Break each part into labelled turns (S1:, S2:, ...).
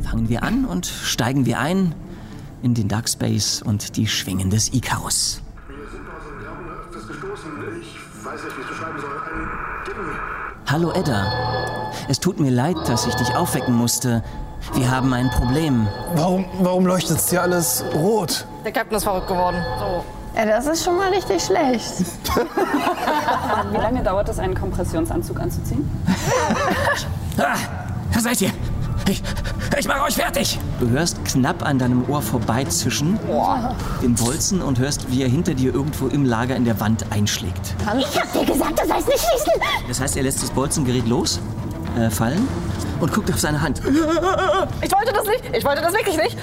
S1: Fangen wir an und steigen wir ein in den Dark Space und die Schwingen des Icarus.
S2: Wir sind aus dem Glauben öfters gestoßen. Ich weiß nicht, wie ich es beschreiben soll. Ein Ding.
S1: Hallo Edda. Es tut mir leid, dass ich dich aufwecken musste. Wir haben ein Problem.
S3: Warum, warum leuchtet es hier alles rot?
S4: Der Captain ist verrückt geworden. So.
S5: Ja, das ist schon mal richtig schlecht.
S6: Wie lange dauert es, einen Kompressionsanzug anzuziehen?
S1: Ah, da seid ihr. Ich, ich mache euch fertig. Du hörst knapp an deinem Ohr vorbeizischen den Bolzen und hörst, wie er hinter dir irgendwo im Lager in der Wand einschlägt.
S7: Ich hab dir gesagt, du sollst nicht schießen.
S1: Das heißt, er lässt das Bolzengerät los, äh, fallen und guckt auf seine Hand.
S4: Ich wollte das nicht. Ich wollte das wirklich nicht.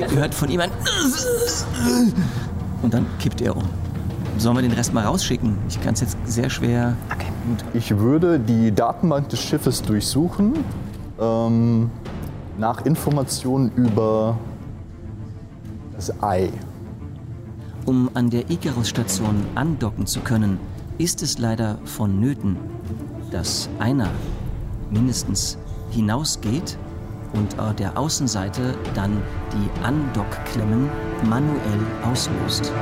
S1: Ihr hört von ihm ein und dann kippt er um. Sollen wir den Rest mal rausschicken? Ich kann es jetzt sehr schwer.
S8: Ich würde die Datenbank des Schiffes durchsuchen ähm, nach Informationen über das Ei.
S1: Um an der Icarus-Station andocken zu können, ist es leider vonnöten, dass einer mindestens hinausgeht und auf der Außenseite dann die Andockklemmen manuell auslöst.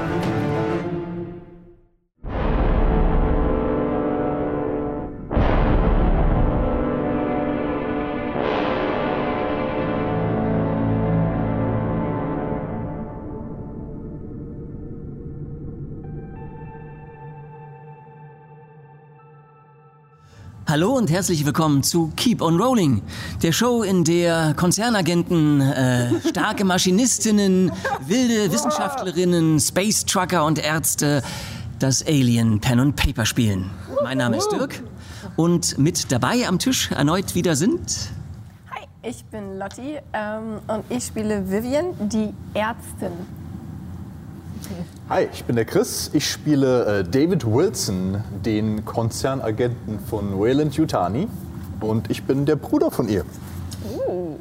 S1: Hallo und herzlich willkommen zu Keep on Rolling, der Show, in der Konzernagenten, äh, starke Maschinistinnen, wilde Wissenschaftlerinnen, Space Trucker und Ärzte das Alien Pen and Paper spielen. Mein Name ist Dirk und mit dabei am Tisch erneut wieder sind
S5: Hi, ich bin Lotti ähm, und ich spiele Vivian, die Ärztin.
S8: Hi, ich bin der Chris. Ich spiele äh, David Wilson, den Konzernagenten von Wayland Yutani. Und ich bin der Bruder von ihr.
S4: Oh.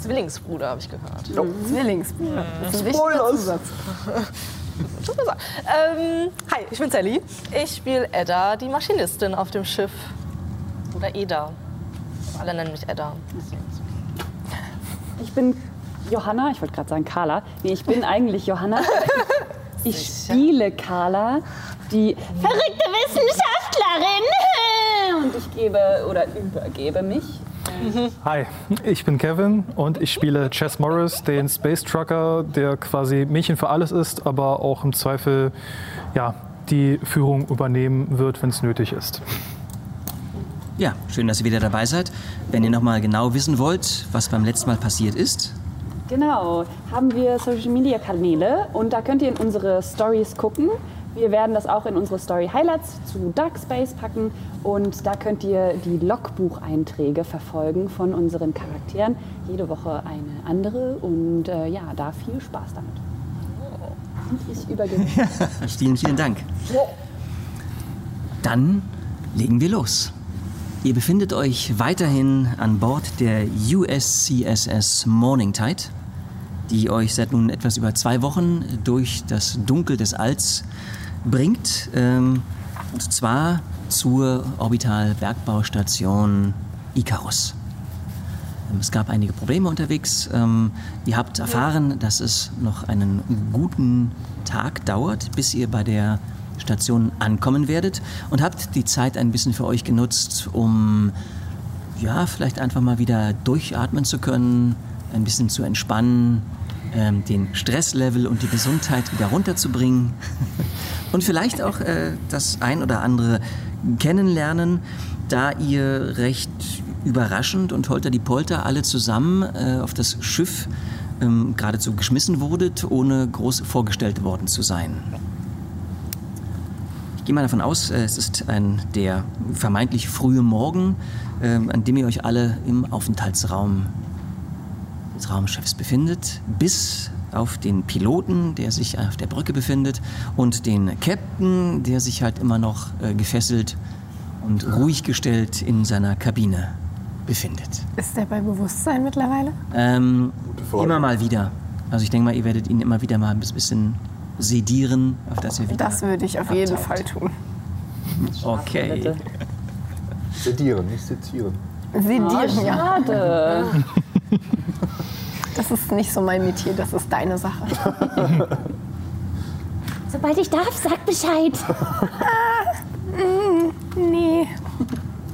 S4: Zwillingsbruder, habe ich gehört.
S5: Oh.
S4: Mhm.
S5: Zwillingsbruder. Das ist ein wichtiger Zusatz.
S4: So, so. Ähm, hi, ich bin Sally. Ich spiele Edda, die Maschinistin auf dem Schiff. Oder Eda. Alle nennen mich Edda.
S6: Ich bin Johanna, ich wollte gerade sagen Carla. Nee, ich bin eigentlich Johanna. Ich spiele Carla, die
S7: Verrückte Wissenschaftlerin.
S6: und ich gebe oder übergebe mich.
S9: Hi, ich bin Kevin und ich spiele Chess Morris, den Space Trucker, der quasi Mädchen für alles ist, aber auch im Zweifel ja, die Führung übernehmen wird, wenn es nötig ist.
S1: Ja, schön, dass ihr wieder dabei seid. Wenn ihr nochmal genau wissen wollt, was beim letzten Mal passiert ist,
S6: Genau, haben wir Social Media Kanäle und da könnt ihr in unsere Stories gucken. Wir werden das auch in unsere Story Highlights zu Dark Space packen und da könnt ihr die Logbucheinträge verfolgen von unseren Charakteren. Jede Woche eine andere und äh, ja, da viel Spaß damit. Und ich übergebe.
S1: Vielen, vielen Dank. Dann legen wir los. Ihr befindet euch weiterhin an Bord der USCSS Morning Tide, die euch seit nun etwas über zwei Wochen durch das Dunkel des Alls bringt. Ähm, und zwar zur Orbitalbergbaustation Icarus. Ähm, Es gab einige Probleme unterwegs. Ähm, Ihr habt erfahren, dass es noch einen guten Tag dauert, bis ihr bei der Station ankommen werdet und habt die Zeit ein bisschen für euch genutzt, um ja, vielleicht einfach mal wieder durchatmen zu können, ein bisschen zu entspannen, ähm, den Stresslevel und die Gesundheit wieder runterzubringen und vielleicht auch äh, das ein oder andere kennenlernen, da ihr recht überraschend und holter die Polter alle zusammen äh, auf das Schiff ähm, geradezu geschmissen wurdet, ohne groß vorgestellt worden zu sein. Ich gehe mal davon aus, äh, es ist ein der vermeintlich frühe Morgen, ähm, an dem ihr euch alle im Aufenthaltsraum des Raumschiffs befindet, bis auf den Piloten, der sich auf der Brücke befindet, und den Captain, der sich halt immer noch äh, gefesselt und ruhig gestellt in seiner Kabine befindet.
S5: Ist der bei Bewusstsein mittlerweile?
S1: Ähm,
S8: Frage.
S1: immer mal wieder. Also ich denke mal, ihr werdet ihn immer wieder mal ein bisschen sedieren, auf dass er wieder...
S5: Das würde ich auf jeden Fall tun.
S1: Okay.
S8: Sedieren, nicht sezieren.
S5: Sedieren, ja.
S6: Ah, Schade.
S10: Das ist nicht so mein Metier, das ist deine Sache.
S6: Sobald ich darf, sag Bescheid.
S5: Ah, mm,
S10: Nee.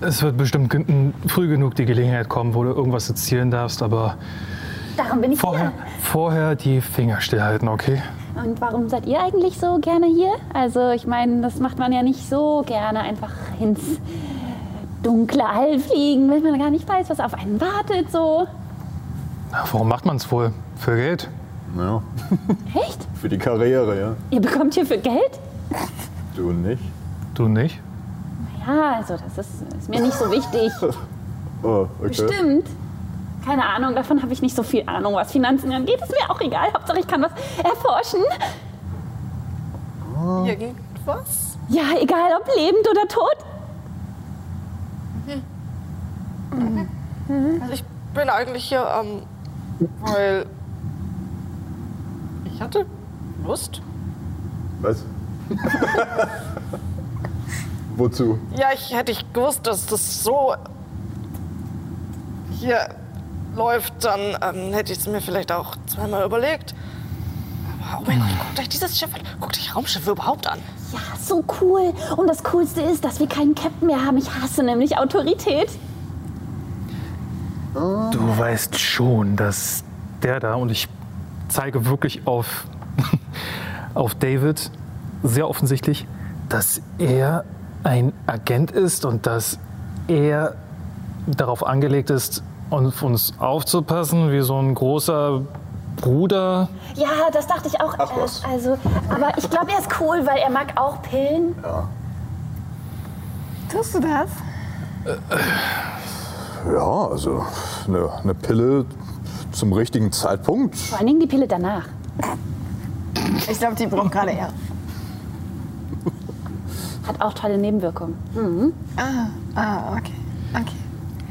S9: Es wird bestimmt gen- früh genug die Gelegenheit kommen, wo du irgendwas sezieren darfst, aber
S6: Darum bin ich
S9: vorher, vorher die Finger stillhalten, okay?
S6: hier. Und warum seid ihr eigentlich so gerne hier? Also, ich meine, das macht man ja nicht so gerne einfach ins dunkle All fliegen, wenn man gar nicht weiß, was auf einen wartet. So.
S9: Na, Warum macht man es wohl? Für Geld?
S8: Ja,
S6: Echt?
S8: für die Karriere, ja.
S6: Ihr bekommt hierfür Geld?
S8: Du nicht?
S9: Du nicht?
S6: Ja, also, das ist, ist mir nicht so wichtig.
S8: Oh, okay.
S6: Bestimmt. Keine Ahnung, davon habe ich nicht so viel Ahnung, was Finanzen angeht. Ist mir auch egal. Hauptsache, ich kann was erforschen.
S5: Mhm.
S4: Irgendwas?
S6: Ja, egal ob lebend oder tot.
S4: Also ich bin eigentlich hier, ähm, weil ich hatte Lust.
S8: Was? Wozu?
S4: Ja, ich hätte ich gewusst, dass das so hier läuft, dann ähm, hätte ich es mir vielleicht auch zweimal überlegt. Aber oh mein Gott, guckt euch dieses Schiff an. Guckt euch Raumschiffe überhaupt an.
S6: Ja, so cool. Und das Coolste ist, dass wir keinen Captain mehr haben. Ich hasse nämlich Autorität.
S9: Du weißt schon, dass der da, und ich zeige wirklich auf, auf David, sehr offensichtlich, dass er ein Agent ist und dass er darauf angelegt ist, auf uns aufzupassen, wie so ein großer Bruder.
S6: Ja, das dachte ich auch.
S8: Ach was.
S6: Äh, also, aber ich glaube, er ist cool, weil er mag auch Pillen.
S10: Tust du das?
S8: Ja, also eine, eine Pille zum richtigen Zeitpunkt.
S6: Vor allen Dingen die Pille danach.
S10: Ich glaube, die braucht gerade er.
S6: Hat auch tolle Nebenwirkungen. Mhm.
S10: Ah, ah, okay. Okay.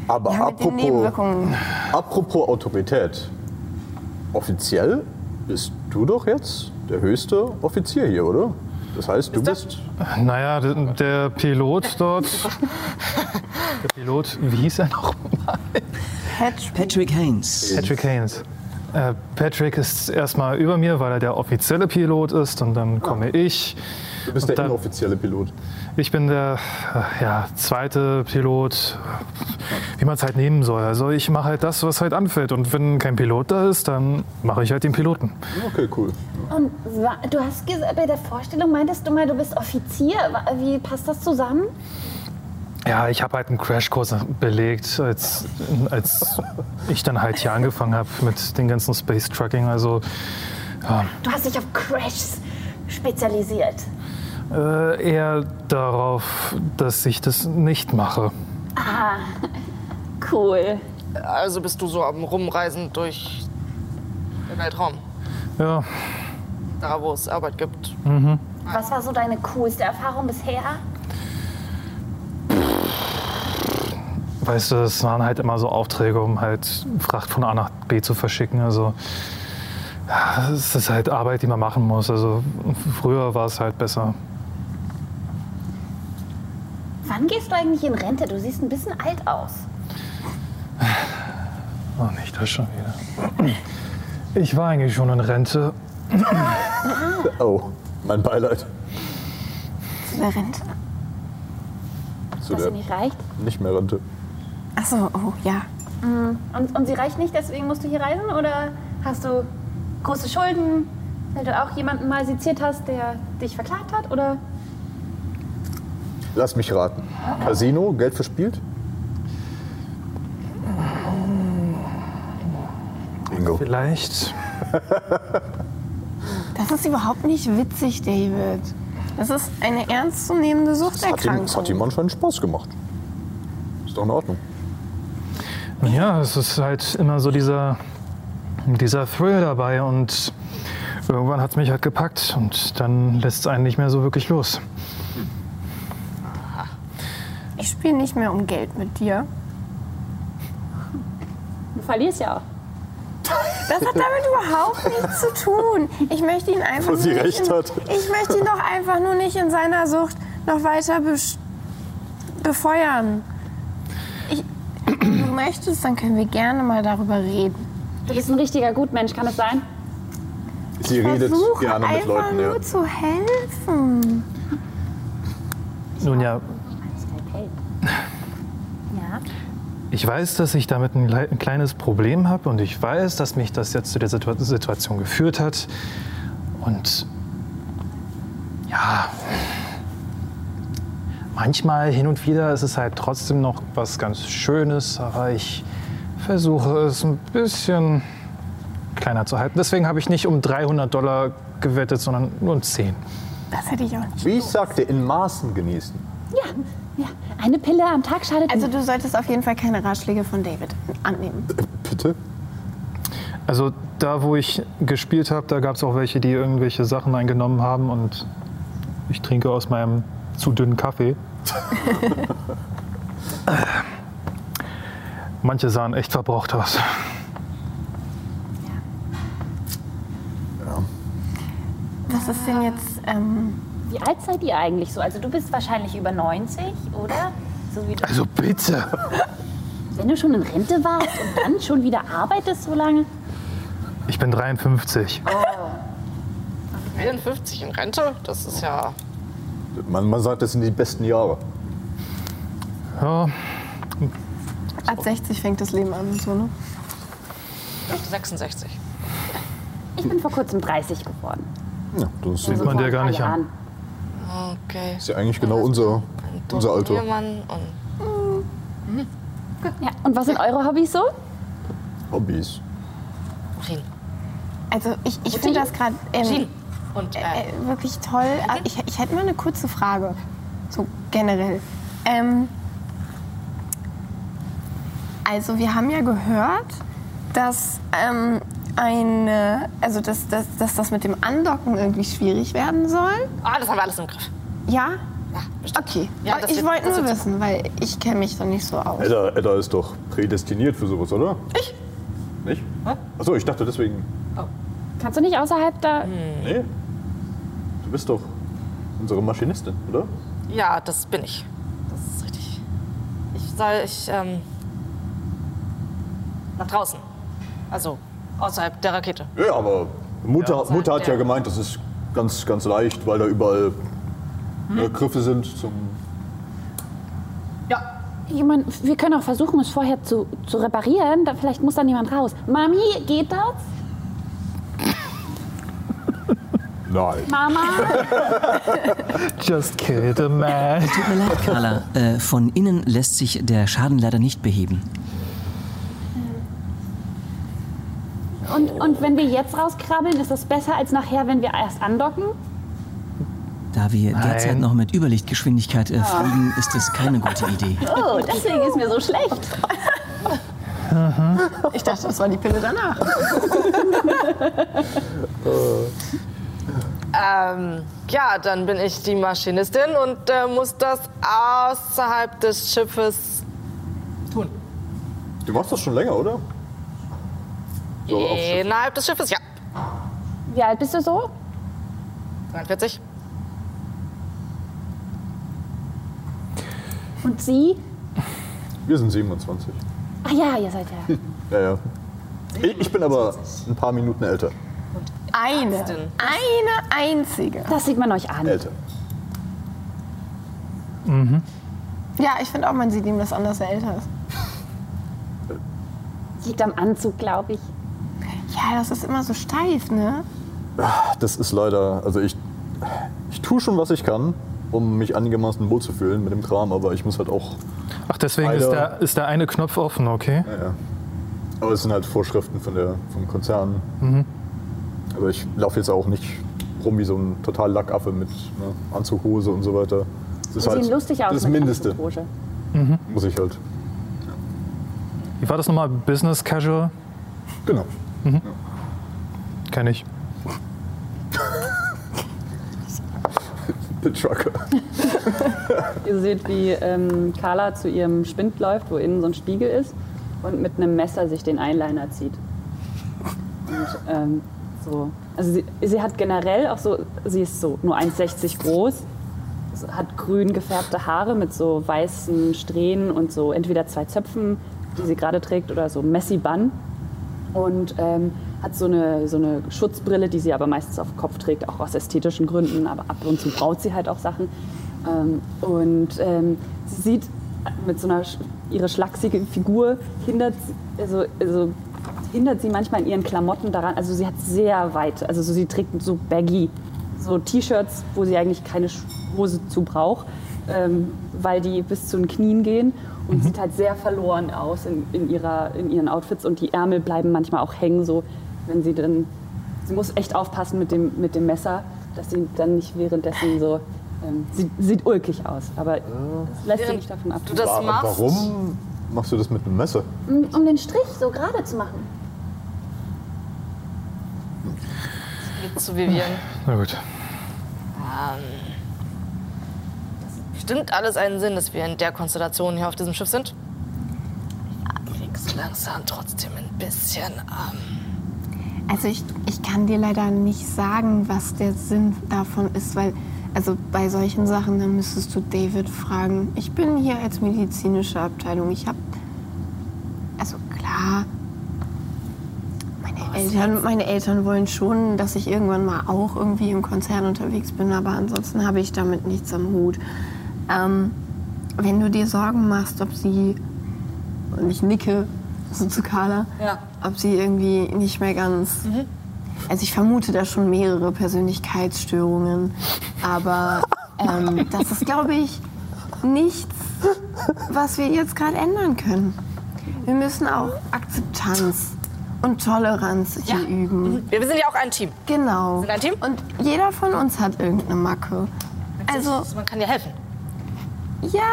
S8: Aber
S10: Ja, mit den
S8: apropos,
S10: Nebenwirkungen.
S8: apropos Autorität. Offiziell bist du doch jetzt der höchste Offizier hier, oder? Das heißt, du bist.
S9: Naja, der, der Pilot dort. Der Pilot, wie hieß er noch?
S10: Hedge.
S1: Patrick Haynes.
S9: Patrick Haynes. Äh, Patrick ist erstmal über mir, weil er der offizielle Pilot ist und dann komme ich.
S8: Du bist
S9: Und
S8: der
S9: dann-
S8: inoffizielle Pilot.
S9: Ich bin der äh, ja, zweite Pilot, wie man es halt nehmen soll. Also ich mache halt das, was halt anfällt. Und wenn kein Pilot da ist, dann mache ich halt den Piloten.
S8: Okay, cool.
S6: Und wa- du hast gesagt, bei der Vorstellung meintest du mal, du bist Offizier. Wa- Wie passt das zusammen?
S9: Ja, ich habe halt einen Crashkurs belegt, als, als ich dann halt hier angefangen habe mit dem ganzen Space Trucking. Also
S6: Du hast dich auf Crashs spezialisiert.
S9: äh, eher darauf, dass ich das nicht mache.
S6: Cool.
S4: Also bist du so am Rumreisen durch den Weltraum.
S9: Ja,
S4: Da, wo es Arbeit gibt.
S6: Was war so deine coolste Erfahrung bisher?
S9: Weißt du, es waren halt immer so Aufträge, um halt Fracht von A nach B zu verschicken. Also ja, es ist halt Arbeit, die man machen muss. Also früher war es halt besser.
S6: Wann gehst du eigentlich in Rente? Du siehst ein bisschen alt aus.
S9: Oh, nicht das schon wieder. Ich war eigentlich schon in Rente.
S8: Oh, mein Beileid.
S10: Der rennt.
S8: Zu
S6: Dass
S8: der
S6: sie nicht reicht.
S8: nicht mehr Rente.
S10: Achso, oh ja.
S6: Und, und sie reicht nicht, deswegen musst du hier reisen? Oder hast du große Schulden, weil du auch jemanden mal seziert hast, der dich verklagt hat? Oder
S8: Lass mich raten. Casino, Geld verspielt? Bingo.
S9: Vielleicht.
S10: Das ist überhaupt nicht witzig, David. Das ist eine ernstzunehmende
S8: Das hat, ihm, das hat ihm
S10: Suchterkrankung.
S8: anscheinend Spaß gemacht. Ist doch in Ordnung.
S9: Ja, es ist halt immer so dieser, dieser Thrill dabei. Und irgendwann hat es mich halt gepackt. Und dann lässt es einen nicht mehr so wirklich los.
S10: Ich spiele nicht mehr um Geld mit dir.
S11: Du verlierst ja auch.
S10: Das hat damit überhaupt nichts zu tun. Ich möchte ihn einfach
S8: Wo sie
S10: nur
S8: recht
S10: nicht in,
S8: hat.
S10: Ich möchte ihn doch einfach nur nicht in seiner Sucht noch weiter besch- befeuern. Ich, du möchtest, dann können wir gerne mal darüber reden.
S6: Du bist ein richtiger Gutmensch, kann es sein?
S8: Sie redet
S10: Versuche
S8: gerne
S10: einfach
S8: mit Leuten, ja.
S10: nur zu helfen.
S9: Nun ja,
S6: Ja.
S9: ich weiß, dass ich damit ein, klei- ein kleines Problem habe und ich weiß, dass mich das jetzt zu der Situa Situation geführt hat. Und ja, manchmal hin und wieder ist es halt trotzdem noch was ganz Schönes, aber ich versuche es ein bisschen kleiner zu halten. Deswegen habe ich nicht um 300 Dollar gewettet, sondern nur um 10.
S10: Das hätte ich auch nicht.
S8: Wie ich sagte, in Maßen genießen.
S6: Ja, ja. Eine Pille am Tag schadet
S10: Also
S6: nicht.
S10: du solltest auf jeden Fall keine Ratschläge von David annehmen.
S8: Bitte?
S9: Also da, wo ich gespielt habe, da gab es auch welche, die irgendwelche Sachen eingenommen haben und ich trinke aus meinem zu dünnen Kaffee. Manche sahen echt verbraucht aus.
S10: Was ist denn jetzt? Ähm,
S12: Wie alt seid ihr eigentlich so? Also du bist wahrscheinlich über 90, oder? So wie du.
S9: Also bitte!
S6: Wenn du schon in Rente warst und dann schon wieder arbeitest so lange.
S9: Ich bin 53.
S4: 54 in Rente? Das ist ja.
S8: Man, man sagt, das sind die besten Jahre.
S9: Ja,
S10: ab 60 fängt das Leben an, so ne?
S4: 66.
S6: Ich bin vor kurzem 30 geworden.
S8: Ja, das
S9: sieht
S8: ist
S9: man
S6: Vor
S9: dir
S6: ein
S9: gar
S6: paar
S9: nicht an.
S6: Jahren.
S4: Okay.
S8: ja eigentlich genau unser, unser Alter.
S4: Biermann und
S6: Ja. Und was sind eure Hobbys so?
S8: Hobbys.
S4: Urin.
S10: Also ich, ich finde das gerade ähm,
S4: Urin. Und
S10: äh,
S4: äh,
S10: wirklich toll. Also ich, ich hätte mal eine kurze Frage, so generell. Ähm, also wir haben ja gehört, dass ähm, eine, also dass, dass, dass das mit dem Andocken irgendwie schwierig werden soll.
S4: ah, das haben wir alles im Griff.
S10: Ja?
S4: Ja, bestimmt.
S10: Okay.
S4: Ja,
S10: Aber
S4: das
S10: ich
S4: wird-
S10: wollte
S4: das
S10: nur
S4: wird
S10: wissen, weil ich kenne mich da nicht so aus.
S8: Edda, Edda ist doch prädestiniert für sowas, oder?
S4: Ich?
S8: Nicht? Achso, ich dachte deswegen.
S6: Kannst du nicht außerhalb da.
S8: Nee. Du bist doch unsere Maschinistin, oder?
S4: Ja, das bin ich. Das ist richtig. Ich soll ich ähm, nach draußen. Also außerhalb der Rakete.
S8: Ja, aber Mutter, Mutter hat ja gemeint, das ist ganz, ganz leicht, weil da überall äh, Griffe sind zum.
S6: Ich meine, wir können auch versuchen, es vorher zu, zu reparieren. Da, vielleicht muss dann jemand raus. Mami, geht das?
S8: Nein.
S6: Mama?
S9: Just kill the man.
S1: Tut mir leid, Carla. Äh, von innen lässt sich der Schaden leider nicht beheben.
S6: Und, und wenn wir jetzt rauskrabbeln, ist das besser als nachher, wenn wir erst andocken?
S1: Da wir
S9: Nein. Ah.
S1: derzeit noch mit Überlichtgeschwindigkeit äh, fliegen, ist das keine gute Idee.
S6: Oh, deswegen ist mir so schlecht.
S10: Ich dachte, das war die Pille danach.
S4: Ähm, ja, dann bin ich die Maschinistin und äh, muss das außerhalb des Schiffes.
S8: Du machst das schon länger, oder? So, auf Schiff.
S4: Innerhalb des Schiffes, ja.
S6: Wie alt bist du so?
S4: 43.
S6: Und sie?
S8: Wir sind 27.
S6: Ach ja, ihr seid ja.
S8: Ja, ja. Ich, ich bin aber ein paar Minuten älter.
S10: Eine. Eine einzige.
S6: Das sieht man euch
S9: Äh,
S6: an.
S8: Älter.
S10: Ja, ich finde auch, man sieht ihm das an, dass er älter ist.
S6: Liegt am Anzug, glaube ich.
S10: Ja, das ist immer so steif, ne?
S8: Das ist leider, also ich, ich tue schon, was ich kann, um mich angemessen wohl zu fühlen mit dem Kram, aber ich muss halt auch,
S9: Ach, deswegen ist der, ist der eine Knopf offen, okay?
S8: naja. Aber es sind halt Vorschriften von der, vom Konzern. Aber ich laufe jetzt auch nicht rum wie so ein total Lackaffe mit ne, Anzughose und so weiter. Das ist
S6: Sie
S8: halt
S6: sehen lustig aus.
S8: das
S6: mit
S8: Mindeste,
S6: Anzughose.
S8: muss ich halt.
S9: Wie war das nochmal? Business Casual?
S8: Genau.
S9: Kenn ich.
S8: The Trucker.
S13: Ihr seht, wie ähm, Carla zu ihrem Spind läuft, wo innen so ein Spiegel ist und mit einem Messer sich den Eyeliner zieht. Und ähm, so. Also sie, sie hat generell auch so, sie ist so nur 1,60 groß, hat grün gefärbte Haare mit so weißen Strähnen und so entweder zwei Zöpfen
S6: die sie gerade trägt, oder so messy Bun. Und ähm, hat so eine, so eine Schutzbrille, die sie aber meistens auf dem Kopf trägt, auch aus ästhetischen Gründen. Aber ab und zu braut sie halt auch Sachen. Ähm, und ähm, sie sieht mit so einer, sch- ihre schlachsige Figur hindert, sie- also, also hindert sie manchmal in ihren Klamotten daran. Also sie hat sehr weit, also so, sie trägt so baggy, so T-Shirts, wo sie eigentlich keine Sch- Hose zu braucht, ähm, weil die bis zu den Knien gehen und sieht halt sehr verloren aus in, in, ihrer, in ihren Outfits und die Ärmel bleiben manchmal auch hängen, so wenn sie dann, sie muss echt aufpassen mit dem, mit dem Messer, dass sie dann nicht währenddessen so, ähm, sie sieht ulkig aus, aber das lässt sie
S4: Während
S6: nicht davon ab.
S4: du das
S8: Wa-
S4: machst.
S8: Warum machst du das mit einem Messer?
S14: Um, um den Strich so gerade zu machen.
S4: Geht zu Vivian.
S9: Na gut.
S4: Stimmt alles einen Sinn, dass wir in der Konstellation hier auf diesem Schiff sind? Kriegst langsam trotzdem ein bisschen ähm, ab.
S5: Also ich, ich kann dir leider nicht sagen, was der Sinn davon ist, weil also bei solchen Sachen, dann müsstest du David fragen. Ich bin hier als medizinische Abteilung. Ich habe, also klar, meine Eltern, meine Eltern wollen schon, dass ich irgendwann mal auch irgendwie im Konzern unterwegs bin, aber ansonsten habe ich damit nichts am Hut. Ähm, wenn du dir Sorgen machst, ob sie, und ich nicke, so zu Carla, ob sie irgendwie nicht mehr ganz. Also ich vermute da schon mehrere Persönlichkeitsstörungen, aber ähm, das ist, glaube ich, nichts, was wir jetzt gerade ändern können. Wir müssen auch Akzeptanz und Toleranz hier üben.
S4: Wir sind ja auch ein Team.
S5: Genau.
S4: ein Team?
S5: Und jeder von uns hat irgendeine Macke. Also
S4: Man kann ja helfen.
S5: ja,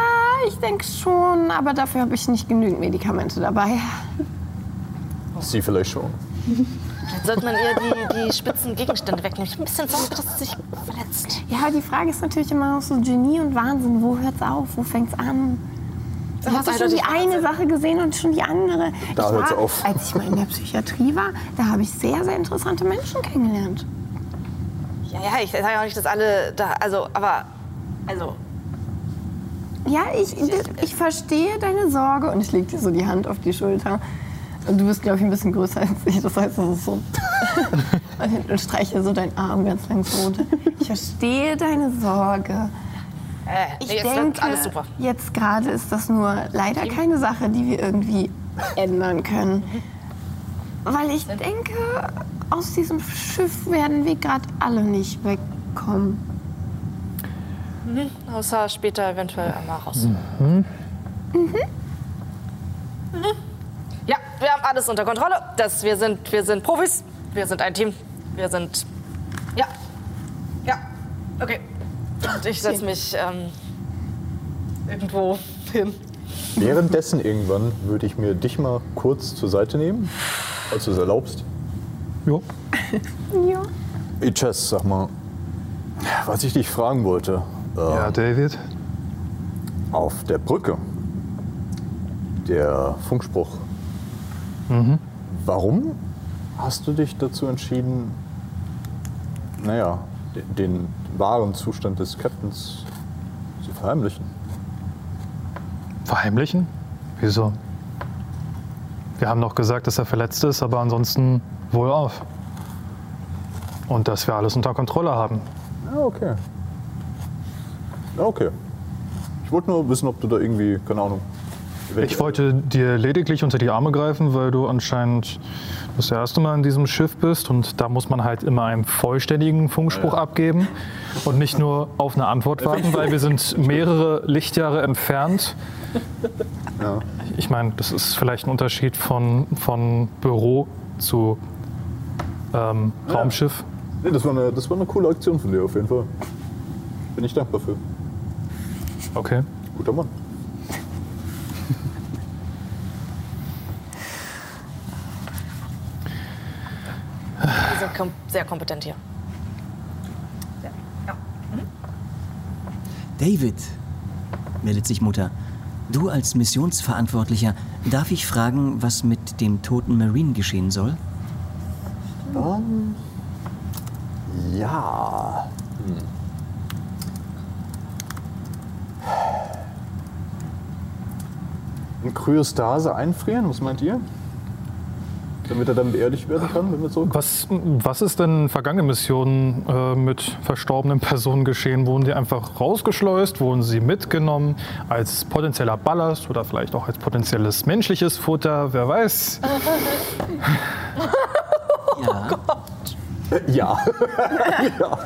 S5: ich denke schon, aber dafür habe ich nicht genügend Medikamente dabei.
S8: Sie vielleicht schon.
S4: Vielleicht sollte man ihr die, die spitzen Gegenstände wegnehmen. Ich bin ein bisschen Sorge, dass sie sich verletzt.
S5: Ja, aber die Frage ist natürlich immer noch so Genie und Wahnsinn. Wo hört's auf? Wo fängt's an? Ich habe schon die eine Sache gesehen und schon die andere.
S8: Da
S5: Ich
S8: hört's
S5: war-
S8: auf.
S5: Als ich mal in der Psychiatrie war, da habe ich sehr, sehr interessante Menschen kennengelernt.
S4: Ja, ja, ich sage auch nicht, dass alle da. Also, aber. Also.
S5: Ja, ich, ich verstehe deine Sorge und ich lege dir so die Hand auf die Schulter. Und du bist, glaube ich, ein bisschen größer als ich. Das heißt, das ist so. und ich streiche so deinen Arm ganz lang so. Ich verstehe deine Sorge.
S4: Äh,
S5: Ich
S4: nee, jetzt läuft
S5: denke,
S4: alles super.
S5: jetzt gerade ist das nur leider keine Sache, die wir irgendwie ändern können. Weil ich denke, aus diesem Schiff werden wir gerade alle nicht wegkommen.
S4: Außer später eventuell einmal raus. Mhm. Ja, wir haben alles unter Kontrolle. Das, wir, sind, wir sind Profis. Wir sind ein Team. Wir sind. Ja. Ja. Okay. Und ich setze mich ähm, irgendwo hin.
S8: Währenddessen irgendwann würde ich mir dich mal kurz zur Seite nehmen, falls du es erlaubst.
S9: Jo.
S8: Ey, Chess, sag mal, was ich dich fragen wollte. Äh,
S9: Ja, David.
S8: Auf der Brücke. Der Funkspruch.
S9: Mhm.
S8: Warum hast du dich dazu entschieden, naja, de- den wahren Zustand des Captains zu verheimlichen?
S9: Verheimlichen? Wieso? Wir haben noch gesagt, dass er verletzt ist, aber ansonsten wohlauf. Und dass wir alles unter Kontrolle haben.
S8: Ja, okay. Ja, okay. Ich wollte nur wissen, ob du da irgendwie, keine Ahnung.
S9: Ich
S8: eventuell-
S9: wollte dir lediglich unter die Arme greifen, weil du anscheinend das erste Mal in diesem Schiff bist und da muss man halt immer einen vollständigen Funkspruch abgeben und nicht nur auf eine Antwort warten, weil wir sind mehrere Lichtjahre entfernt. Ich meine, das ist vielleicht ein Unterschied von, von Büro zu ähm, Raumschiff.
S8: Nee, das war, eine, das war eine coole Aktion von dir auf jeden Fall. Bin ich dankbar für.
S9: Okay.
S8: Guter Mann.
S4: Wir sind kom sehr kompetent hier.
S1: David, meldet sich Mutter. Du als Missionsverantwortlicher, darf ich fragen, was mit dem toten Marine geschehen soll?
S8: Ja. Hm. In Kryostase einfrieren, was meint ihr? Damit er dann beerdigt werden kann, wenn wir zurück.
S9: Was, was ist denn in vergangenen Missionen äh, mit verstorbenen Personen geschehen? Wurden die einfach rausgeschleust? Wurden sie mitgenommen als potenzieller Ballast oder vielleicht auch als potenzielles menschliches Futter? Wer weiß? Oh
S1: Ja,
S8: Äh, Ja.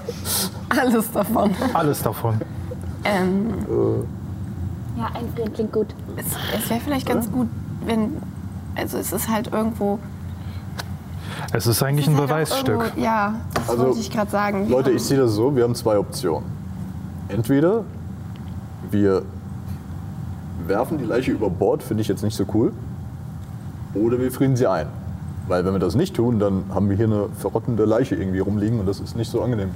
S5: Alles davon.
S9: Alles davon.
S5: Ähm,
S7: Ja, einfrieren klingt gut.
S5: es es wäre vielleicht ganz gut, wenn. Also, es ist halt irgendwo.
S9: Es ist eigentlich
S5: es
S9: ein
S5: ist halt auch
S9: Beweisstück.
S5: Irgendwo, ja, das
S8: Also,
S5: wollte ich gerade sagen. Wir
S8: Leute,
S5: haben-
S8: ich sehe das so, wir haben zwei Optionen. Entweder wir werfen die Leiche über Bord, finde ich jetzt nicht so cool, oder wir frieren sie ein. Weil wenn wir das nicht tun, dann haben wir hier eine verrottende Leiche irgendwie rumliegen und das ist nicht so angenehm.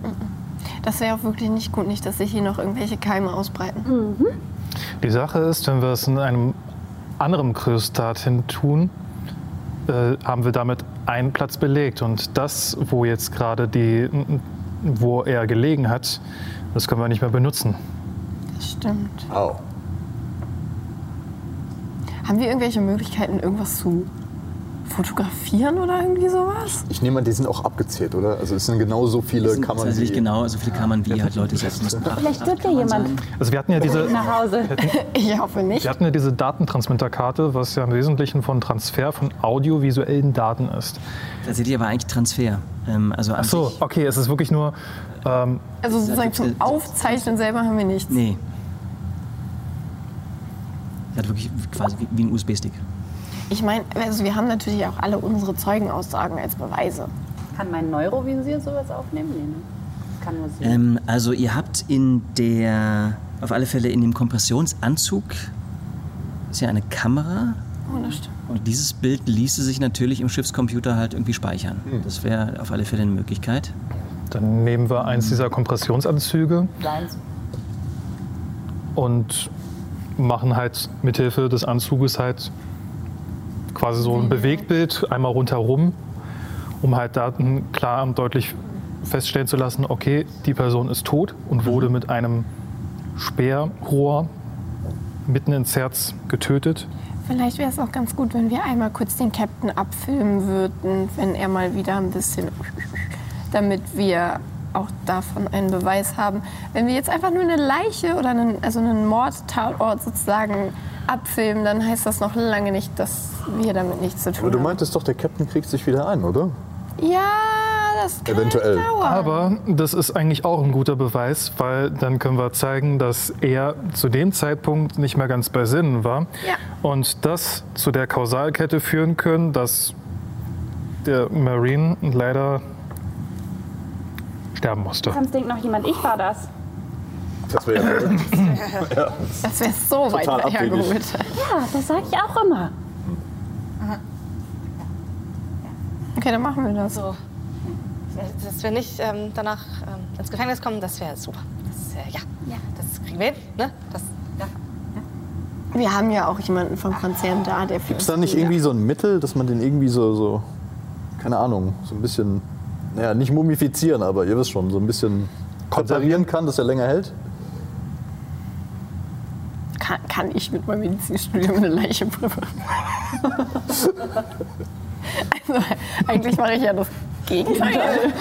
S5: Das wäre auch wirklich nicht gut, nicht, dass sich hier noch irgendwelche Keime ausbreiten.
S9: Die Sache ist, wenn wir es in einem anderen Kryostat hin tun, äh, haben wir damit einen Platz belegt. Und das, wo jetzt gerade die, wo er gelegen hat, das können wir nicht mehr benutzen.
S5: Das stimmt.
S8: Au.
S5: Haben wir irgendwelche Möglichkeiten, irgendwas zu fotografieren oder irgendwie sowas?
S8: Ich nehme an, die sind auch abgezählt, oder? Also es sind genau so
S1: das
S8: viele
S1: sind
S8: Kammern.
S1: tatsächlich
S8: wie-
S1: genau so viele Kammern, wie halt Leute setzen müssen.
S7: Vielleicht wird ja jemand
S9: Also wir hatten ja diese,
S7: nach Hause.
S5: Ich hoffe nicht.
S9: wir hatten ja diese Datentransmitterkarte, was ja im Wesentlichen von Transfer von audiovisuellen Daten ist.
S1: Tatsächlich aber eigentlich Transfer. Ähm, also an
S9: Ach so,
S1: sich-
S9: okay, es ist wirklich nur, ähm,
S5: Also sozusagen
S1: gibt's-
S5: zum Aufzeichnen selber haben wir nichts.
S1: Nee. Er hat wirklich quasi wie, wie ein USB-Stick.
S5: Ich meine, also wir haben natürlich auch alle unsere Zeugenaussagen als Beweise.
S14: Kann mein Neurovisier sowas aufnehmen? Nee, ne? Das kann nur sie.
S1: Ähm, also ihr habt in der, auf alle Fälle in dem Kompressionsanzug, ist ja eine Kamera.
S5: Oh, das stimmt.
S1: Und dieses Bild ließe sich natürlich im Schiffscomputer halt irgendwie speichern. Das wäre auf alle Fälle eine Möglichkeit.
S9: dann nehmen wir eins dieser Kompressionsanzüge
S14: Seins.
S9: und machen halt mithilfe des Anzuges halt quasi so ein Bewegtbild einmal rundherum, um halt Daten klar und deutlich feststellen zu lassen, okay, die Person ist tot und wurde mit einem Speerrohr mitten ins Herz getötet.
S5: Vielleicht wäre es auch ganz gut, wenn wir einmal kurz den Captain abfilmen würden, wenn er mal wieder ein bisschen, damit wir auch davon einen Beweis haben. Wenn wir jetzt einfach nur eine Leiche oder einen, also einen Mordtatort sozusagen abfilmen, dann heißt das noch lange nicht, dass wir damit nichts zu
S8: Aber
S5: tun
S8: du
S5: haben.
S8: meintest doch, der Captain kriegt sich wieder ein, oder?
S5: Ja, Ah, das kann
S8: Eventuell.
S5: dauern.
S9: Aber das ist eigentlich auch ein guter Beweis, weil dann können wir zeigen, dass er zu dem Zeitpunkt nicht mehr ganz bei Sinnen war.
S5: Ja.
S9: Und das zu der Kausalkette führen können, dass der Marine leider sterben musste.
S7: Sonst denkt noch jemand, ich war das.
S8: Das wäre ja verrückt.
S5: das wäre so weit
S8: Total abwegig.
S5: hergeholt.
S7: Ja, das sage ich auch immer.
S5: Okay, dann machen wir das.
S4: Dass wir nicht ähm, danach ähm, ins Gefängnis kommen, das wäre super. Das, äh, ja. das kriegen wir hin. Ne? Das, ja.
S5: Wir haben ja auch jemanden vom Konzern da, der für
S8: Ist
S5: uns
S8: da nicht
S5: wieder-
S8: irgendwie so ein Mittel, dass man den irgendwie so, so keine Ahnung, so ein bisschen, naja, nicht mumifizieren, aber ihr wisst schon, so ein bisschen konservieren kann, dass er länger hält?
S5: Kann, kann ich mit meinem Medizinstudium eine Leiche präparieren? also, eigentlich mache ich ja das Gegenteil.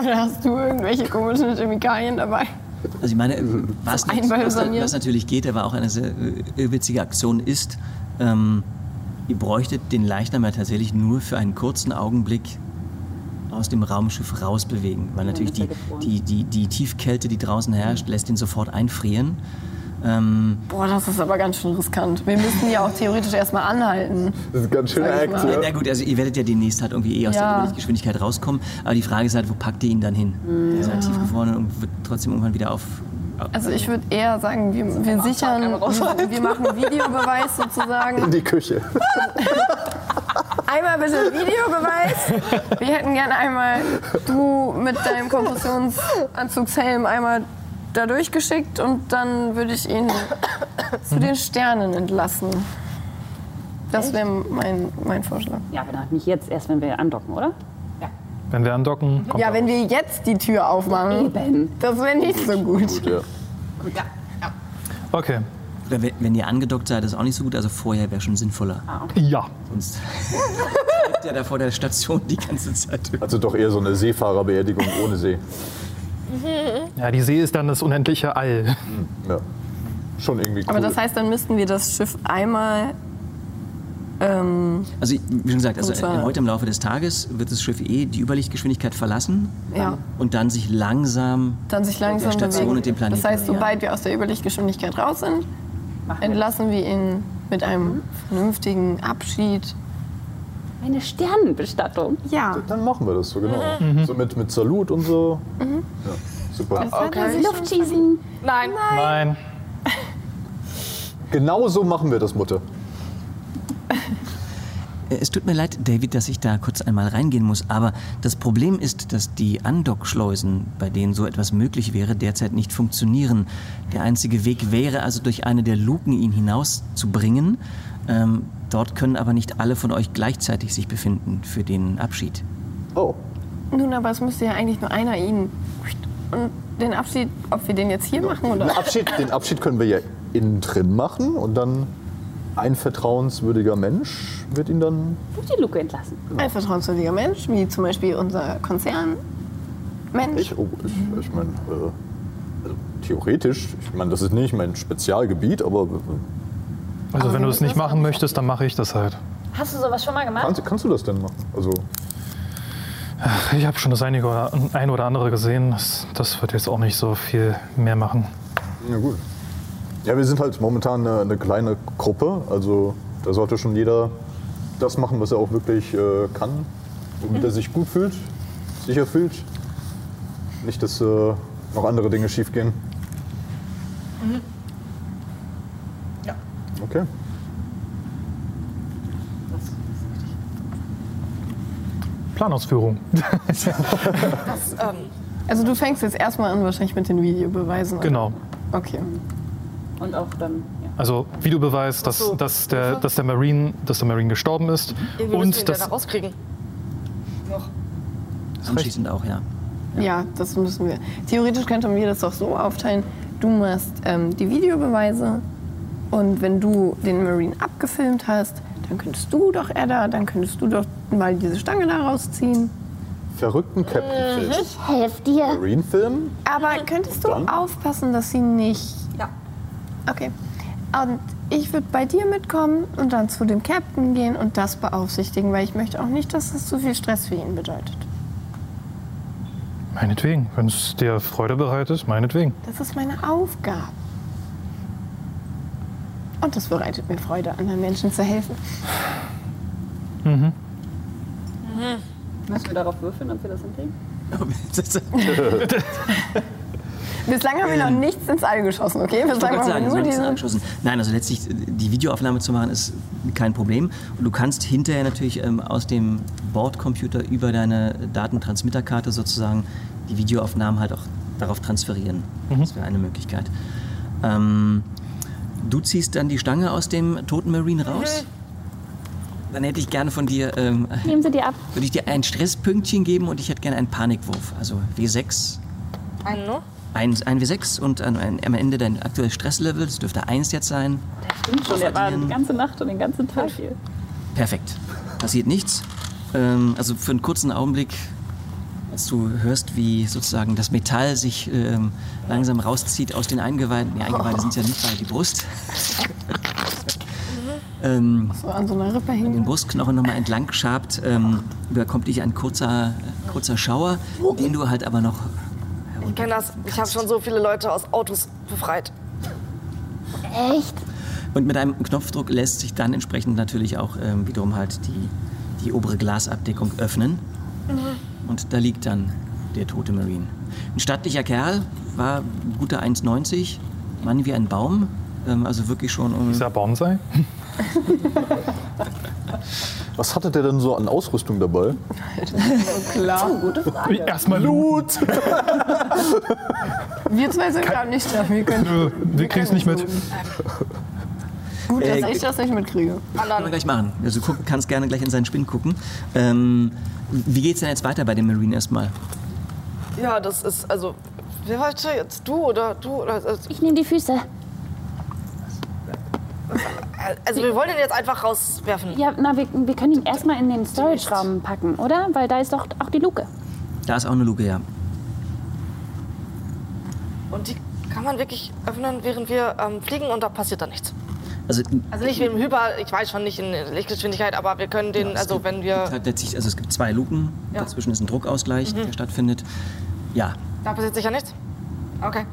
S5: Oder hast du irgendwelche komischen Chemikalien dabei?
S1: Also ich meine, was, nat- was,
S5: Einbalsamieren.
S1: was natürlich geht, aber auch eine sehr äh, witzige Aktion ist, ähm, ihr bräuchtet den Leichnam ja tatsächlich nur für einen kurzen Augenblick aus dem Raumschiff rausbewegen, weil natürlich die, die, die, die Tiefkälte, die draußen herrscht, lässt ihn sofort einfrieren. Ähm,
S5: Boah, das ist aber ganz schön riskant. Wir müssten ja auch theoretisch erstmal anhalten.
S8: Das ist ein ganz schöner
S5: Sag ich
S8: Act,
S5: mal.
S8: ja.
S1: na gut, also ihr werdet ja demnächst halt irgendwie eh aus
S5: Ja.
S1: der Überlichtgeschwindigkeit rauskommen, aber die Frage ist halt, wo packt ihr ihn dann hin? Der ist halt tiefgefroren und wird trotzdem irgendwann wieder auf...
S5: Also ich würde eher sagen, wir, wir sichern, wir, wir machen Videobeweis sozusagen.
S8: In die Küche.
S5: Einmal bitte Videobeweis. Wir hätten gerne einmal du mit deinem Kompressionsanzugshelm einmal da durchgeschickt und dann würde ich ihn zu den Sternen entlassen. Das wäre mein, mein Vorschlag.
S6: Ja, genau. Nicht jetzt, erst wenn wir andocken, oder?
S9: Wenn wir andocken, kommt
S5: Ja,
S9: er.
S5: wenn wir jetzt die Tür aufmachen, das wäre nicht so gut.
S8: Gut, ja.
S9: Okay,
S1: wenn wenn ihr angedockt seid, ist auch nicht so gut. Also vorher wäre schon sinnvoller.
S5: Ah.
S9: Ja.
S1: Sonst bleibt ihr da vor der Station die ganze Zeit.
S8: Also doch eher so eine Seefahrerbeerdigung ohne See.
S9: Ja, die See ist dann das unendliche All.
S8: Hm, Ja. Schon irgendwie cool.
S5: Aber das heißt, dann müssten wir das Schiff einmal. Ähm,
S1: Also wie schon gesagt, also
S5: Und zwar-
S1: äh, heute im Laufe des Tages wird das Schiff eh die Überlichtgeschwindigkeit verlassen
S5: ja,
S1: und dann sich langsam
S5: dann sich langsam
S1: der Station
S5: bewegen.
S1: und dem Planeten.
S5: Das heißt, sobald wir aus der Überlichtgeschwindigkeit raus sind, entlassen wir ihn mit einem
S1: Mhm.
S5: vernünftigen Abschied.
S7: Eine Sternenbestattung.
S5: Ja,
S8: Dann machen wir das so, genau.
S5: Mhm.
S8: So mit, mit Salut und so. Ja, super.
S5: okay.
S7: Luftschießen.
S4: Nein.
S9: Nein.
S8: Genau so machen wir das, Mutter.
S1: Äh, Es tut mir leid, David, dass ich da kurz einmal reingehen muss, aber das Problem ist, dass die Andockschleusen, bei denen so etwas möglich wäre, derzeit nicht funktionieren. Der einzige Weg wäre also durch eine der Luken ihn hinauszubringen. Ähm, dort können aber nicht alle von euch gleichzeitig sich befinden für den Abschied.
S8: Oh,
S5: nun, aber es müsste ja eigentlich nur einer ihn. Und den Abschied, ob wir den jetzt hier machen
S8: den
S5: oder.
S8: Abschied, den Abschied können wir ja innen drin machen und dann ein vertrauenswürdiger Mensch wird ihn dann.
S7: Durch die Luke entlassen.
S5: Ein vertrauenswürdiger Mensch, wie zum Beispiel unser Konzernmensch.
S8: Ich, oh, ich, ich meine, äh, also theoretisch, ich meine, das ist nicht mein Spezialgebiet, aber äh,
S9: Also wenn du es nicht machen möchtest, dann mache ich das halt.
S14: Hast du sowas schon mal gemacht?
S8: kannst, kannst du das denn machen? Also,
S9: Ich habe schon das einige oder, ein oder andere gesehen. Das, das wird jetzt auch nicht so viel mehr machen.
S8: na gut. Ja, wir sind halt momentan eine, eine kleine Gruppe, also da sollte schon jeder das machen, was er auch wirklich äh, kann, womit
S4: Mhm.
S8: er sich gut fühlt, sicher fühlt. Nicht, dass äh, noch andere Dinge schiefgehen.
S4: Mhm.
S8: Ja. Okay.
S9: Planausführung.
S5: Also du fängst jetzt erstmal an wahrscheinlich mit den Videobeweisen. oder?
S9: Genau.
S5: Okay.
S6: Und auch dann, ja.
S9: Also Videobeweis, dass, dass, der, dass, der, Marine, dass der Marine gestorben ist.
S4: Irgendwie müssen wir ihn
S9: Und
S4: da
S9: das,
S4: rauskriegen.
S1: Anschließend auch, ja.
S5: Ja. das müssen wir. Theoretisch könnten wir das doch so aufteilen. Du machst ähm, die Videobeweise und wenn du den Marine abgefilmt hast, dann könntest du doch Edda, dann könntest du doch mal diese Stange da rausziehen.
S8: Verrückten Captain Fish.
S7: Ich
S4: Mhm.
S7: helfe dir.
S8: Marine-Film?
S5: Aber könntest du
S8: Dann?
S5: aufpassen, dass sie nicht.
S4: Ja.
S5: Okay. Und ich würde bei dir mitkommen und dann zu dem Captain gehen und das beaufsichtigen, weil ich möchte auch nicht, dass das zu viel Stress für ihn bedeutet.
S9: meinetwegen, wenn es dir Freude bereitet, meinetwegen.
S5: Das ist meine Aufgabe. Und das bereitet mir Freude, anderen Menschen zu helfen.
S6: Müssen wir darauf würfeln, ob wir das hinkriegen?
S5: Bislang haben wir noch nichts ins All geschossen, okay?
S1: Ich wollte
S5: Bislang
S1: gerade
S5: haben
S1: sagen,
S5: wir
S1: so
S5: nur
S1: ein bisschen
S5: diese.
S1: angeschossen. Nein, also letztlich die Videoaufnahme zu machen ist kein Problem. Und du kannst hinterher natürlich ähm, aus dem Bordcomputer über deine Datentransmitterkarte sozusagen die Videoaufnahmen halt auch darauf transferieren. Das wäre eine Möglichkeit. Ähm, du ziehst dann die Stange aus dem toten Marine raus. Dann hätte ich gerne von dir, ähm,
S7: Nehmen sie dir ab.
S1: würde ich dir ein Stresspünktchen geben und ich hätte gerne einen Panikwurf. Also W6
S4: Einen nur?
S1: ein, ein W6 und an, ein, am Ende dein aktuelles Stresslevel, das dürfte 1 jetzt sein.
S6: Stimmt schon, der war die ganze Nacht und den ganzen Tag hier.
S1: Perfekt. Passiert nichts. Ähm, also für einen kurzen Augenblick, als du hörst, wie sozusagen das Metall sich ähm, langsam rauszieht aus den Eingeweiden. Die Eingeweide sind ja nicht bei die Brust. ähm,
S5: So an so einer Rippe hängen.
S1: den Brustknochen nochmal entlang schabt, ähm, überkommt dich ein kurzer, kurzer Schauer, den du halt aber noch
S4: Ich kenne das. Ich habe schon so viele Leute aus Autos befreit.
S7: Echt?
S1: Und mit einem Knopfdruck lässt sich dann entsprechend natürlich auch ähm, wiederum halt die, die obere Glasabdeckung öffnen. Und da liegt dann der tote Marine. Ein stattlicher Kerl, war guter 1,90, Mann wie ein Baum. Ähm, also wirklich schon um.
S9: Dieser Bonsai?
S8: Was hatte der denn so an Ausrüstung dabei?
S9: Erstmal Loot.
S5: Wir zwei sind gerade nicht da. Wir können
S9: Nö, wir kriegen's nicht mit.
S5: gut, dass
S1: Äh,
S5: ich das nicht mitkriege.
S1: Können wir gleich machen. Also du guck, kannst gerne gleich in seinen Spind gucken. Ähm, wie geht's denn jetzt weiter bei dem Marine erstmal?
S4: Ja, das ist also. Wer war jetzt? Du oder du? Oder, also,
S7: Ich nehme die Füße.
S4: Also wir wollen ihn jetzt einfach rauswerfen.
S7: Ja, na, wir, wir können ihn erstmal in den Storage-Raum packen, oder? Weil da ist doch auch die Luke.
S1: Da ist auch eine Luke, ja.
S4: Und die kann man wirklich öffnen, während wir ähm, fliegen und da passiert dann nichts.
S1: Also,
S4: Also nicht mit dem Hyper, ich weiß schon nicht in Lichtgeschwindigkeit, aber wir können den,
S1: Ja, es
S4: also
S1: gibt-
S4: wenn wir,
S1: gibt halt letztlich, also es gibt zwei Luken,
S4: Ja. Mhm.
S1: dazwischen ist ein Druckausgleich, der stattfindet. Ja,
S4: da passiert sicher nichts. Okay.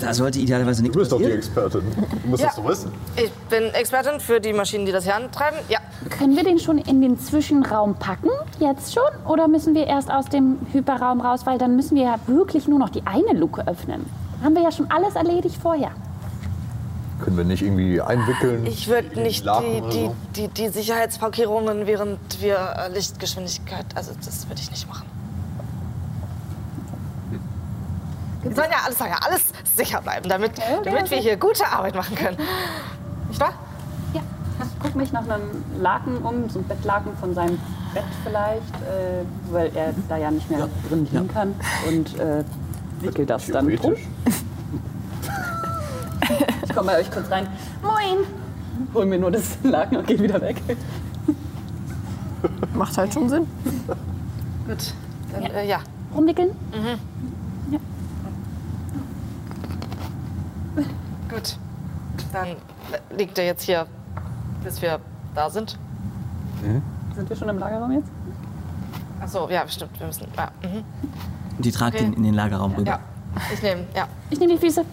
S1: da sollte idealerweise nichts
S8: Du bist doch die
S1: passieren.
S8: Expertin. Du musst
S4: Ja.
S8: das doch wissen.
S4: Ich bin Expertin für die Maschinen, die das hier antreiben. Ja,
S7: Können wir den schon in den Zwischenraum packen? Jetzt schon? Oder müssen wir erst aus dem Hyperraum raus? Weil dann müssen wir ja wirklich nur noch die eine Luke öffnen. Haben wir ja schon alles erledigt vorher.
S8: Können wir nicht irgendwie einwickeln?
S4: ich würde nicht
S8: Laken
S4: die,
S8: oder
S4: die,
S8: so?
S4: die, die Sicherheitsparkierungen, während wir äh, Lichtgeschwindigkeit, also das würde ich nicht machen. Wir sollen ja alles, soll ja alles sicher bleiben, damit, damit wir hier gute Arbeit machen können. Nicht wahr?
S6: Ja. Ich guck mich nach einem Laken um, so ein Bettlaken von seinem Bett vielleicht, äh, weil er da ja nicht mehr drin liegen kann. Und äh, wickel das dann drum.
S8: Theoretisch.
S6: Ich komme bei euch kurz rein. Moin! Hol mir nur das Laken und geh wieder weg.
S5: Macht halt schon Sinn.
S4: Gut. Dann, ja. Äh, ja.
S7: Rumwickeln?
S4: Gut. Dann äh, liegt er jetzt hier, bis wir da sind.
S8: Mhm.
S6: Sind wir schon im Lagerraum jetzt?
S4: Ach so, ja, stimmt. Wir müssen. Ja, mhm.
S1: Und die tragt
S4: Okay.
S1: ihn in den Lagerraum rüber.
S4: ja. ich nehme. Ja.
S7: Ich nehme die Füße.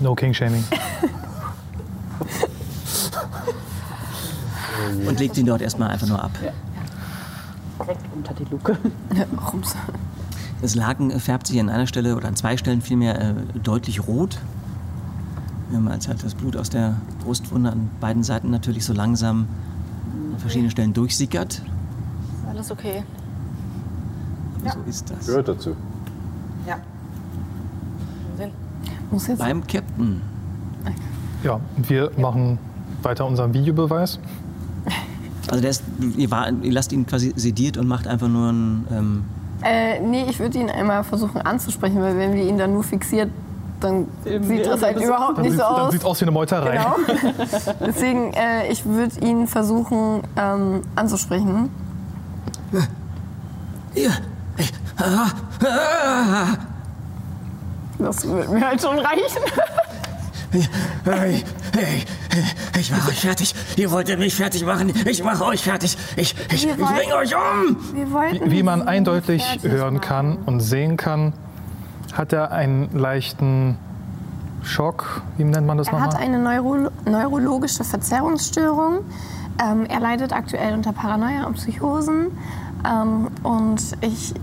S9: No King Shaming.
S1: Und legt ihn dort erstmal einfach nur ab.
S6: Direkt unter die Luke.
S5: Rums.
S1: Das Laken äh, färbt sich an einer Stelle oder an zwei Stellen vielmehr äh, deutlich rot. Ähm, als halt das Blut aus der Brustwunde an beiden Seiten natürlich so langsam an verschiedenen Stellen durchsickert.
S4: Alles okay.
S1: Aber So ist das.
S8: Gehört dazu.
S4: Ja. Sinn.
S5: Muss jetzt.
S1: Beim Captain.
S9: Ja, und wir machen weiter unseren Videobeweis.
S1: Also der ist, ihr, war, ihr lasst ihn quasi sediert und macht einfach nur ein, ähm,
S5: Äh, nee, ich würde ihn einmal versuchen anzusprechen, weil wenn wir ihn dann nur fixiert, dann sieht das halt überhaupt nicht
S9: sieht,
S5: so
S9: dann
S5: aus.
S9: sieht's aus wie eine Meuterei.
S5: Genau. Deswegen, äh, ich würde ihn versuchen ähm, anzusprechen. Das wird mir halt schon reichen.
S1: Hey, hey, ich mache euch fertig. Ihr wolltet mich fertig machen. Ich mache euch fertig. Ich, ich, ich bringe euch um.
S5: Wir wollten
S9: Wie, wie man
S5: ihn
S9: eindeutig
S5: fertig
S9: hören
S5: machen.
S9: kann und sehen kann, hat er einen leichten Schock. Wie nennt man das
S5: Er hat
S9: nochmal?
S5: eine Neuro neurologische Verzerrungsstörung. Ähm, er leidet aktuell unter Paranoia und Psychosen. Ähm, und ich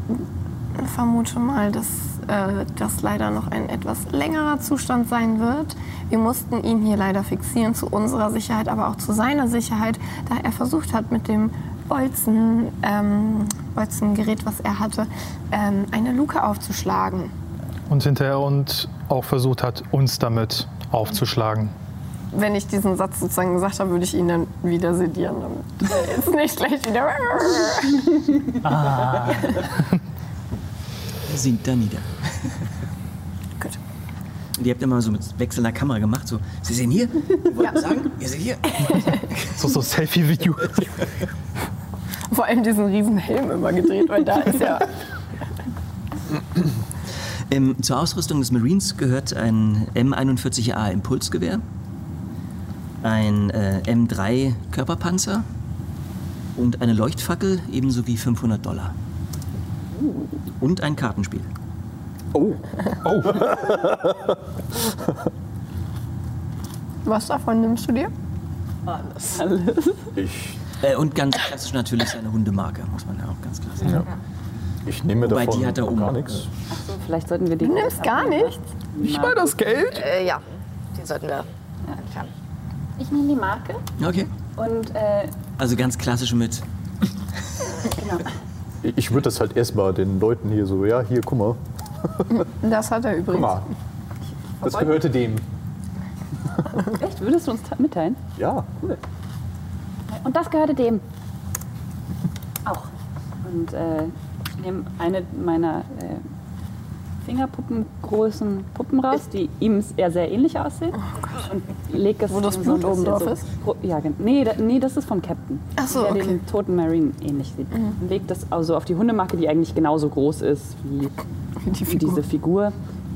S5: vermute mal, dass äh, das leider noch ein etwas längerer Zustand sein wird. Wir mussten ihn hier leider fixieren, zu unserer Sicherheit, aber auch zu seiner Sicherheit, da er versucht hat, mit dem Bolzen, ähm, Bolzengerät, was er hatte, ähm, eine Luke aufzuschlagen.
S9: Und hinterher und auch versucht hat, uns damit aufzuschlagen.
S5: wenn ich diesen Satz sozusagen gesagt habe, würde ich ihn dann wieder sedieren, damit er jetzt nicht gleich wieder.
S1: Sinkt da nieder.
S5: Gut.
S1: Und ihr habt immer so mit wechselnder Kamera gemacht. So, Sie sehen hier. Wir wollten sagen, ihr seht hier.
S9: So, so Selfie-Video.
S5: Vor allem diesen riesen Helm immer gedreht, weil da ist ja.
S1: Ähm, zur Ausrüstung des Marines gehört ein M41A Impulsgewehr, ein äh, M3 Körperpanzer und eine Leuchtfackel, ebenso wie 500 Dollar. Und ein Kartenspiel.
S5: Was davon nimmst du dir?
S8: Ich,
S1: Äh, und ganz klassisch natürlich seine Hundemarke, muss man ja auch ganz klar sagen.
S8: ich nehme
S1: Wobei,
S8: davon
S1: die hat er um.
S8: gar nichts.
S6: Vielleicht sollten wir die.
S5: Du nimmst gar nichts.
S9: Ich war das Geld.
S4: Äh, ja, die sollten wir entfernen.
S7: Ich nehme die Marke.
S1: Okay.
S6: Und äh,
S1: Also ganz klassisch mit
S8: Ich, ich würde das halt erstmal den Leuten hier so, ja, hier, guck mal.
S5: Das hat er
S8: Guck
S5: übrigens.
S8: mal. Ah. Das gehörte dem.
S6: echt, würdest du uns ta- mitteilen?
S8: Ja,
S7: Und das gehörte dem.
S6: Auch. Und äh, ich nehme eine meiner äh, Fingerpuppengroßen Puppen raus, die ihm sehr, sehr ähnlich aussehen. Und legt es
S5: Oh Wo das
S6: in
S5: Blut
S6: so ein
S5: oben drauf
S6: bisschen
S5: ist?
S6: so- Ja, gen- nee, da, nee, das ist vom Captain.
S5: Ach so,
S6: der
S5: okay. Mhm.
S6: dem toten Marine ähnlich sieht. Und legt das also auf die Hundemarke, die eigentlich genauso groß ist wie
S5: Die Figur.
S6: diese Figur.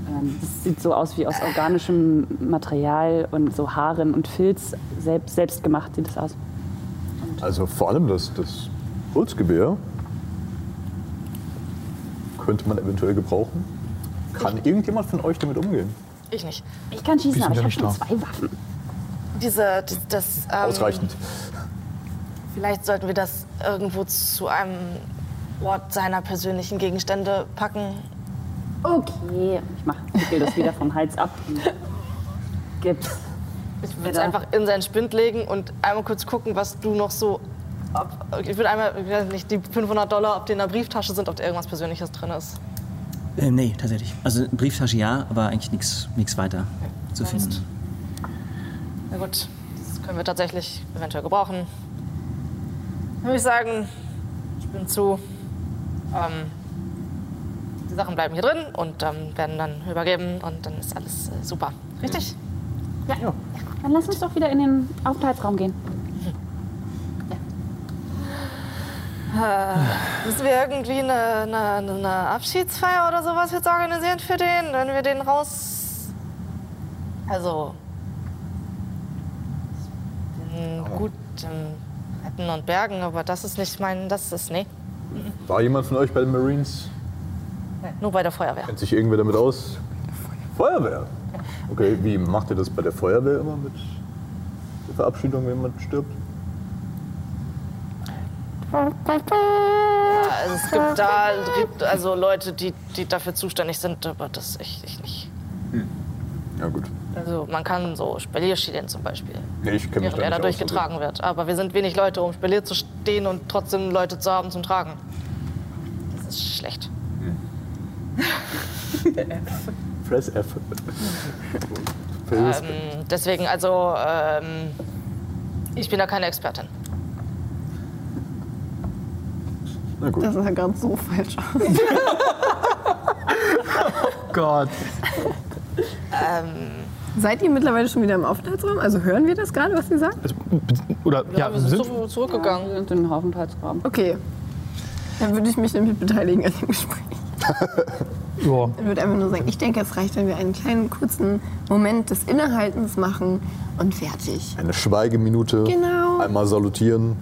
S6: Ähm, Das sieht so aus wie aus organischem Material und so Haaren und Filz. Selbst, selbst gemacht sieht es aus.
S8: Also vor allem das, das Holzgewehr könnte man eventuell gebrauchen. Kann irgendjemand von euch damit umgehen?
S4: Ich nicht.
S7: Ich kann schießen,
S3: sind
S7: aber ich
S3: ja
S7: habe
S3: nicht
S7: schon
S3: da.
S7: zwei Waffen.
S4: Diese, d- das, ähm,
S8: Ausreichend.
S4: Vielleicht sollten wir das irgendwo zu einem Ort seiner persönlichen Gegenstände packen.
S7: Okay.
S6: Ich mache das wieder vom Hals ab. Gips.
S4: Ich würde es einfach in seinen Spind legen und einmal kurz gucken, was du noch so. Ob, ich würde einmal, ich weiß nicht, die 500 Dollar, ob die in der Brieftasche sind, ob da irgendwas Persönliches drin ist.
S1: Äh, nee, tatsächlich. Also Brieftasche ja, aber eigentlich nichts weiter zu finden.
S4: Na gut, das können wir tatsächlich eventuell gebrauchen. Dann würde ich sagen, ich bin zu. Ähm, die Sachen bleiben hier drin und ähm, werden dann übergeben und dann ist alles äh, super. Richtig?
S7: Dann lass uns doch wieder in den Aufenthaltsraum gehen.
S4: Müssen wir irgendwie eine, eine, eine Abschiedsfeier oder sowas jetzt organisieren für den, wenn wir den raus. Also. ich bin Gut, in Retten und Bergen, aber das ist nicht mein. Das ist. Nee.
S8: War jemand von euch bei den Marines?
S4: Nur bei der Feuerwehr.
S8: Kennt sich irgendwer damit aus? Feuerwehr. Okay, wie macht ihr das bei der Feuerwehr immer mit der Verabschiedung, wenn jemand stirbt?
S4: Ja, also es gibt da gibt also Leute, die, die dafür zuständig sind, aber das ich, ich nicht.
S8: Ja gut.
S4: Also man kann so Spalier stehen zum Beispiel.
S8: Nee, ich kenne
S4: Während
S8: mich da
S4: er
S8: nicht
S4: dadurch
S8: aus, also-
S4: getragen wird. Aber wir sind wenig Leute, um Spalier zu stehen und trotzdem Leute zu haben zum Tragen. Das ist schlecht.
S8: Press F. Verhilfst-
S4: Ähm, deswegen, also, ähm, ich bin da keine Expertin.
S8: Na gut.
S5: Das sah gerade so falsch aus.
S9: Gott.
S5: Ähm. Seid ihr mittlerweile schon wieder im Aufenthaltsraum? Also hören wir das gerade, was ihr sagt?
S9: Also, Oder ja,
S4: wir sind
S9: sind,
S4: zu- zurückgegangen.
S6: Wir sind in den Aufenthaltsraum.
S5: Okay. Dann würde ich mich nämlich beteiligen an dem Gespräch.
S9: ja,
S5: Ich würde einfach nur sagen, ich denke, es reicht, wenn wir einen kleinen, kurzen Moment des Innehaltens machen und fertig.
S8: Eine Schweigeminute.
S5: Genau.
S8: Einmal salutieren.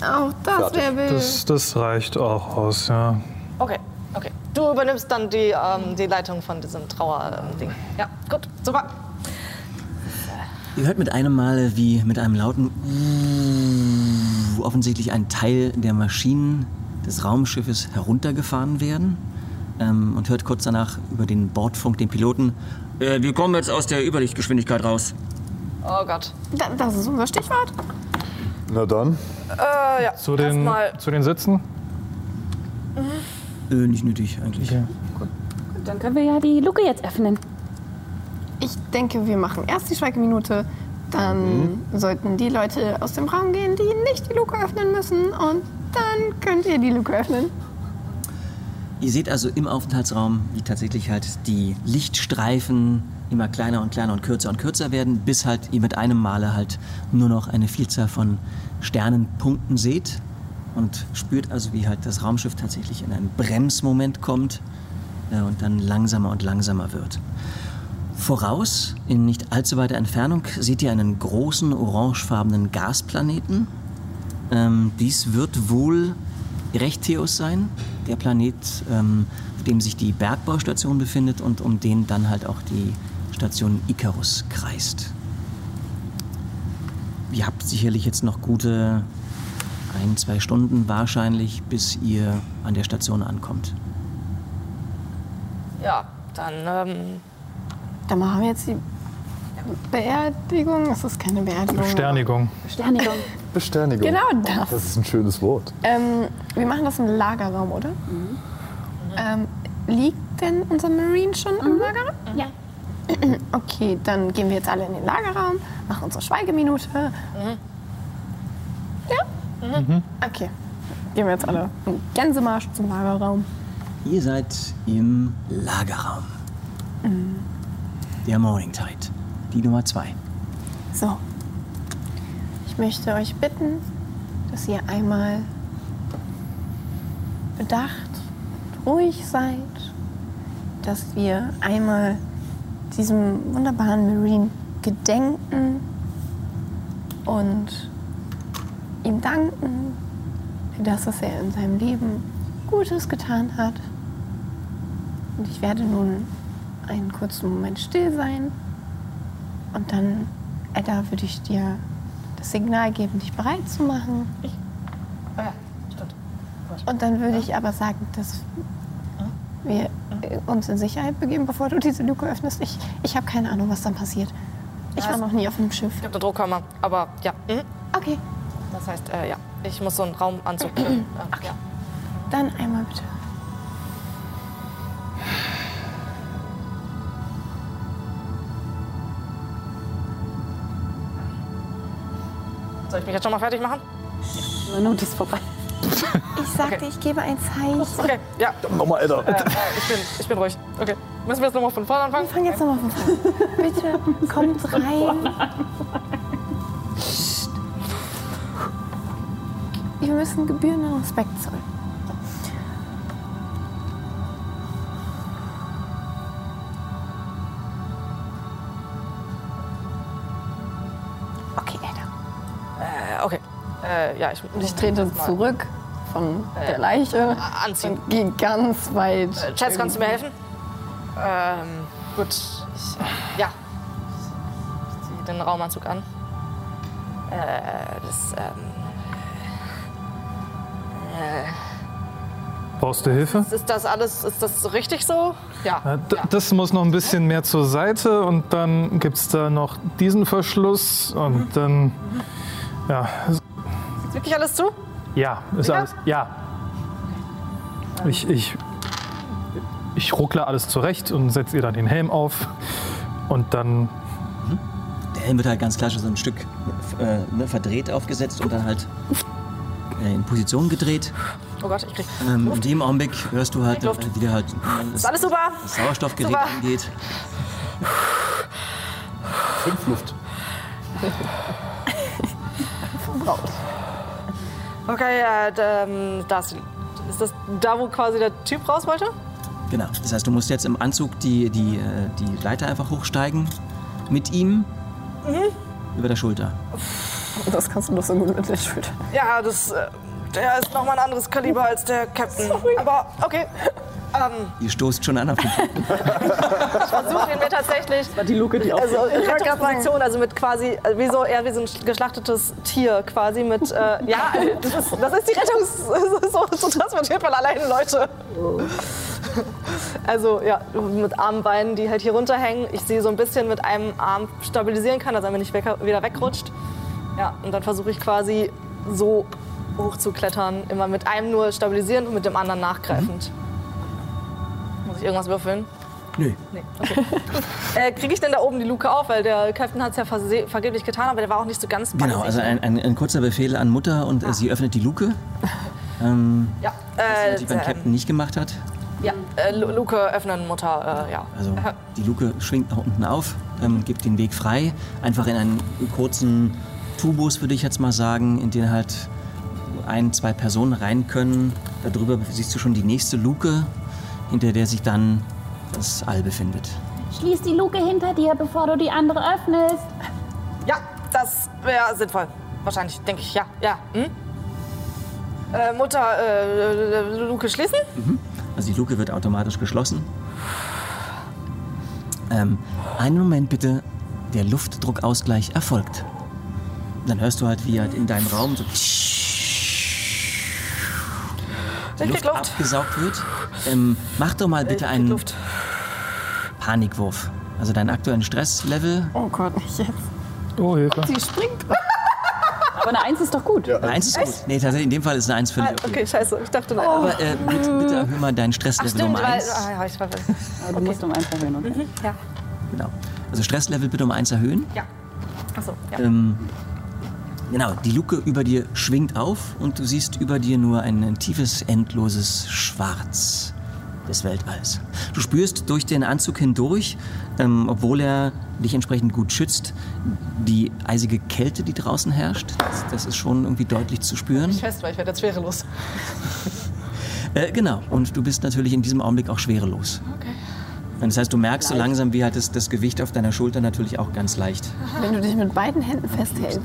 S5: Auch das
S8: Fertig.
S5: wäre wild.
S9: das, das reicht auch aus, ja.
S4: Okay, okay. Du übernimmst dann die, ähm, die Leitung von diesem Trauer-Ding. Ja, gut, super.
S1: Ihr hört mit einem Male, wie mit einem lauten uh, offensichtlich ein Teil der Maschinen des Raumschiffes heruntergefahren werden ähm, und hört kurz danach über den Bordfunk den Piloten. Äh, wir kommen jetzt aus der Überlichtgeschwindigkeit raus.
S4: Oh Gott.
S5: Da, das ist unser Stichwort.
S8: Na dann.
S4: Äh, ja.
S9: Zu den,
S4: Erstmal-
S9: zu den Sitzen?
S1: Äh, nicht nötig eigentlich.
S7: Dann können wir ja die Luke jetzt öffnen.
S5: Ich denke, wir machen erst die Schweigeminute. Dann sollten die Leute aus dem Raum gehen, die nicht die Luke öffnen müssen. Und dann könnt ihr die Luke öffnen.
S1: Ihr seht also im Aufenthaltsraum, wie tatsächlich halt die Lichtstreifen immer kleiner und kleiner und kürzer und kürzer werden, bis halt ihr mit einem Male halt nur noch eine Vielzahl von Sternenpunkten seht und spürt also, wie halt das Raumschiff tatsächlich in einen Bremsmoment kommt äh, und dann langsamer und langsamer wird. Voraus, in nicht allzu weiter Entfernung, seht ihr einen großen orangefarbenen Gasplaneten. Ähm, dies wird wohl Erechtheus sein, der Planet, ähm, auf dem sich die Bergbaustation befindet und um den dann halt auch die Station Icarus kreist. Ihr habt sicherlich jetzt noch gute ein, zwei Stunden wahrscheinlich, bis ihr an der Station ankommt.
S4: Ja, dann, ähm,
S5: Dann machen wir jetzt die Beerdigung. Es ist keine Beerdigung.
S9: Sternigung.
S7: Sternigung.
S8: Besternigung.
S5: Genau das.
S8: Das ist ein schönes Wort.
S5: Ähm, wir machen das im Lagerraum, oder? Ähm, liegt denn unser Marine schon im Lagerraum?
S7: Ja.
S5: Okay, dann gehen wir jetzt alle in den Lagerraum, machen unsere Schweigeminute.
S4: Mhm.
S5: Ja? Okay. Gehen wir jetzt alle im Gänsemarsch zum Lagerraum.
S1: Ihr seid im Lagerraum. Der Morning Tide. Die Nummer zwei.
S10: So. Ich möchte euch bitten, dass ihr einmal bedacht, ruhig seid, dass wir einmal diesem wunderbaren Marine gedenken und ihm danken für das, was er in seinem Leben Gutes getan hat. Und ich werde nun einen kurzen Moment still sein. Und dann, Edda, würde ich dir das Signal geben, dich bereit zu machen.
S4: Ah ja, stimmt.
S10: Und dann würde ich aber sagen, dass wir äh, uns in Sicherheit begeben, bevor du diese Luke öffnest. Ich, ich habe keine Ahnung, was dann passiert. Ich war noch nie auf einem Schiff.
S4: Ich habe eine Druckkammer, aber ja. Mhm.
S10: Okay,
S4: Das heißt, äh, ja, ich muss so einen Raumanzug. äh, ja.
S10: dann einmal bitte.
S4: Soll ich mich jetzt schon mal fertig machen?
S15: Die Minute ist vorbei.
S10: Ich sagte, ich gebe ein Zeichen.
S4: Okay, ja,
S8: Nochmal, Alter.
S4: ich bin, ich bin ruhig. Okay, müssen wir jetzt nochmal von vorne anfangen?
S10: Wir fangen jetzt nochmal von vorne. an. Bitte kommt rein. Psst. Wir müssen gebührenden Respekt zollen. Okay, Edda.
S4: Äh, okay. Äh, ja, ich,
S5: Und ich trete
S4: Mal Äh,
S5: zurück von der Leiche
S4: Anziehen. Äh,
S5: und gehe ganz weit. Äh,
S4: Chats, kannst du mir helfen? Ähm, gut. Ich, äh, ja. Ich ziehe den Raumanzug an. Äh, das, ähm,
S9: Brauchst du Hilfe?
S4: ist das alles, ist das richtig so? Ja.
S9: Äh, d- Das muss noch ein bisschen mehr zur Seite und dann gibt es da noch diesen Verschluss und dann. Ja, es-
S4: Ist wirklich alles zu?
S9: ja ist alles. Ja. Ich, ich, ich ruckle alles zurecht und setze ihr dann den Helm auf und dann.
S1: Der Helm wird halt ganz klar schon so ein Stück äh, ne, verdreht aufgesetzt und dann halt äh, in Position gedreht.
S4: Oh Gott, ich krieg.
S1: Ähm, in dem Augenblick hörst du halt,
S4: Luft.
S1: äh, wieder halt
S4: Ist alles super?
S1: das Sauerstoffgerät
S4: Super.
S1: angeht.
S8: Fünf Luft.
S4: Okay, äh, d- ähm, das. Ist das da, wo quasi der Typ raus wollte?
S1: Genau. Das heißt, du musst jetzt im Anzug die, die, äh, die Leiter einfach hochsteigen. Mit ihm
S4: Mhm.
S1: über der Schulter.
S5: Das kannst du doch so gut mit der Schulter.
S4: Ja, das. Äh, der ist nochmal ein anderes Kaliber als der Captain. Aber okay. Ähm,
S1: Ihr stoßt schon an auf den
S4: versuchen Also, wir tatsächlich.
S15: War die Luke, die auch.
S4: Also in Rettungsaktion, also mit quasi, also wie so, eher wie so ein geschlachtetes Tier quasi mit, äh, ja, also das ist, das ist die Rettungs... So, so transportiert man alleine Leute. Also ja, mit Armbeinen, die halt hier runterhängen. Ich sie so ein bisschen mit einem Arm stabilisieren kann, dass er mir nicht weg, wieder wegrutscht. Ja, und dann versuche ich quasi so hochzuklettern, immer mit einem nur stabilisierend und mit dem anderen nachgreifend.
S1: Mhm.
S4: Muss ich irgendwas würfeln?
S1: Nö.
S4: Äh, Kriege ich denn da oben die Luke auf? Weil der Captain hat es ja verse- vergeblich getan, aber der war auch nicht so ganz bei
S1: Genau,
S4: sich.
S1: also ein, ein, ein kurzer Befehl an Mutter und äh, sie öffnet die Luke. Ähm,
S4: ja,
S1: was sie
S4: Ah. äh,
S1: natürlich beim
S4: äh,
S1: Captain nicht gemacht hat.
S4: ja, äh, Lu- Luke öffnen, Mutter, äh, ja.
S1: Also die Luke schwingt nach unten auf, ähm, gibt den Weg frei. Einfach in einen kurzen Tubus, würde ich jetzt mal sagen, in den halt ein, zwei Personen rein können. Darüber siehst du schon die nächste Luke, hinter der sich dann das All befindet.
S6: Schließ die Luke hinter dir, bevor du die andere öffnest.
S4: Ja, das wäre sinnvoll. Wahrscheinlich, denke ich, ja, ja. Hm? Äh, Mutter, äh, äh, Luke schließen?
S1: Also die Luke wird automatisch geschlossen. Ähm, einen Moment bitte, der Luftdruckausgleich erfolgt. Dann hörst du halt, wie halt in deinem Raum so die
S4: Ich
S1: Luft,
S4: krieg Luft.
S1: abgesaugt wird. Ähm, mach doch mal bitte einen
S4: Luft.
S1: Panikwurf. Also deinen aktuellen Stresslevel.
S5: Oh Gott, nicht jetzt.
S9: Oh, Hilfe.
S5: Sie springt.
S15: Aber eine Eins ist doch gut.
S1: Eine Eins ist gut. Nee, tatsächlich, in dem Fall ist eine Eins völlig okay.
S4: Ah, Okay, scheiße, ich dachte, nein. Oh.
S1: Aber äh, bitte, bitte erhöhe mal deinen Stresslevel
S4: Stimmt,
S1: um
S4: weil.
S1: eins.
S4: Ah, ja, ich war,
S15: Aber du musst um eins erhöhen. Und
S1: Genau. Also Stresslevel bitte um eins erhöhen.
S4: ja. Achso, ja.
S1: Ähm, genau, die Luke über dir schwingt auf und du siehst über dir nur ein, ein tiefes, endloses Schwarz. des Weltalls. Du spürst durch den Anzug hindurch, ähm, obwohl er dich entsprechend gut schützt, die eisige Kälte, die draußen herrscht. Das, das ist schon irgendwie deutlich zu spüren.
S4: Ich fest, weil ich werde jetzt schwerelos.
S1: Äh, genau, und du bist natürlich in diesem Augenblick auch schwerelos.
S4: Okay.
S1: Und das heißt, du merkst so langsam, wie halt das, das Gewicht auf deiner Schulter natürlich auch ganz leicht.
S10: Wenn du dich mit beiden Händen festhältst.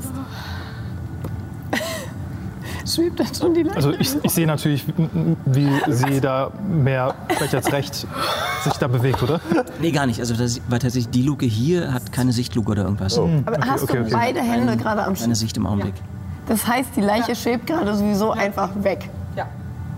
S10: Schwebt dann schon die Leiche.
S9: Also ich, ich sehe natürlich, wie sie da mehr, vielleicht als recht, sich da bewegt, oder?
S1: Nee, gar nicht. Also das, weil tatsächlich die Luke hier hat keine Sichtluke oder irgendwas.
S9: Oh.
S10: Aber hast du beide Hände gerade am
S1: Keine Sicht im Augenblick.
S10: Das heißt, die Leiche schwebt gerade sowieso einfach weg.
S4: Ja.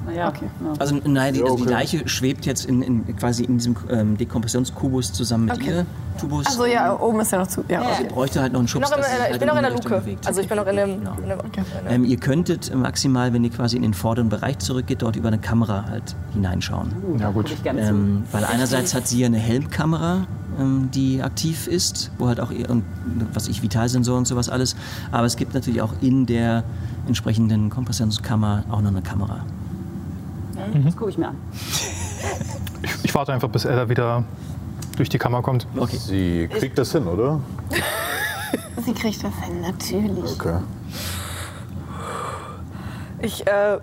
S6: Naja, okay.
S1: Also nein, die, also die Leiche schwebt jetzt in, in, quasi in diesem ähm, Dekompressionskubus zusammen mit
S10: Okay.
S1: ihr. Tubus.
S10: Also ja, oben ist ja noch zu. Ja,
S1: Sie
S10: okay.
S1: bräuchte halt noch einen
S4: Ich bin
S1: Schubs.
S4: noch in,
S1: dass sie
S4: äh,
S1: halt
S4: ich bin noch in der
S1: die Richtung
S4: Luke.
S1: bewegt.
S4: Also ich bin noch in dem. In dem in dem-
S1: Ähm, ihr könntet maximal, wenn ihr quasi in den vorderen Bereich zurückgeht, dort über eine Kamera halt hineinschauen.
S9: Uh, Ja gut.
S6: Ich gerne zu.
S1: Ähm, weil einerseits hat sie ja eine Helmkamera, ähm, die aktiv ist, wo halt auch ihr, und was ich Vitalsensoren und sowas alles. Aber es gibt natürlich auch in der entsprechenden Kompressionskammer auch noch eine Kamera.
S6: Das gucke ich mir an.
S9: Ich, ich warte einfach, bis er da wieder durch die Kammer kommt.
S1: Okay.
S8: Sie kriegt das hin, oder?
S5: Sie kriegt das hin, natürlich.
S8: Okay.
S4: Ich äh,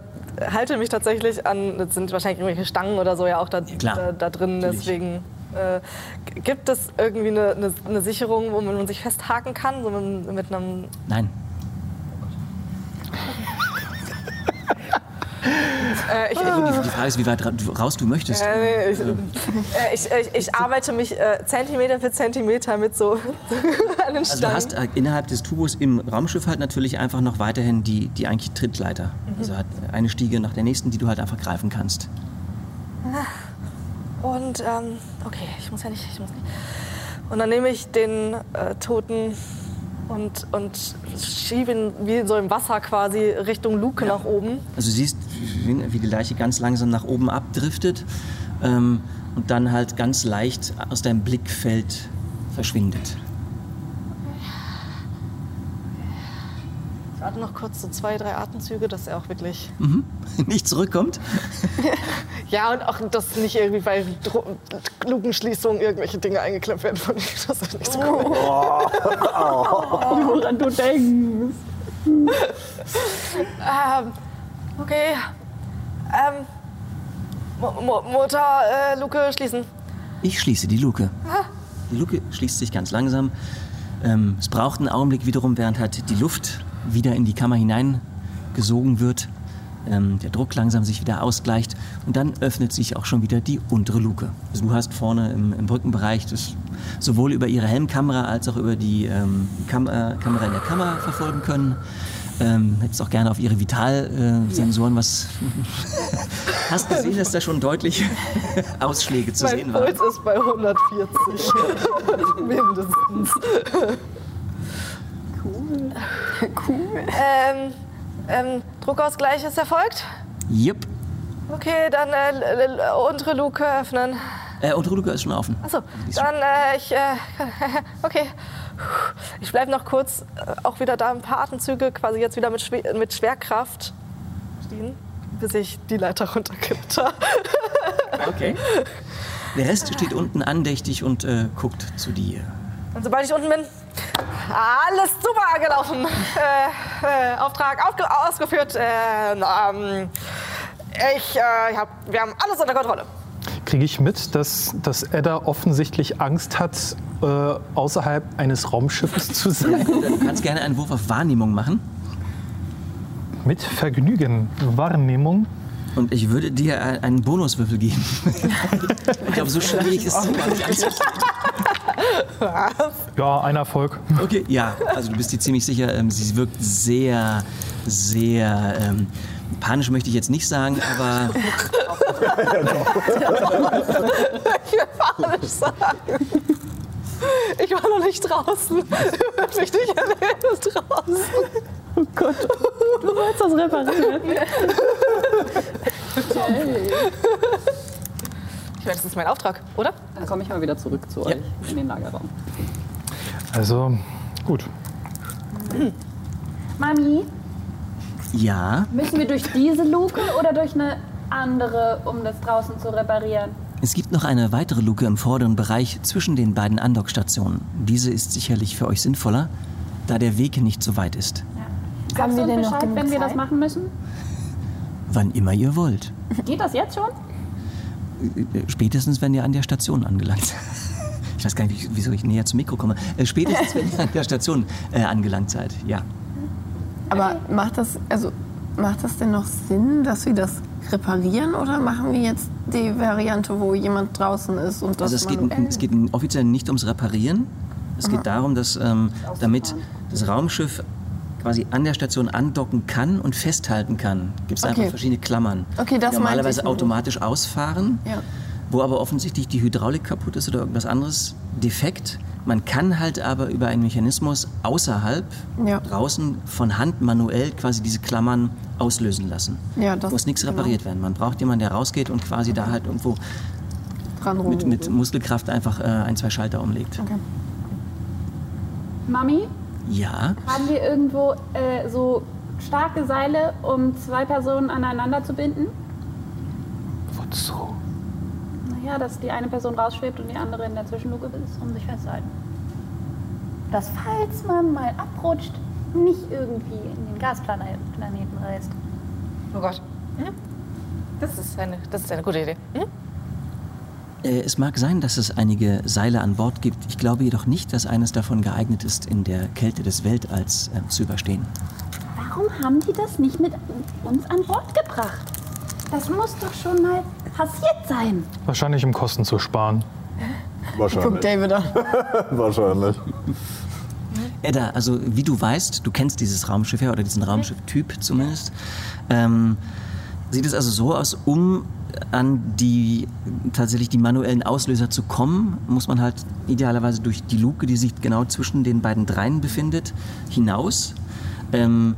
S4: halte mich tatsächlich an, das sind wahrscheinlich irgendwelche Stangen oder so ja auch da,
S1: klar.
S4: da, da drin,
S1: Natürlich.
S4: deswegen. Äh, g- gibt es irgendwie eine, eine, eine Sicherung, wo man sich festhaken kann? So mit, mit einem.
S1: Nein.
S4: Äh, ich, ich,
S1: Die, die Frage ist, wie weit ra raus du möchtest.
S4: äh, ich, äh, ich, ich, ich arbeite mich äh, Zentimeter für Zentimeter mit so an den
S1: Also du
S4: Stangen.
S1: hast äh, innerhalb des Tubus im Raumschiff halt natürlich einfach noch weiterhin die, die eigentlich Trittleiter. Also halt eine Stiege nach der nächsten, die du halt einfach greifen kannst.
S4: Und ähm, okay, ich muss ja nicht, ich muss nicht. Und dann nehme ich den äh, Toten und, und schiebe ihn wie so im Wasser quasi Richtung Luke nach oben.
S1: Also du siehst, wie wie die Leiche ganz langsam nach oben abdriftet ähm, und dann halt ganz leicht aus deinem Blickfeld verschwindet.
S4: Ich warte noch kurz so zwei, drei Atemzüge, dass er auch wirklich.
S1: Nicht zurückkommt.
S4: Ja, und auch, dass nicht irgendwie bei Dro Lukenschließung irgendwelche Dinge eingeklemmt werden von ihm. Das ist nicht so cool.
S5: Oh.
S6: Woran du denkst.
S4: Ähm, okay. Ähm, Mo Mo Mutter, äh, Luke schließen.
S1: Ich schließe die Luke. Die Luke schließt sich ganz langsam. Ähm, es braucht einen Augenblick wiederum, während halt die Luft wieder in die Kammer hineingesogen wird, ähm, der Druck langsam sich wieder ausgleicht und dann öffnet sich auch schon wieder die untere Luke. Also du hast vorne im, im Brückenbereich das sowohl über ihre Helmkamera als auch über die ähm, Kam äh, Kamera in der Kammer verfolgen können. Ähm, hättest auch gerne auf ihre Vitalsensoren äh, was. Hast gesehen, dass da schon deutlich Ausschläge zu
S4: Mein
S1: sehen waren.
S4: Puls ist bei 140. Mindestens.
S10: Cool.
S4: Ähm, ähm, Druckausgleich ist erfolgt.
S1: Yep.
S4: Okay, dann äh, l- l- l- untere Luke öffnen.
S1: Äh, und Rudiger ist schon offen.
S4: Achso, dann äh, ich. Äh, okay. Ich bleibe noch kurz äh, auch wieder da ein paar Atemzüge, quasi jetzt wieder mit, Schwe mit Schwerkraft stehen, bis ich die Leiter runterkletter.
S1: Okay. Der Rest steht unten andächtig und äh, guckt zu dir.
S4: Und sobald ich unten bin, alles super gelaufen. Äh, äh, Auftrag aufge ausgeführt. Äh, ähm, ich, äh, hab, wir haben alles unter Kontrolle.
S9: Kriege ich mit, dass, dass Edda offensichtlich Angst hat, äh, außerhalb eines Raumschiffes zu sein?
S1: Du kannst gerne einen Wurf auf Wahrnehmung machen.
S9: Mit Vergnügen, Wahrnehmung.
S1: Und ich würde dir ein- einen Bonuswürfel geben. ich glaube, so schwierig ist es gar nicht anzuschauen.
S9: Ja, ein Erfolg.
S1: Okay, ja. Also du bist dir ziemlich sicher, ähm, sie wirkt sehr, sehr... Ähm, panisch möchte ich jetzt nicht sagen, aber...
S4: Ich will panisch sagen. Ich war noch nicht draußen. Hört mich nicht alleine draußen.
S6: Oh Gott. Du wolltest das reparieren.
S4: Ich meine, das ist mein Auftrag, oder?
S6: Dann komme ich mal wieder zurück zu euch in den Lagerraum.
S9: Also, gut.
S14: Mami,
S1: Ja.
S14: müssen wir durch diese Luke oder durch eine
S6: andere, um das draußen zu reparieren.
S1: Es gibt noch eine weitere Luke im vorderen Bereich zwischen den beiden Andockstationen. Diese ist sicherlich für euch sinnvoller, da der Weg nicht so weit ist.
S6: Sagst du
S5: wir
S6: uns
S5: denn noch
S6: Bescheid,
S5: genug
S6: wenn wir das
S5: Zeit?
S6: machen müssen?
S1: Wann immer ihr wollt.
S6: Geht das jetzt schon?
S1: Äh, Spätestens, wenn ihr an der Station angelangt seid. Ich weiß gar nicht, wieso ich näher zum Mikro komme. Äh, Spätestens, wenn ihr an der Station äh, angelangt seid, ja.
S5: Aber macht das, also, macht das denn noch Sinn, dass wir das reparieren oder machen wir jetzt die Variante, wo jemand draußen ist und das
S1: Also es geht,
S5: manuell?
S1: es geht offiziell nicht ums Reparieren. Es geht darum, dass ähm, damit das Raumschiff quasi an der Station andocken kann und festhalten kann. Gibt es einfach
S5: Okay.
S1: verschiedene Klammern,
S5: Okay, das
S1: die
S5: meinte
S1: normalerweise
S5: ich nur.
S1: automatisch ausfahren,
S5: Ja.
S1: wo aber offensichtlich die Hydraulik kaputt ist oder irgendwas anderes defekt. Man kann halt aber über einen Mechanismus außerhalb,
S5: Ja.
S1: draußen von Hand manuell quasi diese Klammern auslösen lassen.
S5: Ja, das-
S1: Muss nichts
S5: genau. Mhm.
S1: repariert werden. Man braucht jemanden, der rausgeht und quasi da halt irgendwo
S5: Dran
S1: mit,
S5: rum.
S1: mit Muskelkraft einfach äh, ein, zwei Schalter umlegt.
S6: Mami,
S1: Ja,
S6: haben wir irgendwo äh, so starke Seile, um zwei Personen aneinander zu binden?
S9: Wozu?
S6: Naja, dass die eine Person rausschwebt und die andere in der Zwischenluke ist, um sich festzuhalten.
S14: Dass, falls man mal abrutscht, nicht irgendwie in den Gasplaneten reist.
S4: Oh Gott. Hm? Das, ist eine, das ist eine gute Idee. Hm?
S1: äh, es mag sein, dass es einige Seile an Bord gibt. Ich glaube jedoch nicht, dass eines davon geeignet ist, in der Kälte des Weltalls äh, zu überstehen.
S7: Warum haben die das nicht mit uns an Bord gebracht? Das muss doch schon mal passiert sein.
S9: Wahrscheinlich um Kosten zu sparen.
S8: Wahrscheinlich.
S5: David an.
S8: Wahrscheinlich.
S1: Edda, also wie du weißt, du kennst dieses Raumschiff ja oder diesen Raumschifftyp zumindest. Ähm, sieht es also so aus, um an die tatsächlich die manuellen Auslöser zu kommen, muss man halt idealerweise durch die Luke, die sich genau zwischen den beiden Dreien befindet, hinaus, ähm,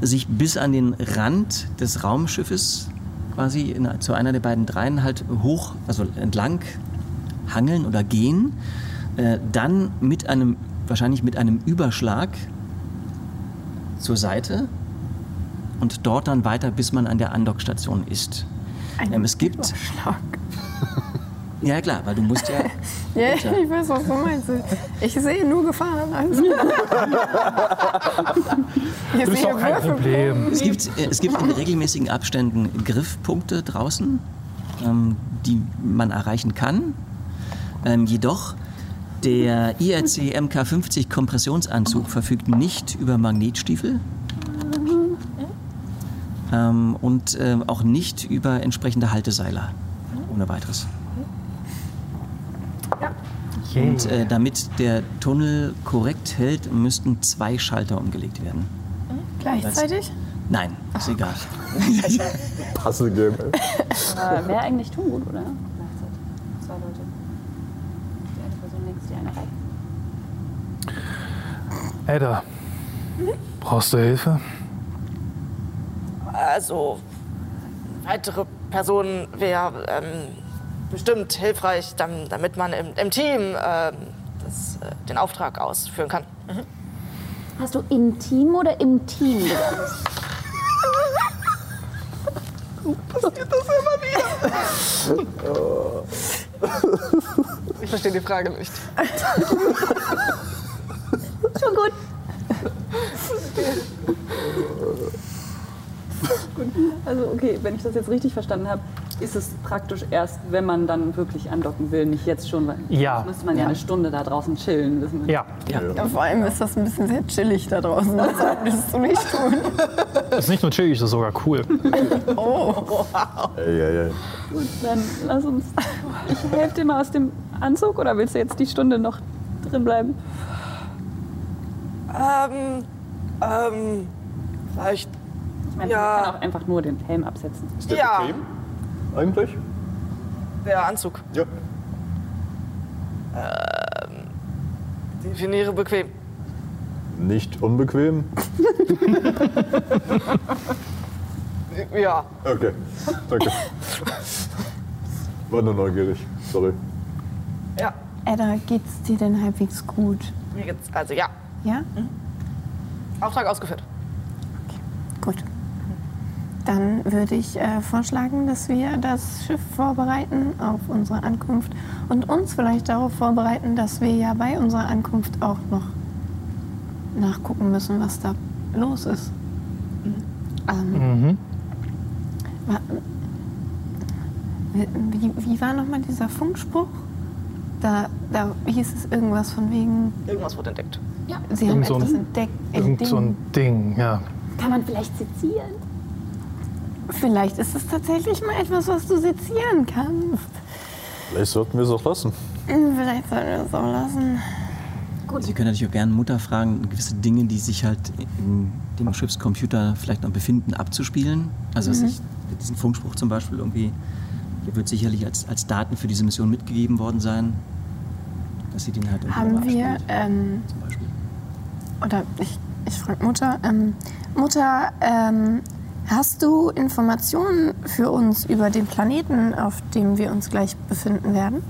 S1: sich bis an den Rand des Raumschiffes quasi in, zu einer der beiden Dreien halt hoch, also entlang hangeln oder gehen, äh, dann mit einem, wahrscheinlich mit einem Überschlag zur Seite und dort dann weiter, bis man an der Andockstation ist. Ähm, es gibt. Ja, klar, weil du musst ja.
S5: Ja,
S1: runter.
S5: ich weiß, was du meinst. Ich sehe nur Gefahren. Also. Hier
S9: Ist doch kein Problem.
S1: Es gibt, äh, es gibt in regelmäßigen Abständen Griffpunkte draußen, ähm, die man erreichen kann. Ähm, jedoch der IRC MK50 Kompressionsanzug verfügt nicht über Magnetstiefel ähm, und ähm, auch nicht über entsprechende Halteseiler. Ohne weiteres. Und äh, damit der Tunnel korrekt hält, müssten zwei Schalter umgelegt werden.
S5: Gleichzeitig?
S1: Nein, ist egal.
S8: Puzzle Game. ey.
S6: Äh, Wäre eigentlich tun gut, oder? Gleichzeitig. Zwei Leute. Die eine Person links, die eine rechts.
S9: Edda, brauchst du Hilfe?
S4: Also, weitere Personen wäre ähm, bestimmt hilfreich, dam- damit man im, im Team ähm, das, äh, den Auftrag ausführen kann.
S7: Hast du intim oder im Team gesagt?
S4: Ich verstehe die Frage nicht.
S7: Schon gut.
S6: Also okay, wenn ich das jetzt richtig verstanden habe, ist es praktisch erst, wenn man dann wirklich andocken will, nicht jetzt schon, weil
S9: Ja.
S6: sonst müsste man ja, eine Stunde da draußen chillen, wissen wir.
S9: Ja.
S5: Ja, vor allem ist das ein bisschen sehr chillig da draußen. Das solltest du nicht tun.
S9: Ist nicht nur chillig, ist sogar cool.
S8: Ey, ey, ey.
S6: Dann lass uns. Ich helfe dir mal aus dem Anzug oder willst du jetzt die Stunde noch drin bleiben?
S4: Ähm, ähm, vielleicht.
S6: Ich meine,
S4: Ja.
S6: man kann auch einfach nur den Helm absetzen.
S8: Ist der
S4: Ja.
S8: bequem? Eigentlich?
S4: Der Anzug.
S8: Ja.
S4: Definiere bequem.
S8: Nicht unbequem?
S4: Ja.
S8: Okay. Danke. War nur neugierig. Sorry.
S4: Ja.
S5: Edda, geht's dir denn halbwegs gut?
S4: Mir geht's. Also ja.
S5: Ja?
S10: Mhm.
S4: Auftrag ausgeführt.
S5: Gut. Dann würde ich äh, vorschlagen, dass wir das Schiff vorbereiten auf unsere Ankunft und uns vielleicht darauf vorbereiten, dass wir ja bei unserer Ankunft auch noch nachgucken müssen, was da los ist. Ähm,
S9: Mhm.
S5: wa- wie, wie war nochmal dieser Funkspruch? Da, da hieß es irgendwas von wegen.
S4: Irgendwas wurde entdeckt.
S5: Ja. Sie haben
S9: Irgend so ein-
S5: etwas entdeckt.
S9: Irgend so ein Ding, ja.
S5: Kann man vielleicht sezieren? Vielleicht ist es tatsächlich mal etwas, was du sezieren kannst.
S8: Vielleicht sollten wir es auch lassen.
S5: Vielleicht sollten wir es auch lassen.
S1: Sie können natürlich auch gerne Mutter fragen, gewisse Dinge, die sich halt in dem Schiffscomputer vielleicht noch befinden, abzuspielen. Also was
S5: Mhm.
S1: ich, diesen Funkspruch zum Beispiel irgendwie, der wird sicherlich als, als Daten für diese Mission mitgegeben worden sein, dass sie den halt irgendwie
S5: Haben
S1: mal
S5: wir,
S1: abspielt.
S5: ähm, oder ich, ich frage Mutter, ähm, Mutter, ähm, hast du Informationen für uns über den Planeten, auf dem wir uns gleich befinden werden?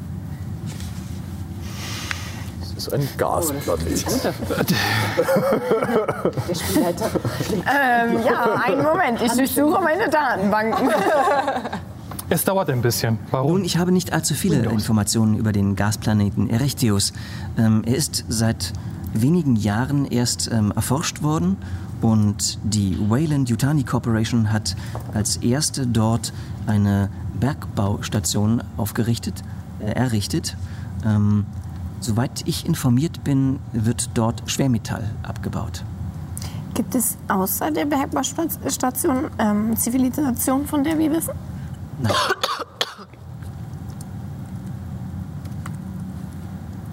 S8: Es ist ein Gasplanet.
S6: Der Spielleiter.
S10: Ähm, ja, einen Moment. Ich durchsuche meine Datenbanken.
S9: Es dauert ein bisschen. Warum?
S1: Nun, ich habe nicht allzu viele Informationen über den Gasplaneten Erechtheus. Ähm, er ist seit wenigen Jahren erst ähm, erforscht worden und die Wayland Yutani Corporation hat als erste dort eine Bergbaustation aufgerichtet, äh, errichtet. Ähm, soweit ich informiert bin, wird dort Schwermetall abgebaut.
S5: Gibt es außer der Bergbaustation ähm, Zivilisation, von der wir wissen?
S1: Nein.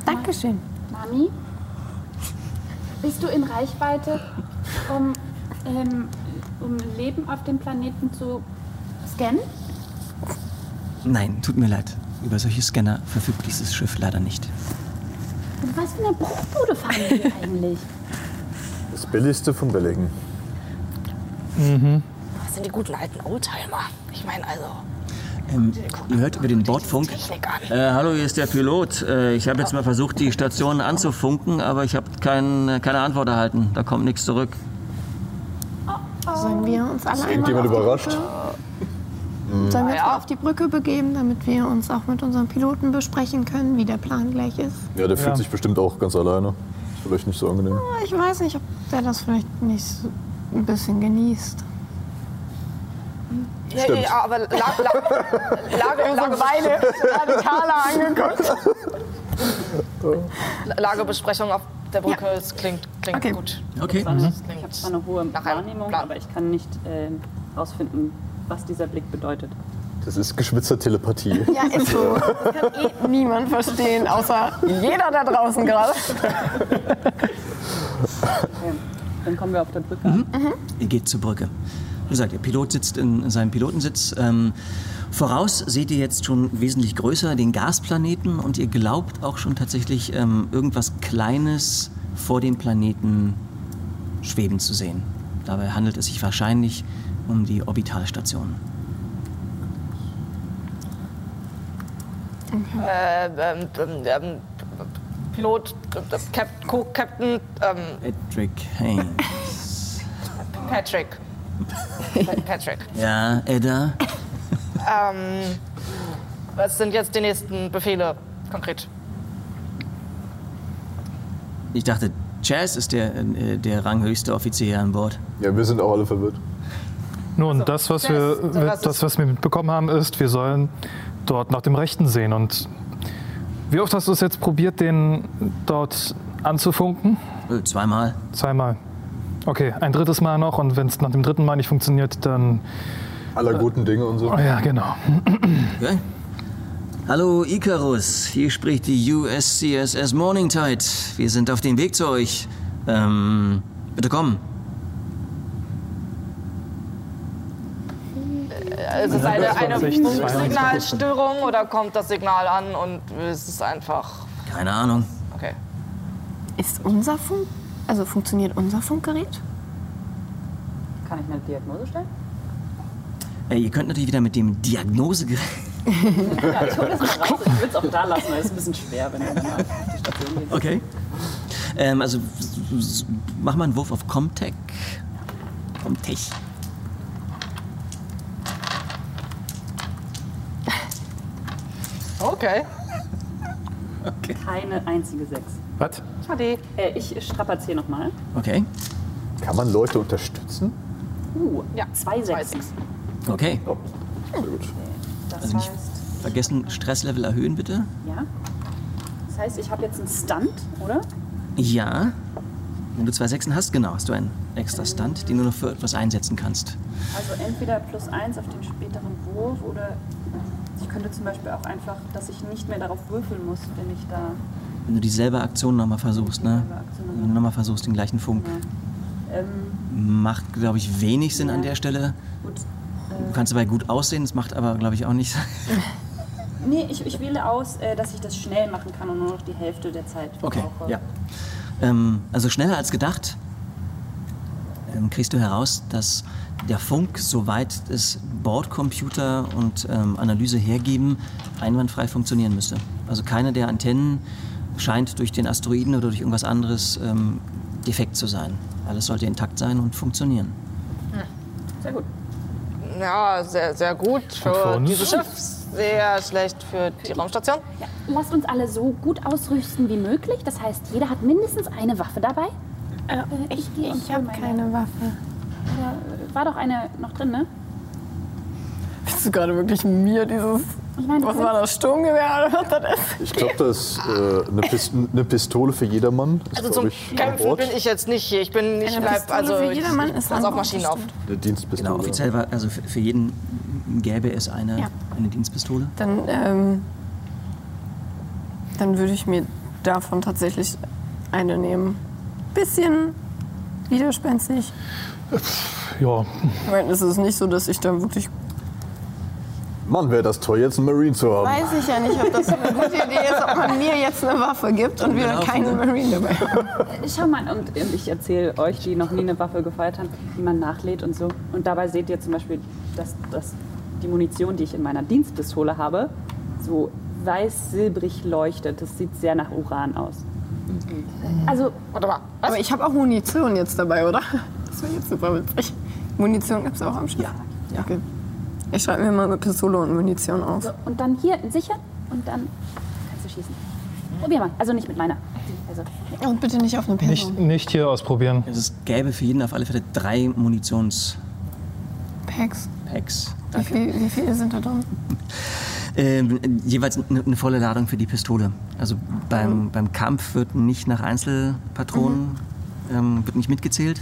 S5: Dankeschön.
S14: Mami, bist du in Reichweite, um, ähm, um Leben auf dem Planeten zu scannen?
S1: Nein, tut mir leid. Über solche Scanner verfügt dieses Schiff leider nicht.
S7: Mit was für einer Bruchbude fahren wir eigentlich?
S8: Das billigste vom Billigen.
S1: Mhm.
S4: Das sind die guten alten Oldtimer. Ich meine, also.
S1: Ähm, ihr hört über den Bordfunk. Äh, hallo, hier ist der Pilot. Äh, ich habe jetzt mal versucht, die Station anzufunken, aber ich habe kein, keine Antwort erhalten. Da kommt nichts zurück.
S5: Sollen wir uns alle
S8: Ist
S5: einmal
S8: irgendjemand
S5: auf die
S8: überrascht?
S5: Brücke- Sollen wir uns mal auf die Brücke begeben, damit wir uns auch mit unserem Piloten besprechen können, wie der Plan gleich ist?
S8: Ja, der fühlt
S9: Ja.
S8: sich bestimmt auch ganz alleine. Ist vielleicht nicht so angenehm.
S5: Ah, Ich weiß nicht, ob der das vielleicht nicht so ein bisschen genießt.
S4: Ja,
S8: Stimmt.
S4: ja, aber Lage, Lage, Lage, Lagebesprechung auf der Brücke, es klingt, klingt gut.
S1: Okay.
S4: Das
S6: Ich habe
S4: klingt
S6: zwar eine hohe Wahrnehmung, aber ich kann nicht ähm, rausfinden, was dieser Blick bedeutet.
S8: Das ist geschwitzter Telepathie.
S10: Ja, ist so. Das kann eh niemand verstehen, außer jeder da draußen gerade.
S6: Okay. Dann kommen wir auf der Brücke an.
S1: Ihr geht zur Brücke. Wie gesagt, der Pilot sitzt in seinem Pilotensitz. Ähm, voraus seht ihr jetzt schon wesentlich größer den Gasplaneten und ihr glaubt auch schon tatsächlich ähm, irgendwas Kleines vor dem Planeten schweben zu sehen. Dabei handelt es sich wahrscheinlich um die Orbitalstation.
S4: Äh, ähm, ähm, ähm, Pilot, äh, Cap Co- Captain ähm,
S1: Patrick Haynes.
S4: Patrick. Pa- Patrick.
S1: Ja, Edda.
S4: Ähm, was sind jetzt die nächsten Befehle konkret?
S1: Ich dachte, Chaz ist der, äh, der ranghöchste Offizier an Bord.
S8: Ja, wir sind auch alle verwirrt.
S9: Nun, das, was wir,
S4: so, was ist-
S9: das, was wir mitbekommen haben, ist, wir sollen dort nach dem Rechten sehen. Und wie oft hast du es jetzt probiert, den dort anzufunken?
S1: Äh, Zweimal.
S9: Zweimal. Okay, ein drittes Mal noch. Und wenn es nach dem dritten Mal nicht funktioniert, dann.
S8: Aller guten Dinge und so.
S9: Oh ja, genau.
S1: Okay. Hallo Icarus, hier spricht die USCSS Morning Tide. Wir sind auf dem Weg zu euch. Ähm, bitte kommen.
S4: Es ist eine, eine
S9: 160, 200.
S4: Funksignalstörung oder kommt das Signal an und es ist einfach.
S1: Keine Ahnung.
S4: Okay.
S5: Ist unser Funk, also funktioniert unser Funkgerät?
S6: Kann ich eine Diagnose stellen?
S1: Äh, ihr könnt natürlich wieder mit dem Diagnosegerät.
S6: Ja, ich hole das mal raus. Ich würde es auch da lassen, weil es ist ein bisschen schwer, wenn wir dann halt- auf die Station gehen.
S1: Okay. Ähm, also s- s- mach mal einen Wurf auf Comtech. Comtech.
S4: Okay.
S6: Keine einzige Sechs.
S9: Was?
S6: Schade. Äh, ich strapaziere nochmal.
S1: Okay.
S8: Kann man Leute unterstützen?
S6: Uh, ja, zwei Sechs.
S1: Okay.
S8: Sehr gut.
S6: Das
S1: Also nicht
S6: heißt,
S1: vergessen, Stresslevel erhöhen bitte.
S6: ja. Das heißt, ich habe jetzt einen Stunt, oder?
S1: Ja. Wenn du zwei Sechsen hast, genau, hast du einen extra Stunt, den du noch für etwas einsetzen kannst.
S6: Also entweder plus eins auf den späteren Wurf oder ich könnte zum Beispiel auch einfach, dass ich nicht mehr darauf würfeln muss, wenn ich da.
S1: Wenn du dieselbe Aktion nochmal versuchst, ne?
S6: Dieselbe Aktion
S1: Wenn du nochmal versuchst, den gleichen Funk.
S6: Ähm,
S1: Macht, glaube ich, wenig Sinn an der Stelle.
S6: gut.
S1: Du
S6: Äh,
S1: kannst dabei gut aussehen, das macht aber, glaube ich, auch nicht.
S6: nee, ich, ich wähle aus, äh, dass ich das schnell machen kann und nur noch die Hälfte der Zeit
S1: Okay,
S6: brauche.
S1: ja. Ähm, also schneller als gedacht ähm, kriegst du heraus, dass der Funk, soweit es Bordcomputer und ähm, Analyse hergeben, einwandfrei funktionieren müsste. Also keine der Antennen scheint durch den Asteroiden oder durch irgendwas anderes ähm, defekt zu sein. Alles sollte intakt sein und funktionieren.
S6: Sehr gut.
S4: Ja, sehr, sehr gut
S1: für
S4: für
S1: uns.
S4: dieses Schiff, sehr schlecht für die Raumstation.
S7: Ja, lasst uns alle so gut ausrüsten wie möglich. Das heißt, jeder hat mindestens eine Waffe dabei.
S5: ich
S7: gehe und
S5: ich
S7: hol
S5: habe
S7: meine.
S5: keine Waffe.
S7: Ja, Äh, war doch eine noch drin, ne?
S10: Hast du gerade wirklich mir dieses. was war das? Sturmgewehr oder was das ist?
S8: Ich glaube, da ist äh, eine, Pist eine Pistole für jedermann. Ist,
S4: Also
S8: glaub
S4: zum
S8: ich, an
S4: Kämpfen
S8: Bord.
S4: bin ich jetzt nicht hier. Ich bin, ich
S5: Eine
S4: bleib,
S5: Pistole
S4: also
S5: für
S4: ich
S5: jedermann ist
S4: pass
S5: an
S4: auf
S5: Bord
S4: Maschinen auf.
S8: Eine Dienstpistole.
S1: Genau, offiziell war, also für, für jeden gäbe es eine,
S5: Ja.
S1: eine Dienstpistole.
S5: Dann, ähm, dann würde ich mir davon tatsächlich eine nehmen. Bisschen widerspenstig.
S9: Ja,
S5: Ich meine, es ist nicht so, dass ich dann wirklich.
S8: Mann, wäre das toll, jetzt einen Marine zu haben.
S5: Weiß ich ja nicht, ob das eine gute Idee ist, ob man mir jetzt eine Waffe gibt und wir dann keine Marine dabei haben.
S6: Äh, Schau mal, und, und ich erzähle euch, die noch nie eine Waffe gefeiert haben, wie man nachlädt und so. Und dabei seht ihr zum Beispiel, dass, dass die Munition, die ich in meiner Dienstpistole habe, so weiß-silbrig leuchtet. Das sieht sehr nach Uran aus.
S7: Also,
S4: Warte mal.
S5: Aber ich habe auch Munition jetzt dabei, oder? Das wäre jetzt super witzig. Munition gibt es auch am Schiff. Ja.
S1: ja.
S5: Okay. Ich schreibe mir mal mit Pistole und Munition auf.
S7: so, und dann hier sichern und dann kannst du schießen. Probier mal. Also nicht mit meiner. Also,
S5: Und bitte nicht auf eine
S9: nicht, nicht hier ausprobieren.
S1: Also es gäbe für jeden auf alle Fälle drei Munitionspacks.
S5: Packs. Wie, viel, wie viele sind da drin?
S1: Ähm, jeweils eine, eine volle Ladung für die Pistole. Also beim,
S5: Mhm.
S1: beim Kampf wird nicht nach Einzelpatronen
S5: Mhm.
S1: ähm, wird nicht mitgezählt,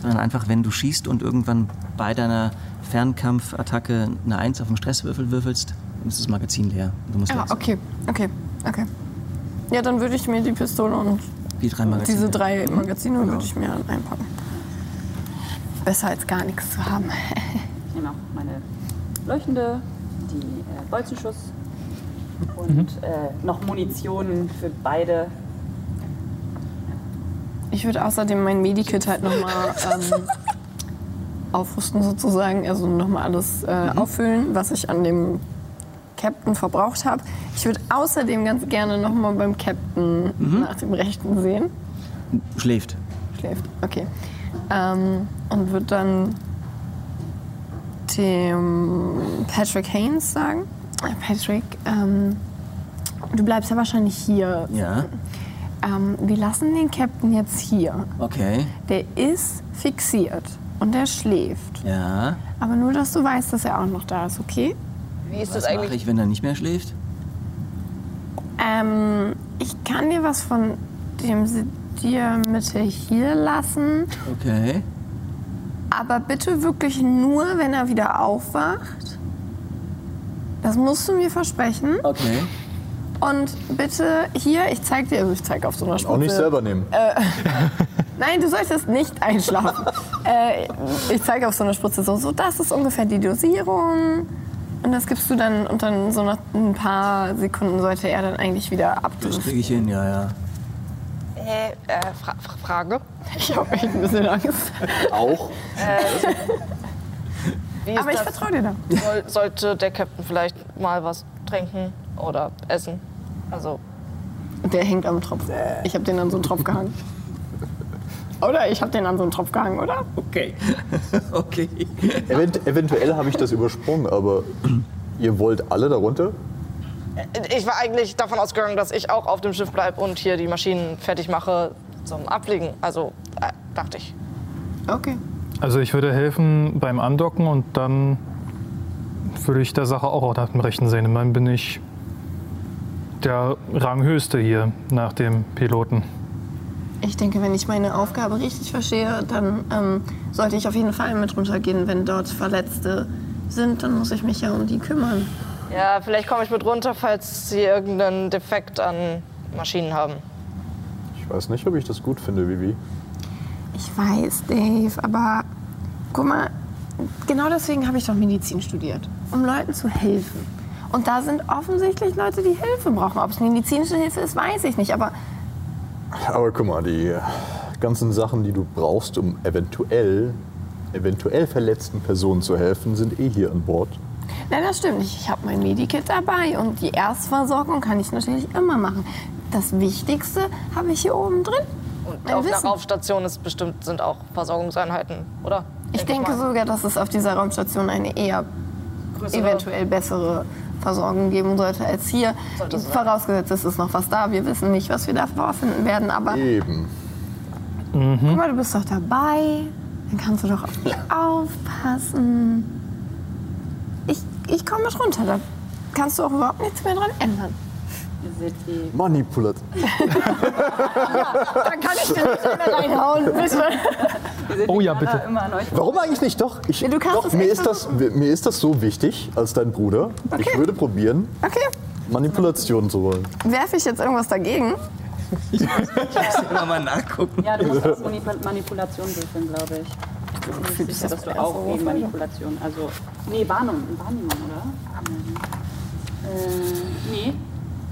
S1: sondern einfach, wenn du schießt und irgendwann bei deiner Fernkampfattacke eine Eins auf dem Stresswürfel würfelst, dann ist das Magazin leer. Du musst
S5: Ah,
S1: wechseln.
S5: okay, okay, okay. Ja, dann würde ich mir die Pistole und
S1: Die drei Magazine.
S5: diese drei Magazine würde ich mir dann einpacken. Besser als gar nichts zu haben.
S6: Ich nehme auch meine leuchtende, die äh, Bolzenschuss und äh, noch Munition für beide.
S5: Ich würde außerdem mein Medikit halt nochmal ähm, aufrüsten sozusagen, also nochmal alles äh, auffüllen, was ich an dem Captain verbraucht habe. Ich würde außerdem ganz gerne nochmal beim Captain nach dem Rechten sehen.
S1: Schläft.
S5: Schläft, okay. Ähm, und wird dann dem Patrick Haynes sagen, Äh, Patrick, ähm, du bleibst ja wahrscheinlich hier.
S1: Ja.
S5: Ähm, wir lassen den Captain jetzt hier.
S1: Okay.
S5: Der ist fixiert und er schläft.
S1: Ja.
S5: Aber nur, dass du weißt, dass er auch noch da ist, okay?
S4: Wie ist
S1: Was
S4: das
S1: mache
S4: eigentlich?
S1: ich, wenn er nicht mehr schläft?
S5: Ähm, ich kann dir was von dem Sediermittel hier lassen,
S1: Okay.
S5: aber bitte wirklich nur, wenn er wieder aufwacht. Das musst du mir versprechen.
S1: Okay.
S5: Und bitte hier, ich zeig dir, also ich zeig auf so einer
S8: Auch
S5: Spitze.
S8: nicht selber nehmen.
S5: Nein, du solltest nicht einschlafen. äh, ich zeige auf so eine Spritze so, so, das ist ungefähr die Dosierung. Und das gibst du dann, und dann so nach ein paar Sekunden sollte er dann eigentlich wieder
S1: Das
S5: abdriften.
S1: kriege ich hin, ja, ja.
S4: Äh, äh, Fra Fra Frage.
S5: Ich habe echt ein bisschen Angst.
S8: Auch.
S4: Äh, Wie ist
S5: Aber ich
S4: das?
S5: vertraue dir da.
S4: Soll, sollte der Captain vielleicht mal was trinken oder essen? Also,
S5: Und der hängt am Tropf. Ich habe den an so einen Tropf gehangen. Oder ich habe den an so einen Tropf gehangen, oder?
S1: Okay. okay.
S8: Event eventuell habe ich das übersprungen, aber ihr wollt alle darunter?
S4: Ich war eigentlich davon ausgegangen, dass ich auch auf dem Schiff bleibe und hier die Maschinen fertig mache zum Abfliegen. Also äh, dachte ich.
S5: Okay.
S9: Also ich würde helfen beim Andocken und dann würde ich der Sache auch nach dem Rechten sehen. Dann bin ich der Ranghöchste hier nach dem Piloten.
S5: Ich denke, wenn ich meine Aufgabe richtig verstehe, dann ähm, sollte ich auf jeden Fall mit runtergehen. Wenn dort Verletzte sind, dann muss ich mich ja um die kümmern.
S4: Ja, vielleicht komme ich mit runter, falls sie irgendeinen Defekt an Maschinen haben.
S8: Ich weiß nicht, ob ich das gut finde, Vivi.
S5: Ich weiß, Dave, aber guck mal, genau deswegen habe ich doch Medizin studiert, um Leuten zu helfen. Und da sind offensichtlich Leute, die Hilfe brauchen. Ob es medizinische Hilfe ist, weiß ich nicht, aber
S8: Aber guck mal, die ganzen Sachen, die du brauchst, um eventuell, eventuell verletzten Personen zu helfen, sind eh hier an Bord.
S5: Nein, das stimmt nicht. Ich habe mein Medikit dabei und die Erstversorgung kann ich natürlich immer machen. Das Wichtigste habe ich hier oben drin.
S4: Und
S5: Mein
S4: auf einer
S5: Wissen.
S4: Raumstation ist bestimmt, sind auch Versorgungseinheiten, oder?
S5: Ich denke sogar, dass es auf dieser Raumstation eine eher
S4: Größere-
S5: eventuell bessere Versorgung geben sollte als hier. Vorausgesetzt, es ist noch was da. Wir wissen nicht, was wir da vorfinden werden, aber
S8: Eben.
S5: guck mal, du bist doch dabei. Dann kannst du doch auf mich aufpassen. Ich, ich komme mit runter. Da kannst du auch überhaupt nichts mehr dran ändern.
S8: Manipulat.
S5: Da kann ich dir nicht mehr reinhauen. bitte.
S9: Oh ja, bitte.
S8: Warum eigentlich nicht? Doch, ich,
S5: du kannst
S8: doch
S5: es
S8: mir,
S5: echt
S8: ist das, mir ist das so wichtig als dein Bruder. Ich würde probieren,
S5: Okay,
S8: Manipulation zu wollen.
S5: werfe ich jetzt irgendwas dagegen?
S1: Mal, mal nachgucken.
S6: Ja, du musst das Manip Manipulation würfeln, glaube ich. Ich bin mir nicht sicher, dass du auch gegen Manipulation. Also, nee, Wahrnehmung, Wahrnehmung oder? Äh, nee.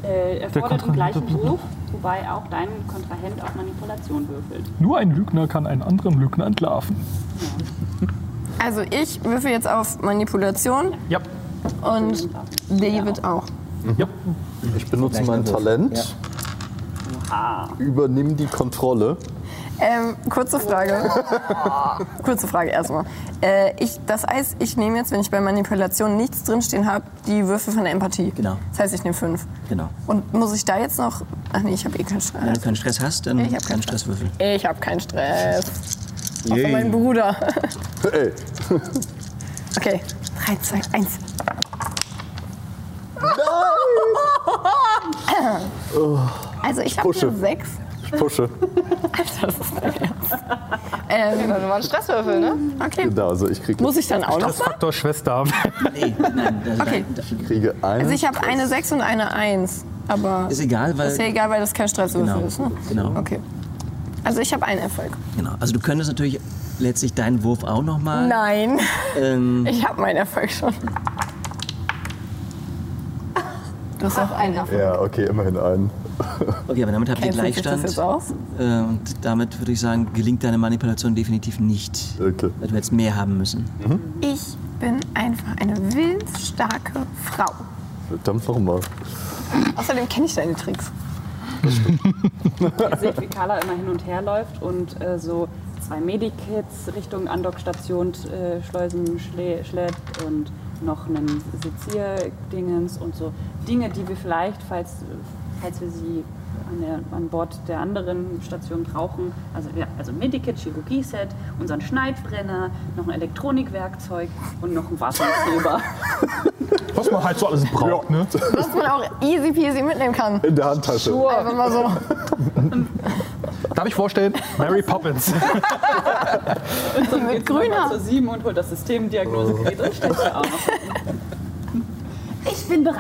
S6: Äh, erfordert den
S9: Kontrahent
S6: gleichen
S9: hat-
S6: Wurf, wobei auch dein Kontrahent auf Manipulation würfelt.
S9: Nur ein Lügner kann einen anderen Lügner entlarven.
S5: Also ich würfe jetzt auf Manipulation
S9: Ja.
S5: und David auch.
S9: Ja.
S8: Ich benutze
S1: Gleich
S8: mein
S1: nervös.
S8: Talent, übernimm die Kontrolle.
S5: Ähm, kurze Frage. kurze Frage erstmal. Äh, ich, das heißt, ich nehme jetzt, wenn ich bei Manipulation nichts drinstehen habe, die Würfel von der Empathie.
S1: Genau.
S5: Das heißt, ich nehme fünf.
S1: Genau.
S5: Und muss ich da jetzt noch... Ach nee, ich habe eh keinen
S1: Wenn
S5: Stress.
S1: du keinen Stress hast, dann
S5: Ich hab keinen
S1: keinen Stresswürfel.
S5: Ich habe keinen Stress. Außer mein Bruder.
S8: Ey,
S5: Okay. 3, 2, 1. Also ich habe
S8: pushe.
S5: hier Also, 6.
S8: ich pushe.
S5: Ähm,
S4: Das waren Stresswürfel, ne?
S5: okay.
S8: Genau, also ich kriege,
S5: Muss ich dann auch noch mal?
S9: Faktor Schwester.
S1: Nee, nein, das
S5: Okay.
S1: das-
S8: kriege einen.
S5: Also ich habe eine 6 und eine 1. Aber
S1: Ist egal, weil-
S5: Ist ja egal, weil das kein Stresswürfel
S1: Genau,
S5: ist. Ne?
S1: genau.
S5: Okay. Also ich habe einen Erfolg.
S1: Genau. Also du könntest natürlich letztlich deinen Wurf auch nochmal.
S5: Nein,
S1: Ähm,
S5: ich habe meinen Erfolg schon. Du hast auch einen Erfolg.
S8: ja, okay, immerhin einen.
S1: okay, aber damit habt ihr
S5: Kennt sich das
S1: Gleichstand.
S5: jetzt aus?
S1: Äh, Und damit würde ich sagen, gelingt deine Manipulation definitiv nicht.
S8: Okay.
S1: Weil du jetzt mehr haben müssen.
S5: Ich bin einfach eine willensstarke Frau.
S8: Verdammt nochmal.
S5: Außerdem kenne ich deine Tricks.
S6: Ihr seht, wie Carla immer hin und her läuft und äh, so zwei Medikits Richtung Andockstation äh, Schleusen schlä schlägt und noch einen Sezierdingens und so Dinge, die wir vielleicht, falls, falls wir sie an, der, an Bord der anderen Station brauchen, also, ja, also Medikit, Chirurgie-Set, unseren Schneidbrenner, noch ein Elektronikwerkzeug und noch ein Waffenheber.
S9: Was man halt so alles braucht, ne?
S5: Was man auch easy peasy mitnehmen kann.
S8: In der Handtasche.
S5: Einfach mal so.
S9: Darf ich vorstellen? Mary Poppins.
S5: Mit grüner.
S6: Zur 7 und holt das Systemdiagnosegerät und stellt sie auch noch. Ich bin bereit.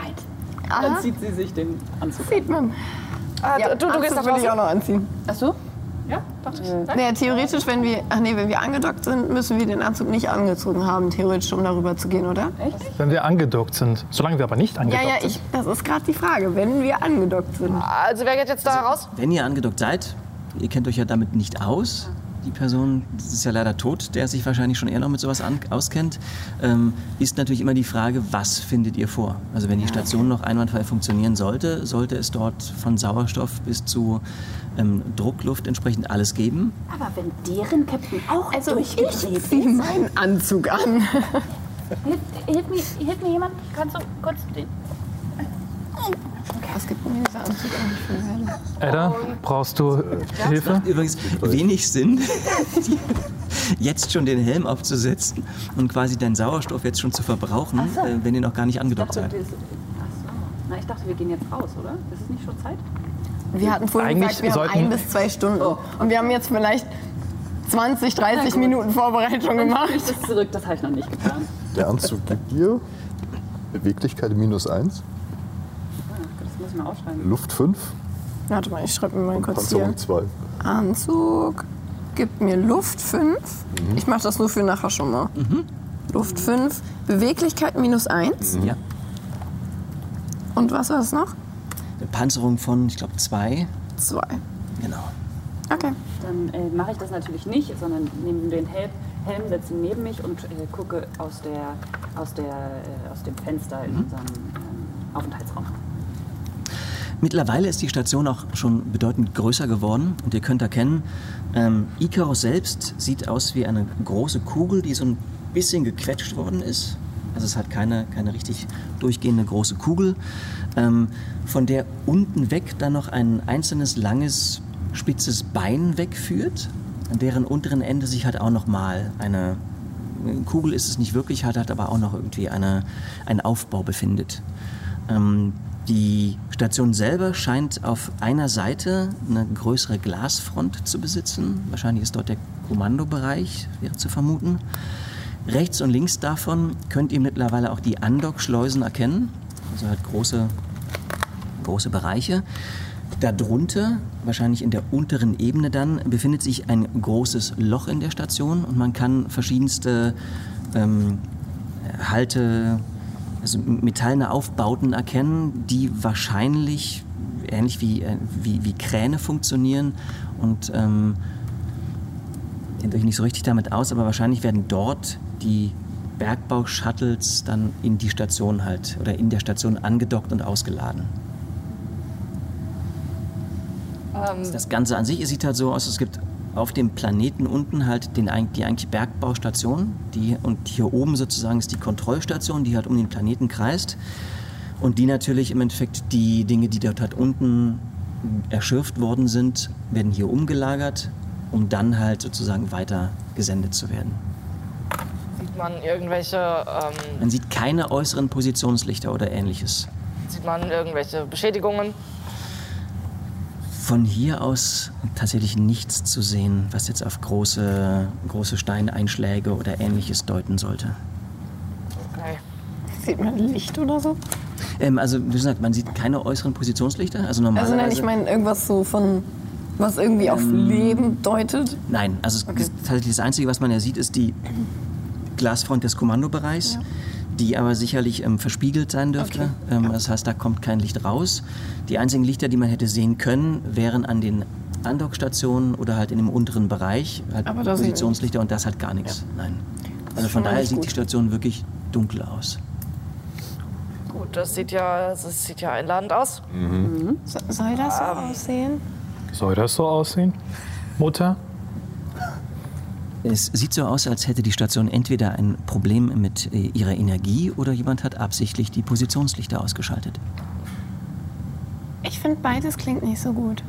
S6: Dann
S5: Aha,
S6: zieht sie sich den Anzug.
S5: sieht man.
S4: Ah, du, du, du gehst nach
S5: würde ich auch
S4: draußen.
S5: noch anziehen. Äh.
S6: Ach so?
S5: Naja, theoretisch, wenn wir, ach nee, wenn wir angedockt sind, müssen wir den Anzug nicht angezogen haben, theoretisch, um darüber zu gehen, oder?
S9: Wenn wir angedockt sind. Solange wir aber nicht
S5: Ja,
S9: angedockt
S5: ja, ich, das ist gerade die Frage, wenn wir angedockt sind.
S4: Also wer geht jetzt da raus?
S1: Wenn ihr angedockt seid, ihr kennt euch ja damit nicht aus. Die Person das ist ja leider tot, der sich wahrscheinlich schon eher noch mit sowas an, auskennt. Ähm, ist natürlich immer die Frage, was findet ihr vor? Also wenn die Station noch einwandfrei funktionieren sollte, sollte es dort von Sauerstoff bis zu ähm, Druckluft entsprechend alles geben.
S7: Aber wenn deren Captain auch
S5: Also ich
S7: durchgedreht ist.
S5: ziehe meinen Anzug an.
S7: Hilf, hilf, mir, hilf mir jemand, kannst du kurz den.
S5: Was gibt mir dieser Anzug eigentlich für eine Hölle?
S9: Edda, brauchst du
S1: Das
S9: Hilfe?
S1: macht übrigens wenig Sinn, jetzt schon den Helm aufzusetzen und quasi deinen Sauerstoff jetzt schon zu verbrauchen,
S6: Ach so.
S1: äh, wenn ihr noch gar nicht angedockt
S6: Dachte,
S1: seid.
S6: das- ach so. Na, ich dachte, wir gehen jetzt raus, oder? Ist es nicht schon Zeit?
S5: Wir hatten vorhin
S9: Eigentlich
S5: gesagt, wir haben
S9: sollten-
S5: ein bis zwei Stunden.
S6: Oh.
S5: Und wir haben jetzt vielleicht 20, 30 Minuten Vorbereitung gemacht.
S6: Ich das zurück, das habe ich noch nicht getan.
S8: Der Anzug gibt dir Beweglichkeit minus 1,
S6: Ah, Das muss ich mal aufschreiben.
S8: Luft 5
S5: Warte mal, ich schreibe mir mal
S8: und
S5: kurz hier.
S8: Panzerung 2.
S5: Anzug gibt mir Luft 5.
S9: Mhm.
S5: Ich mache das nur für nachher schon mal.
S6: Mhm.
S5: Luft 5, Beweglichkeit minus 1.
S1: Ja.
S5: Und was war es noch?
S1: Eine Panzerung von, ich glaube, zwei.
S5: 2.
S1: Genau.
S5: Okay.
S6: Dann äh, mache ich das natürlich nicht, sondern nehme den Helm, Helm setze ihn neben mich und äh, gucke aus, der, aus, der, äh, aus dem Fenster
S7: Mhm.
S6: in unserem ähm, Aufenthaltsraum.
S1: Mittlerweile ist die Station auch schon bedeutend größer geworden und ihr könnt erkennen, ähm, Icarus selbst sieht aus wie eine große Kugel, die so ein bisschen gequetscht worden ist. Also es hat keine, keine richtig durchgehende große Kugel, ähm, von der unten weg dann noch ein einzelnes langes, spitzes Bein wegführt, an deren unteren Ende sich halt auch nochmal eine Kugel ist es nicht wirklich, hat, hat aber auch noch irgendwie eine, einen Aufbau befindet. Ähm, die Station selber scheint auf einer Seite eine größere Glasfront zu besitzen. Wahrscheinlich ist dort der Kommandobereich, wäre zu vermuten. Rechts und links davon könnt ihr mittlerweile auch die Andockschleusen erkennen. Also halt große große Bereiche. Darunter, wahrscheinlich in der unteren Ebene dann, befindet sich ein großes Loch in der Station und man kann verschiedenste ähm, Halte, also metallene Aufbauten erkennen, die wahrscheinlich ähnlich wie, äh, wie, wie Kräne funktionieren und ähm, kennt euch nicht so richtig damit aus, aber wahrscheinlich werden dort die Bergbau-Shuttles dann in die Station halt oder in der Station angedockt und ausgeladen. Das Ganze an sich es sieht halt so aus, es gibt auf dem Planeten unten halt den, eig- die eigentlich Bergbaustation die, und hier oben sozusagen ist die Kontrollstation, die halt um den Planeten kreist und die natürlich im Endeffekt die Dinge, die dort halt unten erschürft worden sind, werden hier umgelagert, um dann halt sozusagen weiter gesendet zu werden.
S4: Sieht man irgendwelche, ähm,
S1: Man sieht keine äußeren Positionslichter oder ähnliches.
S4: sieht man irgendwelche Beschädigungen?
S1: Von hier aus tatsächlich nichts zu sehen, was jetzt auf große, große Steineinschläge oder ähnliches deuten sollte.
S4: Okay.
S5: Sieht man Licht oder so?
S1: Ähm, also, wie gesagt, man sieht keine äußeren Positionslichter. Also
S5: Also
S1: normalerweise.
S5: nein, ich meine irgendwas so von, was irgendwie auf Leben deutet.
S1: Nein, also es ist tatsächlich das Einzige, was man ja sieht, ist die Glasfront des Kommandobereichs, die aber sicherlich ähm, verspiegelt sein dürfte. Ähm, Das heißt, da kommt kein Licht raus. Die einzigen Lichter, die man hätte sehen können, wären an den Andockstationen oder halt in dem unteren Bereich. Halt
S5: Aber da sind wir
S1: Positionslichter und das hat gar nichts. Nein. Also von
S5: ist schon mal
S1: daher
S5: nicht
S1: sieht
S5: gut.
S1: die Station wirklich dunkel aus.
S4: Gut, das sieht ja, das sieht ja einladend aus.
S5: So, soll das so
S6: Ah.
S5: aussehen?
S9: Soll das so aussehen? Mutter?
S1: Es sieht so aus, als hätte die Station entweder ein Problem mit äh, ihrer Energie oder jemand hat absichtlich die Positionslichter ausgeschaltet.
S5: Ich finde beides klingt nicht so gut.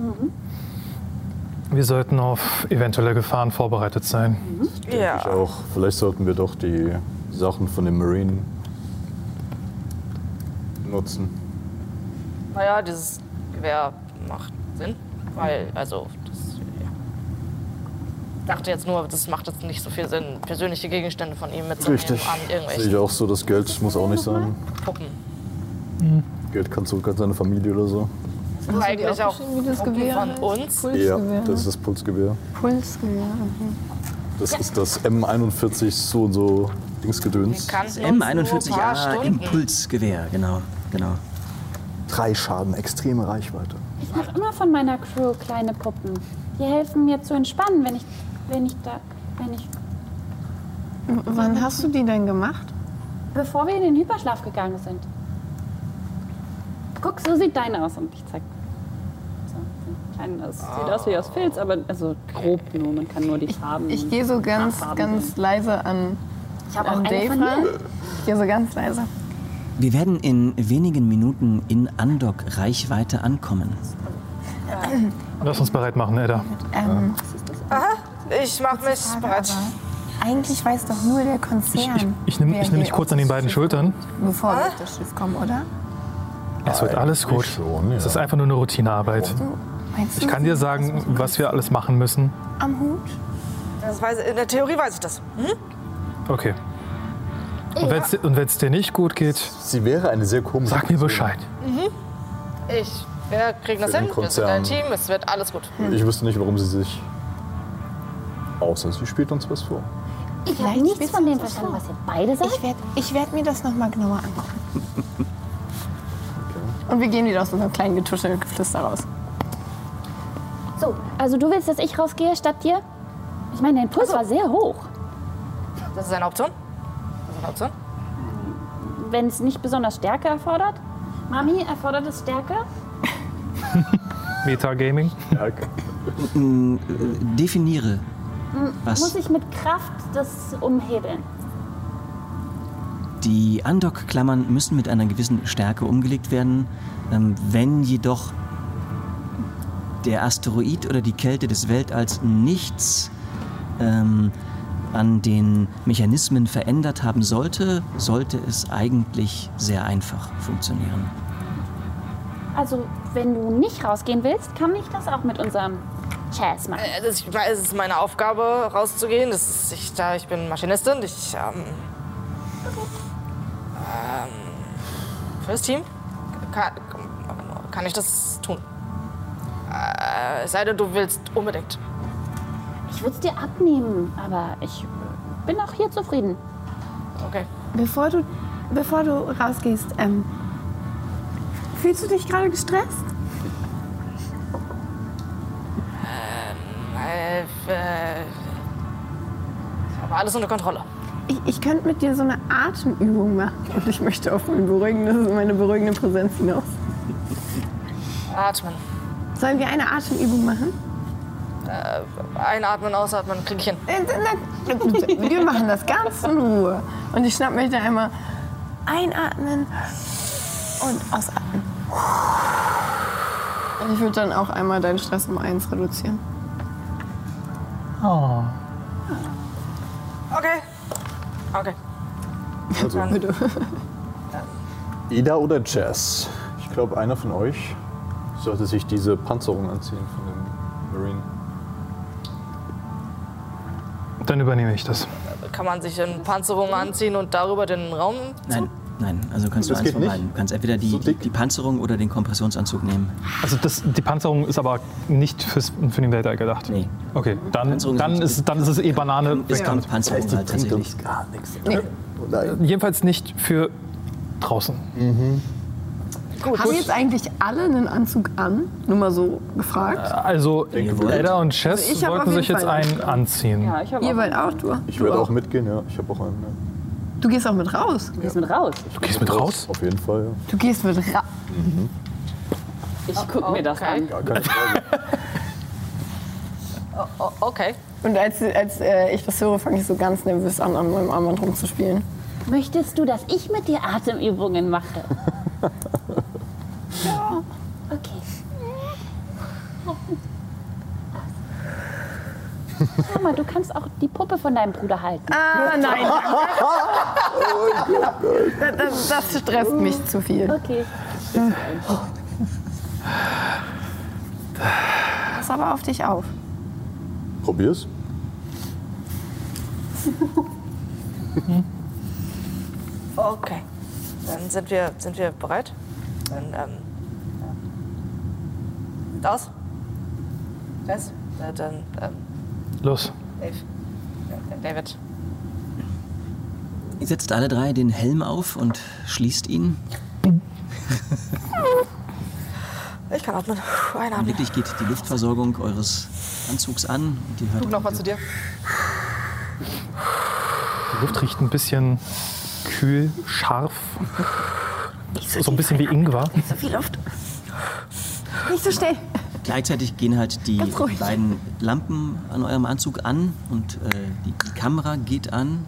S9: Wir sollten auf eventuelle Gefahren vorbereitet sein.
S8: Ich
S4: Ja.
S8: auch. Vielleicht sollten wir doch die Sachen von den Marine nutzen.
S4: Naja, dieses Gewehr macht Sinn, weil, also, das, ja. Ich dachte jetzt nur, das macht jetzt nicht so viel Sinn, persönliche Gegenstände von ihm mitzunehmen an
S8: Sehe ich
S4: irgendwelche
S8: auch so, das Geld muss auch nicht sein.
S4: Puppen.
S8: Geld kannst du kannst deine Familie oder so.
S4: Das eigentlich auch
S5: Wie das
S4: Puppen
S5: Gewehr
S4: von uns.
S5: heißt?
S8: Ja,
S5: Pulsgewehr.
S8: das ist das Pulsgewehr.
S5: Pulsgewehr.
S8: Das ist das M41 so und so Dingsgedöns.
S4: Kann
S1: Das
S4: uns nur ein paar
S1: M41A
S4: Stunden.
S1: Impulsgewehr, genau, genau.
S8: Drei Schaden, extreme Reichweite.
S7: Ich mache immer von meiner Crew kleine Puppen. Die helfen mir zu entspannen, wenn ich, wenn ich da, wenn ich,
S5: W- Wann hast du die denn gemacht?
S7: bevor wir in den Hyperschlaf gegangen sind. Guck, so sieht deine aus und ich zeig. So, so klein, das sieht aus wie aus Filz, aber also grob nur. Man kann nur die Farben.
S5: Ich gehe so ganz,
S7: Farben
S5: ganz leise an,
S6: Äh,
S7: Ich habe auch
S5: an
S7: eine
S5: Dave
S7: von
S5: ran.
S7: dir.
S5: Ich gehe so ganz leise.
S1: Wir werden in wenigen Minuten in Andock-Reichweite ankommen.
S9: Lass uns bereit machen, Edda.
S10: Ähm,
S4: Aha, ich mach mich bereit.
S10: Eigentlich weiß doch nur der Konzern. Ich,
S9: Ich nehme nehm mich kurz an den beiden Schultern.
S10: Bevor wir auf das Schiff kommen, oder?
S9: Es wird alles gut. Es ist einfach nur eine Routinearbeit.
S10: Meinst du,
S9: Ich kann dir sagen, was wir alles machen müssen.
S10: am Hut?
S4: Das weiß, in der Theorie weiß ich das. Hm?
S9: Okay. Und wenn's- Und wenn es dir nicht gut geht,
S8: sie wäre eine sehr komische.
S9: Sag mir Bescheid.
S4: Mhm. Ich, wir kriegen das
S8: Für den
S4: hin. Wir sind
S8: Konzern.
S4: ein Team, es wird alles gut.
S8: Ich wüsste nicht, warum sie sich. Außer sie spielt uns was vor.
S6: Ich habe nichts von dem verstanden, was ihr beide sagt.
S10: Ich werde ich werd mir das nochmal genauer angucken. Und wir gehen wieder aus unserem kleinen Getuschelgeflüster raus.
S6: So, also du willst, dass ich rausgehe statt dir? Ich meine, dein Puls war sehr hoch.
S4: Das ist eine Option. Das ist eine Option.
S6: Wenn es nicht besonders Stärke erfordert. Mami, erfordert es Stärke?
S9: Metagaming.
S1: Mm, äh, Definiere.
S6: Hm,
S1: Was?
S6: Muss ich mit Kraft das umhebeln?
S1: Die Andock-Klammern müssen mit einer gewissen Stärke umgelegt werden. Ähm, wenn jedoch der Asteroid oder die Kälte des Weltalls nichts ähm, an den Mechanismen verändert haben sollte, sollte es eigentlich sehr einfach funktionieren.
S6: Also, wenn du nicht rausgehen willst, kann ich das auch mit unserem Chess machen.
S4: Äh, das- Ich weiß, es ist meine Aufgabe, rauszugehen. Das ist, ich, da, ich bin Maschinistin. Ich, ähm, ähm, für das Team kann, kann ich das tun. Äh, es sei denn, du willst unbedingt.
S6: Ich würde es dir abnehmen, aber ich bin auch hier zufrieden.
S4: Okay.
S10: Bevor du, bevor du rausgehst, ähm, fühlst du dich gerade gestresst?
S4: Ähm, äh, äh, ich habe alles unter Kontrolle.
S10: Ich, ich könnte mit dir so eine Atemübung machen. Und ich möchte auf mein beruhigendes- meine beruhigende Präsenz hinaus.
S4: Atmen.
S10: Sollen wir eine Atemübung machen?
S4: Äh, einatmen, ausatmen, krieg ich hin.
S10: Äh, na, na, Wir machen das ganz in Ruhe. Und ich schnapp mich da einmal einatmen und ausatmen. Und ich würde dann auch einmal deinen Stress um eins reduzieren.
S9: Oh.
S4: Okay. Okay.
S8: Also,
S10: Bitte.
S8: Ida oder Jazz? Ich glaube, einer von euch sollte sich diese Panzerung anziehen von dem Marine.
S9: Dann übernehme ich das.
S4: Kann man sich in Panzerung anziehen und darüber den Raum
S1: Nein, nein, also kannst
S9: Das
S1: du eins
S9: geht
S1: von
S9: nicht?
S1: beiden. Du kannst entweder die, die, die Panzerung oder den Kompressionsanzug nehmen.
S9: Also das, die Panzerung ist aber nicht fürs, für den Weltall gedacht. Nee. Okay, dann, dann, ist, dann ist es eh Banane.
S1: Ist dann Panzerung
S9: Heißt,
S1: halt tatsächlich.
S8: gar nichts.
S9: Jedenfalls nicht für draußen.
S10: Haben jetzt eigentlich alle einen Anzug an? Nur mal so gefragt.
S9: Also Edda und Chess
S10: Also ich hab
S9: sollten
S10: auf
S9: sich
S10: jeden
S9: jetzt
S10: Fall
S9: einen anziehen.
S10: Ihr wollt auch, du.
S8: Ich würde auch mitgehen, ja. Ich habe auch einen.
S10: Du gehst auch mit raus. Du gehst mit raus.
S9: Du gehst mit raus?
S8: Auf jeden Fall, ja.
S10: Du gehst mit raus.
S16: Ich
S6: Oh,
S16: gucke mir das an.
S8: Keine Frage.
S4: okay.
S10: Und als, als äh, ich das höre, fange ich so ganz nervös an, an meinem Armband rumzuspielen.
S6: Möchtest du, dass ich mit dir Atemübungen mache? ja. Okay. Schau mal, du kannst auch die Puppe von deinem Bruder halten.
S10: Ah, nein. das, das, das stresst mich zu viel.
S6: Okay.
S10: Pass aber auf dich auf.
S8: Probier's.
S4: Okay. Dann sind wir, sind wir bereit. Dann, ähm, äh, aus. Jess. Äh, Dann, ähm,
S9: Los.
S4: Dave. Äh, David.
S1: Ihr setzt alle drei den Helm auf und schließt ihn.
S4: Ich kann atmen. Einatmen.
S1: Augenblicklich geht die Luftversorgung eures Anzugs an. Und ihr hört
S4: Guck nochmal zu dir.
S9: Die Luft riecht ein bisschen kühl, scharf. So ein bisschen wie Ingwer.
S10: So viel Luft. Nicht so schnell.
S1: Gleichzeitig gehen halt die
S10: Ganz ruhig.
S1: beiden Lampen an eurem Anzug an und äh, die, die Kamera geht an.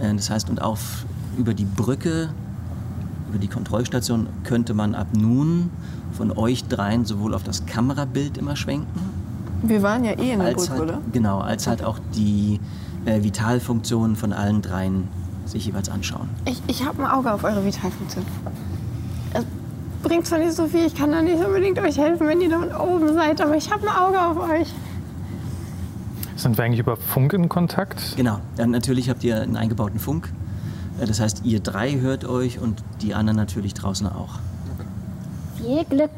S1: Äh, das heißt, und auf über die Brücke über die Kontrollstation könnte man ab nun von euch dreien sowohl auf das Kamerabild immer schwenken,
S10: Wir waren ja eh in der
S1: als
S10: Brücke,
S1: halt,
S10: oder?
S1: genau, als halt auch die äh, Vitalfunktionen von allen dreien sich jeweils anschauen.
S5: Ich, ich habe ein Auge auf eure Vitalfunktion. Es bringt zwar nicht so viel, ich kann da nicht unbedingt euch helfen, wenn ihr da oben seid, aber ich habe ein Auge auf euch.
S9: Sind wir eigentlich über Funk in Kontakt?
S1: Genau, dann natürlich habt ihr einen eingebauten Funk. Äh, Das heißt, ihr drei hört euch und die anderen natürlich draußen auch.
S7: Viel Glück.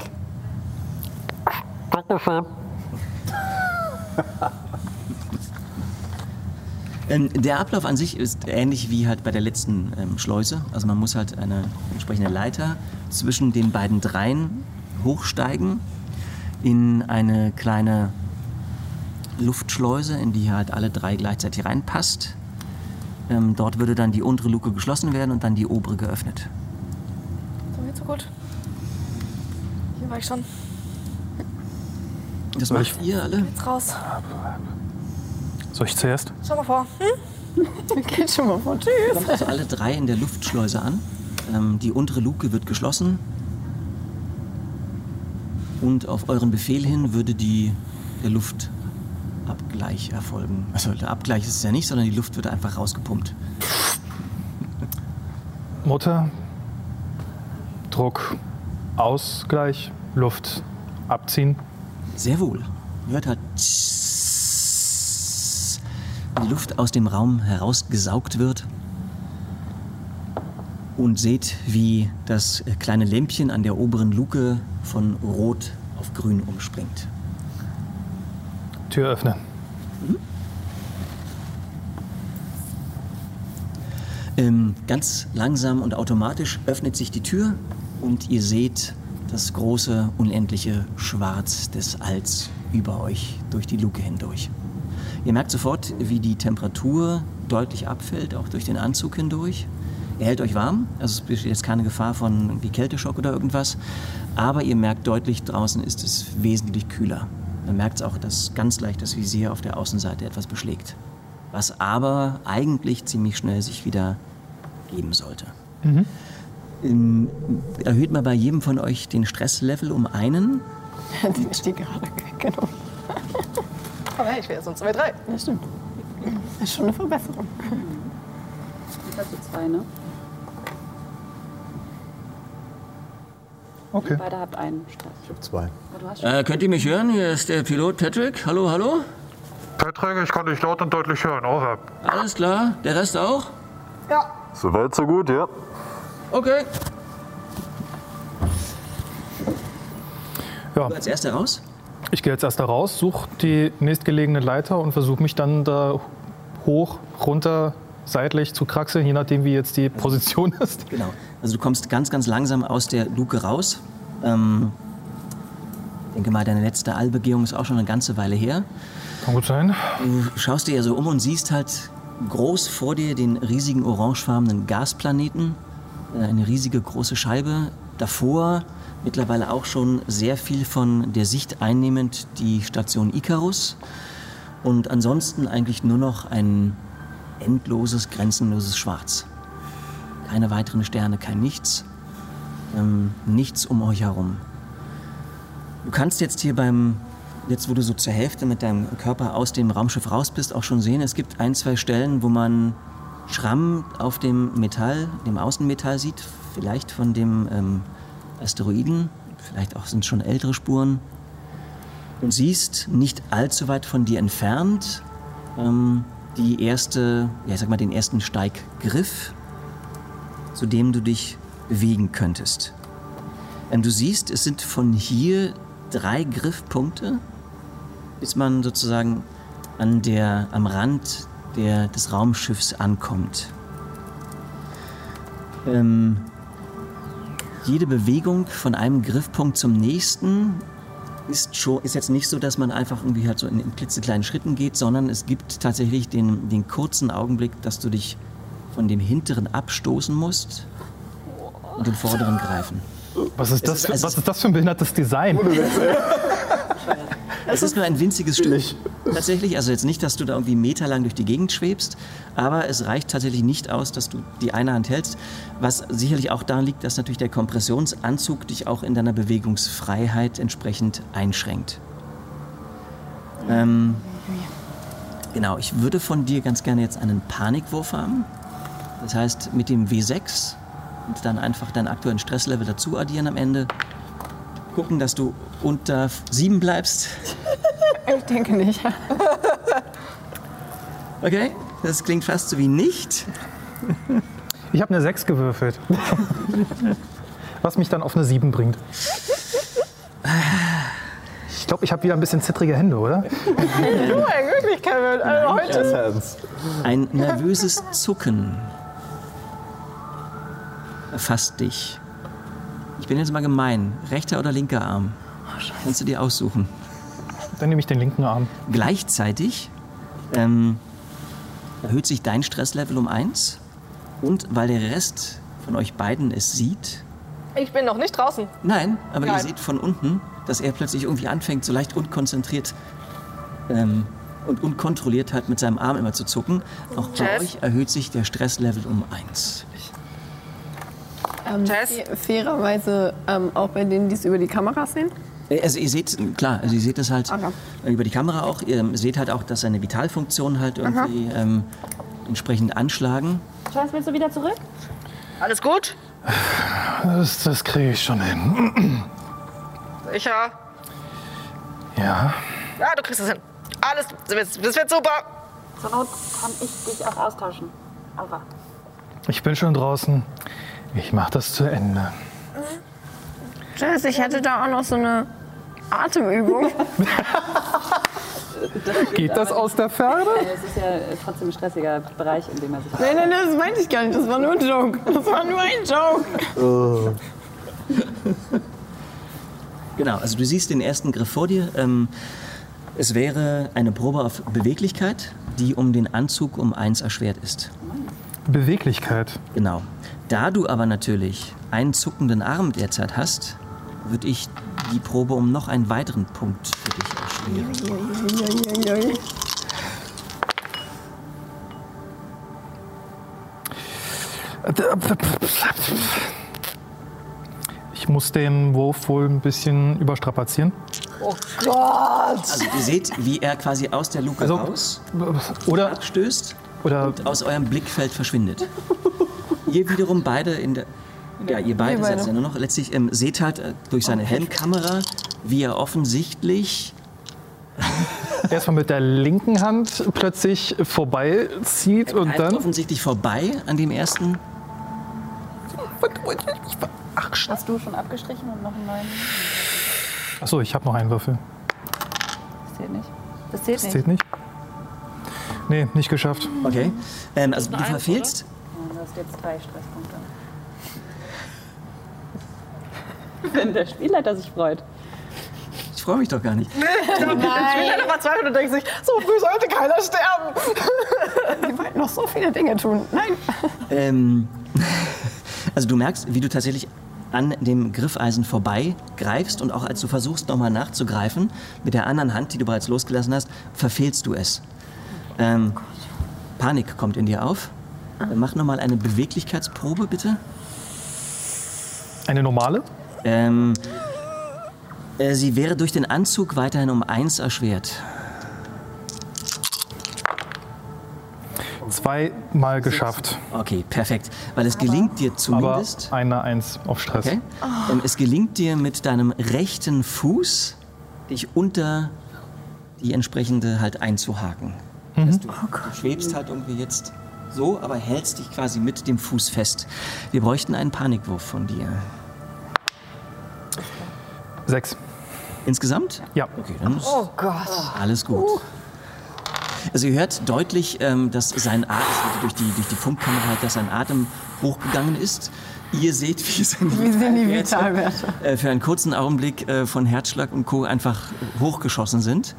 S1: Dankeschön. Ähm, der Ablauf an sich ist ähnlich wie halt bei der letzten ähm, Schleuse. Also man muss halt eine entsprechende Leiter zwischen den beiden Dreien hochsteigen in eine kleine Luftschleuse, in die halt alle drei gleichzeitig reinpasst. Ähm, dort würde dann die untere Luke geschlossen werden und dann die obere geöffnet.
S4: So, jetzt so gut. Hier war ich schon.
S1: Das macht ihr alle?
S4: Jetzt raus.
S9: Soll ich zuerst?
S4: Schau mal vor. Hm?
S10: Geht schon mal vor.
S1: Kommt
S10: Tschüss.
S1: also alle drei in der Luftschleuse an. Ähm, die untere Luke wird geschlossen. Und auf euren Befehl hin würde die, der Luftabgleich erfolgen. Also der Abgleich ist es ja nicht, sondern die Luft wird einfach rausgepumpt.
S9: Mutter, Druck, Ausgleich, Luft, abziehen.
S1: Sehr wohl. Hört halt. tss, wie Die Luft aus dem Raum herausgesaugt wird. Und seht, wie das kleine Lämpchen an der oberen Luke von Rot auf Grün umspringt.
S9: Tür öffnen.
S1: Ähm, ganz langsam und automatisch öffnet sich die Tür und ihr seht das große, unendliche Schwarz des Alls über euch durch die Luke hindurch. Ihr merkt sofort, wie die Temperatur deutlich abfällt, auch durch den Anzug hindurch. Er hält euch warm, also es besteht jetzt keine Gefahr von irgendwie Kälteschock oder irgendwas. Aber ihr merkt deutlich, draußen ist es wesentlich kühler. Man merkt es auch, dass ganz leicht das Visier auf der Außenseite etwas beschlägt. Was aber eigentlich ziemlich schnell sich wieder geben sollte.
S9: Mhm.
S1: Ähm, erhöht mal bei jedem von euch den Stresslevel um einen.
S10: Den steht gerade genau.
S4: Aber hey, ich wäre sonst bei drei.
S10: Das stimmt. Das ist schon eine Verbesserung.
S6: Jetzt hast du zwei, ne?
S9: Okay.
S6: Ihr beide habt einen Stress.
S8: Ich habe zwei.
S6: Aber du hast schon.
S17: Äh, könnt ihr mich hören? Hier ist der Pilot Patrick. Hallo, hallo?
S9: Patrick, ich kann dich laut und deutlich hören. Over.
S17: Alles klar? Der Rest auch?
S8: Soweit, so gut, ja.
S17: Okay.
S9: Ja.
S1: Du als Erster raus?
S9: Ich gehe jetzt erst da raus, suche die nächstgelegene Leiter und versuche mich dann da hoch, runter, seitlich zu kraxeln, je nachdem, wie jetzt die Position ist.
S1: Genau. Also du kommst ganz, ganz langsam aus der Luke raus. Ähm, ich denke mal, deine letzte Allbegehung ist auch schon eine ganze Weile her.
S9: Kann gut sein.
S1: Du schaust dir ja so um und siehst halt groß vor dir den riesigen orangefarbenen Gasplaneten. Äh, Eine riesige große Scheibe. Davor mittlerweile auch schon sehr viel von der Sicht einnehmend die Station Icarus. Und ansonsten eigentlich nur noch ein endloses, grenzenloses Schwarz. Keine weiteren Sterne, kein Nichts. Ähm, nichts um euch herum. Du kannst jetzt hier beim, jetzt wo du so zur Hälfte mit deinem Körper aus dem Raumschiff raus bist, auch schon sehen, es gibt ein, zwei Stellen, wo man Schramm auf dem Metall, dem Außenmetall sieht, vielleicht von dem ähm, Asteroiden, vielleicht auch sind schon ältere Spuren. Und siehst nicht allzu weit von dir entfernt ähm, die erste, ja, ich sag mal, den ersten Steiggriff, zu dem du dich bewegen könntest. Ähm, du siehst, es sind von hier drei Griffpunkte, bis man sozusagen an der, am Rand der, des Raumschiffs ankommt. Ähm, jede Bewegung von einem Griffpunkt zum nächsten ist, schon, ist jetzt nicht so, dass man einfach irgendwie halt so in, in klitzekleinen Schritten geht, sondern es gibt tatsächlich den, den kurzen Augenblick, dass du dich von dem hinteren abstoßen musst und den vorderen greifen.
S9: Was
S1: Es
S9: ist das
S1: ist-
S9: für,
S1: es
S9: was
S1: ist-
S9: ist das für ein behindertes Design?
S1: Es ist nur ein winziges Stück. Tatsächlich, also jetzt nicht, dass du da irgendwie meterlang durch die Gegend schwebst, aber es reicht tatsächlich nicht aus, dass du die eine Hand hältst, was sicherlich auch daran liegt, dass natürlich der Kompressionsanzug dich auch in deiner Bewegungsfreiheit entsprechend einschränkt. Ähm, genau, ich würde von dir ganz gerne jetzt einen Panikwurf haben. Das heißt, mit dem W6 und dann einfach deinen aktuellen Stresslevel dazu addieren am Ende. Gucken, dass du unter 7 bleibst.
S5: Ich denke nicht.
S1: Okay, das klingt fast so wie nicht.
S9: Ich habe eine 6 gewürfelt. Was mich dann auf eine 7 bringt. Ich glaube, ich habe wieder ein bisschen zittrige Hände, oder?
S10: Du eigentlich, Kevin. Also heute.
S1: Ein nervöses Zucken erfasst dich. Ich bin jetzt mal gemein. Rechter oder linker Arm? Kannst du dir aussuchen.
S9: Dann nehme ich den linken Arm.
S1: Gleichzeitig ähm, erhöht sich dein Stresslevel um 1 und weil der Rest von euch beiden es sieht,
S4: Ich bin noch nicht draußen.
S1: nein, aber ihr
S4: Nein.
S1: seht von unten, dass er plötzlich irgendwie anfängt, so leicht unkonzentriert ähm, und unkontrolliert halt mit seinem Arm immer zu zucken. Auch bei
S5: Jess?
S1: euch erhöht sich der Stresslevel um 1.
S5: Ähm, fa- fairerweise ähm, auch bei denen, die es über die Kamera sehen.
S1: Äh, Also ihr seht, klar, also ihr seht das halt über die Kamera auch. Ihr ähm, seht halt auch, dass seine Vitalfunktionen halt irgendwie ähm, entsprechend anschlagen.
S6: Scheiß, willst du wieder zurück?
S4: Alles gut?
S9: Das, das kriege ich schon hin.
S4: Sicher.
S9: Ja.
S4: Ja, äh, du kriegst es hin. Alles, das wird, das wird super.
S6: Zur Not kann ich dich auch austauschen. Aber
S9: Ich bin schon draußen. Ich mache das zu Ende.
S5: Jess, ich hatte da auch noch so eine Atemübung.
S9: Geht das aus der Ferne?
S6: es ist ja trotzdem ein stressiger Bereich, in dem er sich.
S5: Nein, nein, nein, das meinte ich gar nicht. Das war nur ein Joke. Das war nur ein Joke.
S1: Genau, also du siehst den ersten Griff vor dir. Ähm, es wäre eine Probe auf Beweglichkeit, die um den Anzug um 1 erschwert ist.
S9: Beweglichkeit.
S1: Genau. Da du aber natürlich einen zuckenden Arm derzeit hast, würde ich die Probe um noch einen weiteren Punkt für dich erschweren.
S9: Ich muss den Wurf wohl ein bisschen überstrapazieren.
S4: Oh Gott!
S1: Also ihr seht, wie er quasi aus der Luke raus
S9: oder
S1: abstößt
S9: Also, oder
S1: und aus eurem Blickfeld verschwindet. ihr wiederum beide in der... Ja, ihr beide
S17: Wir
S1: seid
S17: beide. Oh,
S1: es ja nur noch. Letztlich ähm, seht halt äh, durch seine Helmkamera, wie er offensichtlich
S9: Erstmal mit der linken Hand plötzlich vorbeizieht und
S1: greift
S9: dann.
S1: offensichtlich vorbei an dem ersten.
S6: Hast du schon abgestrichen und noch einen neuen?
S9: Achso, ich habe noch einen Würfel.
S6: Das zählt nicht. Das zählt
S9: Das
S6: nicht.
S9: zählt nicht. Nee, nicht geschafft.
S17: Mhm.
S1: Okay. Ähm, also du verfehlst.
S6: Ja, Du hast jetzt drei Stresspunkte. Wenn der Spielleiter sich freut.
S1: Ich freue mich doch gar nicht.
S10: Nein.
S4: Ich bin verzweifelt und denke sich, so früh sollte keiner sterben.
S10: Wir wollten noch so viele Dinge tun. Nein.
S1: Ähm, also du merkst, wie du tatsächlich an dem Griffeisen vorbei greifst und auch als du versuchst nochmal nachzugreifen mit der anderen Hand, die du bereits losgelassen hast, verfehlst du es. Ähm, Panik kommt in dir auf. Dann Mach nochmal eine Beweglichkeitsprobe bitte.
S9: Eine normale?
S1: Ähm, äh, sie wäre durch den Anzug weiterhin um eins erschwert.
S9: Zweimal geschafft.
S1: Okay, perfekt. Weil es gelingt dir
S9: Aber
S1: zumindest.
S9: eine Eins auf Stress.
S1: Okay. Ähm, es gelingt dir mit deinem rechten Fuß, dich unter die entsprechende halt einzuhaken.
S9: Mhm.
S1: Dass Du,
S4: Oh
S1: du schwebst halt irgendwie jetzt so, aber hältst dich quasi mit dem Fuß fest. Wir bräuchten einen Panikwurf von dir.
S9: Sechs.
S1: Insgesamt?
S9: Ja.
S1: Okay, dann ist
S4: Oh Gott. Uh.
S1: alles gut. Also ihr hört deutlich, ähm, dass sein Atem, also durch die, durch die Funkkamera halt, dass sein Atem hochgegangen ist. Ihr seht, wie sein
S10: Wie sind die
S1: Vitalwerte-
S10: Vitalwerte?
S1: äh, für einen kurzen Augenblick äh, von Herzschlag und Co. einfach hochgeschossen sind.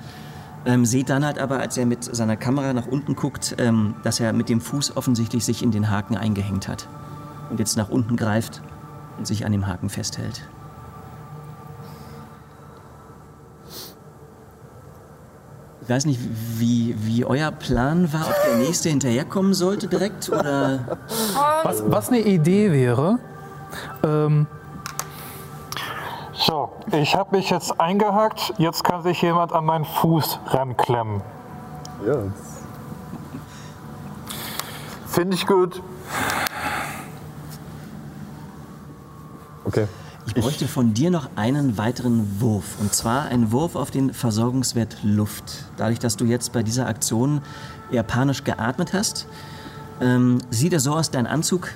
S1: Ähm, seht dann halt aber, als er mit seiner Kamera nach unten guckt, ähm, dass er mit dem Fuß offensichtlich sich in den Haken eingehängt hat. Und jetzt nach unten greift und sich an dem Haken festhält. Ich weiß nicht, wie, wie euer Plan war, ob der nächste hinterherkommen sollte direkt oder.
S9: Was, was eine Idee wäre, ähm,
S18: So, ich habe mich jetzt eingehakt. Jetzt kann sich jemand an meinen Fuß ranklemmen.
S8: Ja.
S18: Finde ich gut.
S8: Okay.
S1: Ich bräuchte von dir noch einen weiteren Wurf. Und zwar einen Wurf auf den Versorgungswert Luft. Dadurch, dass du jetzt bei dieser Aktion eher panisch geatmet hast, ähm, sieht er so aus, dein Anzug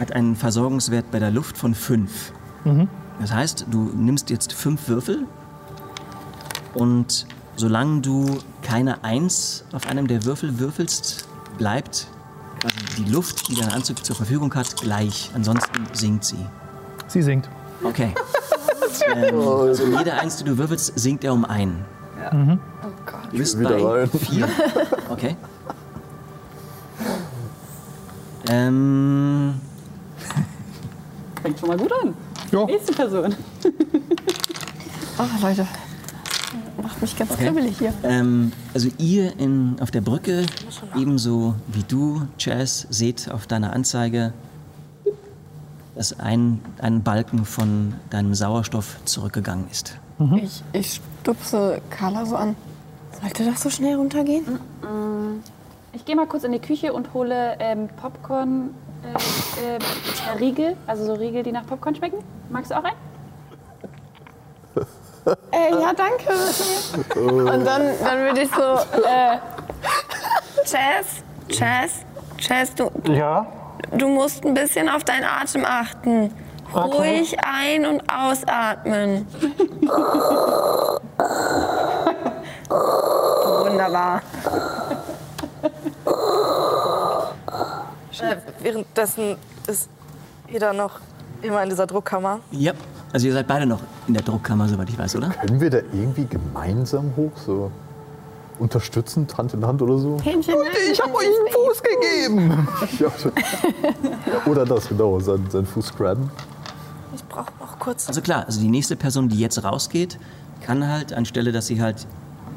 S1: hat einen Versorgungswert bei der Luft von 5.
S9: mhm.
S1: Das heißt, du nimmst jetzt fünf Würfel und solange du keine Eins auf einem der Würfel würfelst, bleibt quasi die Luft, die dein Anzug zur Verfügung hat, gleich. Ansonsten sinkt sie.
S9: sie singt.
S1: Okay. ähm, also jede Eins, die du würfelst, sinkt er um einen.
S9: Mhm.
S1: Du bist
S8: Wieder
S1: bei
S8: rein.
S1: vier. Okay. Ähm,
S6: Fängt schon mal gut an. Nächste Person.
S10: Ach, Leute. Macht mich ganz
S1: Okay.
S10: kribbelig hier.
S1: Ähm, also ihr in, auf der Brücke, ebenso wie du, Jazz, seht auf deiner Anzeige, dass ein, ein Balken von deinem Sauerstoff zurückgegangen ist.
S10: Ich, ich stupse Carla so an. Sollte das so schnell runtergehen?
S6: Ich gehe mal kurz in die Küche und hole ähm, Popcorn. Äh, äh, Riegel, also so Riegel, die nach Popcorn schmecken. Magst du auch einen?
S10: Äh, ja, danke. Und dann, dann würde ich so. Äh, Chess, Chess, Chess, du,
S18: Ja,
S10: du musst ein bisschen auf deinen Atem achten.
S18: Okay.
S10: Ruhig ein- und ausatmen. Wunderbar.
S4: Äh, währenddessen ist jeder noch immer in dieser Druckkammer.
S1: Ja, also ihr seid beide noch in der Druckkammer, soweit ich weiß, oder?
S8: Können wir da irgendwie gemeinsam hoch? So unterstützend, Hand in Hand oder so?
S10: Leute,
S3: ich habe euch einen Fuß gegeben.
S8: Ja, schon. Ja, oder das, genau. Sein, sein Fuß grabben.
S4: Ich brauche noch kurz.
S1: Also klar, also die nächste Person, die jetzt rausgeht, kann halt, anstelle dass sie halt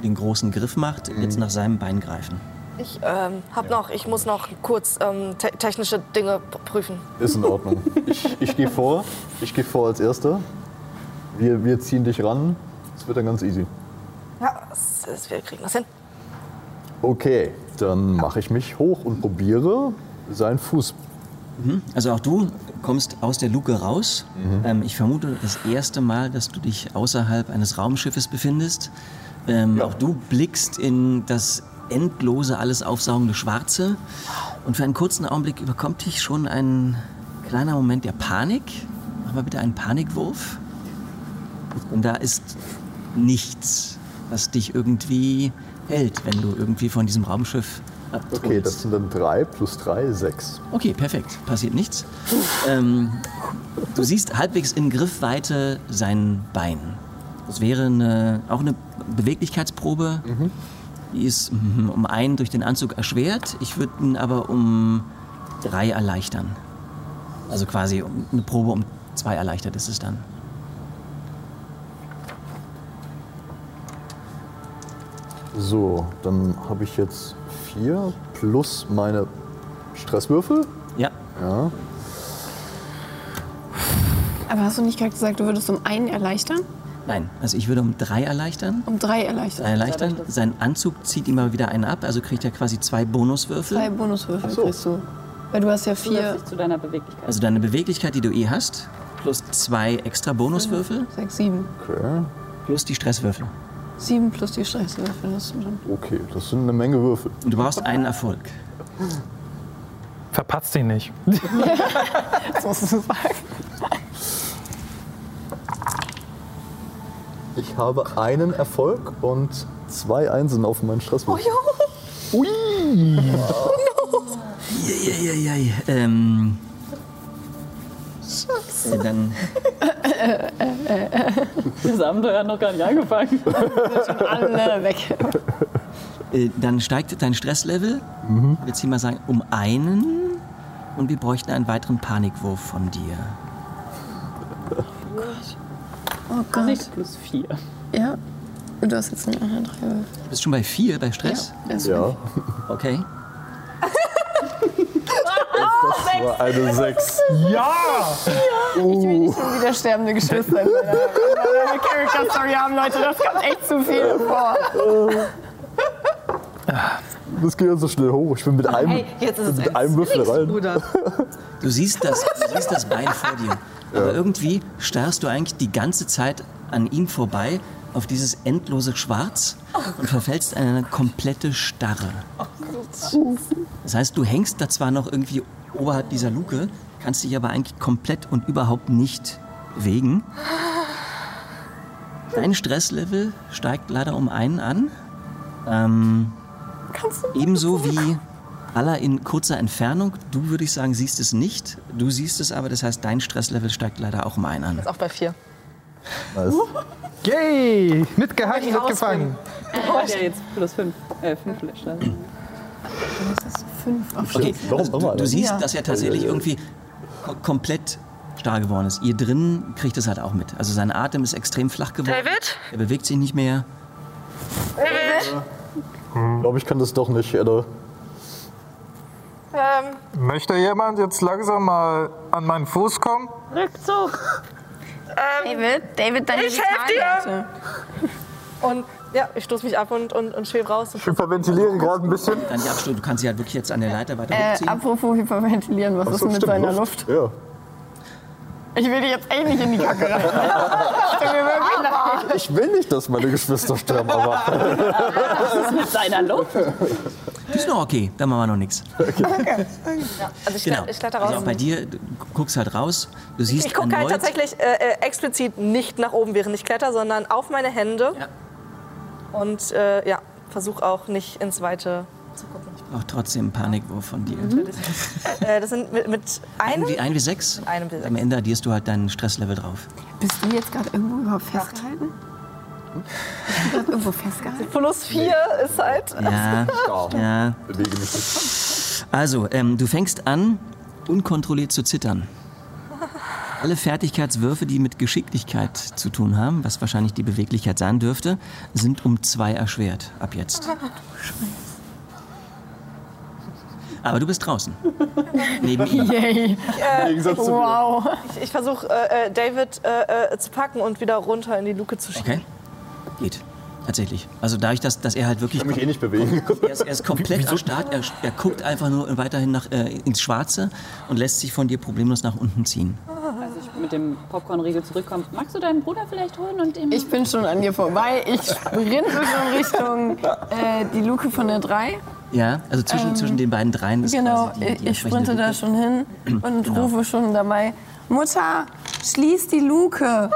S1: den großen Griff macht, jetzt nach seinem Bein greifen.
S4: Ich ähm, hab noch, ich muss noch kurz ähm, te technische Dinge p- prüfen.
S8: Ist in Ordnung. Ich, ich gehe vor. Ich gehe vor als Erster. Wir, wir ziehen dich ran. Es wird dann ganz easy.
S4: Ja, es ist, wir kriegen das hin.
S8: Okay, dann mache ich mich hoch und probiere seinen Fuß.
S1: Mhm. Also auch du kommst aus der Luke raus.
S8: Mhm.
S1: Ähm, ich vermute das erste Mal, dass du dich außerhalb eines Raumschiffes befindest. Ähm, Auch du blickst in das endlose, alles aufsaugende Schwarze. Und für einen kurzen Augenblick überkommt dich schon ein kleiner Moment der Panik. Mach mal bitte einen Panikwurf. Und da ist nichts, was dich irgendwie hält, wenn du irgendwie von diesem Raumschiff abtrudelst.
S8: Okay, das sind dann 3 plus 3, 6.
S1: Okay, perfekt. Passiert nichts. Ähm, du siehst halbwegs in Griffweite sein Bein. Das wäre eine, auch eine Beweglichkeitsprobe. Die ist mhm, um einen durch den Anzug erschwert. Ich würde ihn aber um drei erleichtern. Also quasi um, eine Probe um zwei erleichtert ist es dann.
S8: So, dann habe ich jetzt 4 plus meine Stresswürfel.
S1: Ja.
S8: Ja.
S5: Aber hast du nicht gerade gesagt, du würdest um einen erleichtern?
S1: Nein, also ich würde um drei erleichtern.
S5: Um drei
S1: Drei
S5: erleichtern?
S1: erleichtern. Sein Anzug zieht immer wieder einen ab, also kriegt er quasi zwei Bonuswürfel.
S5: Zwei Bonuswürfel
S1: Ach so.
S5: kriegst du. Weil du hast ja vier.
S6: Zusätzlich zu deiner Beweglichkeit.
S1: Also deine Beweglichkeit, die du eh hast, plus zwei extra Bonuswürfel.
S5: Sechs, sieben.
S8: Okay.
S1: Plus die Stresswürfel.
S5: Sieben plus die Stresswürfel hast du dann.
S8: Okay, das sind eine Menge Würfel.
S1: Und du brauchst einen Erfolg.
S9: Verpatzt ihn nicht.
S10: Das musst du sagen.
S8: Ich habe einen Erfolg und zwei Einsen auf meinen Stresswürfel.
S10: Oh,
S1: Ui! Ähm, äh, dann,
S6: Das Abenteuer hat noch gar nicht angefangen.
S10: Alle weg.
S1: äh, dann steigt dein Stresslevel. Ich würde mal sagen, um einen. Und wir bräuchten einen weiteren Panikwurf von dir.
S10: Oh Gott.
S6: Plus vier.
S10: Oh Ja. Du hast jetzt noch eine drei Würfel.
S1: Du bist schon bei vier bei Stress?
S10: Ja, das
S8: Ja.
S1: Okay.
S8: Das war eine 6. Ja!
S10: Ich will nicht schon wieder sterbende Geschwister in meiner, in meiner Character Story haben, Leute. Das kommt echt zu viel vor.
S8: Das geht ja so schnell hoch. Ich bin mit einem,
S10: Hey, jetzt ist es
S8: mit
S10: ein
S8: einem Würfel rein.
S1: Du siehst das, du siehst das Bein vor dir. Aber irgendwie starrst du eigentlich die ganze Zeit an ihm vorbei auf dieses endlose Schwarz und verfällst in eine komplette Starre. Das heißt, du hängst da zwar noch irgendwie oberhalb dieser Luke, kannst dich aber eigentlich komplett und überhaupt nicht bewegen. Dein Stresslevel steigt leider um einen an. Ähm, ebenso wie aller in kurzer Entfernung. Du würde ich sagen, siehst es nicht. Du siehst es aber, das heißt, dein Stresslevel steigt leider auch um einen an.
S4: Ist auch bei vier.
S9: Yay! Mitgehalten,
S4: Ich rausbringe.
S9: mitgefangen.
S6: Du hast ja jetzt plus 5. Äh, 5 Leerstellen.
S5: Fünf auf
S1: Okay,
S8: Stimmt, warum
S1: also
S8: immer,
S1: du, du
S8: ne?
S1: siehst,
S5: Ja.
S1: dass er tatsächlich irgendwie ko- komplett starr geworden ist. Ihr drinnen kriegt es halt auch mit. Also sein Atem ist extrem flach geworden.
S4: David?
S1: Er bewegt sich nicht mehr.
S8: Ich glaube, ich kann das doch nicht, Edda.
S4: Ähm,
S18: Möchte jemand jetzt langsam mal an meinen Fuß kommen?
S7: Rückzug.
S10: David, David, deine
S4: Ich helf
S10: Vitalwerte.
S4: und ja, ich stoße mich ab und, und, und schwebe raus.
S8: Ich hyperventiliere gerade ein bisschen.
S1: Dann die Absturz. Du kannst sie halt wirklich jetzt an der Leiter weiter
S10: Äh,
S1: hochziehen.
S10: apropos Hyperventilieren, was ist denn mit seiner Luft?
S8: Ja.
S10: Ich will dich jetzt echt nicht in die Kacke rein. Ich tut mir wirklich leid.
S8: Ich will nicht, dass meine Geschwister sterben, aber
S6: Was ist mit seiner Luft?
S1: Die ist noch okay, da machen wir noch nichts.
S4: Also ich,
S1: Genau.
S4: kletter- ich kletter raus.
S1: Also auch bei dir, du guckst halt raus. Du siehst
S4: ich gucke halt
S1: erneut,
S4: tatsächlich äh, äh, explizit nicht nach oben, während ich kletter, sondern auf meine Hände. Und äh, ja, versuche auch nicht ins Weite zu gucken.
S1: auch trotzdem Panikwurf von dir.
S4: Äh, das sind mit, mit
S1: Ein
S4: einem.
S1: wie, ein wie sechs.
S4: einem wie sechs.
S1: Am Ende addierst du halt deinen Stresslevel drauf.
S5: Bist du jetzt gerade irgendwo überhaupt festgehalten? Bist du gerade irgendwo festgehalten?
S4: Plus vier ist halt.
S1: Ja, ja.
S8: bewege mich nicht.
S1: Also, ähm, du fängst an, unkontrolliert zu zittern. Alle Fertigkeitswürfe, die mit Geschicklichkeit zu tun haben, was wahrscheinlich die Beweglichkeit sein dürfte, sind um zwei erschwert ab jetzt. Aber du bist draußen. Neben ihm.
S10: Yay.
S8: Im Gegensatz zu mir.
S10: Wow.
S4: Ich, ich versuche äh, äh, David äh, äh, zu packen und wieder runter in die Luke zu schieben.
S1: Okay? Geht. Tatsächlich. Also dadurch, dass, dass er halt wirklich
S8: Ich kann mich eh nicht bewegen.
S1: Er ist, er ist komplett erstarrt, er, er guckt einfach nur weiterhin nach, äh, ins Schwarze und lässt sich von dir problemlos nach unten ziehen.
S6: Als Also ich mit dem Popcornriegel zurückkomme, magst du deinen Bruder vielleicht holen und ihm.
S10: Ich bin schon an dir vorbei. Ich sprinte schon Richtung äh, die Luke von der 3.
S1: Ja, also zwischen, zwischen den beiden dreien ist
S10: Ähm, Genau,
S1: quasi Also die, die
S10: ich
S1: entsprechende
S10: sprinte da
S1: Luke. Genau.
S10: schon hin und rufe schon dabei, Mutter, schließ die Luke.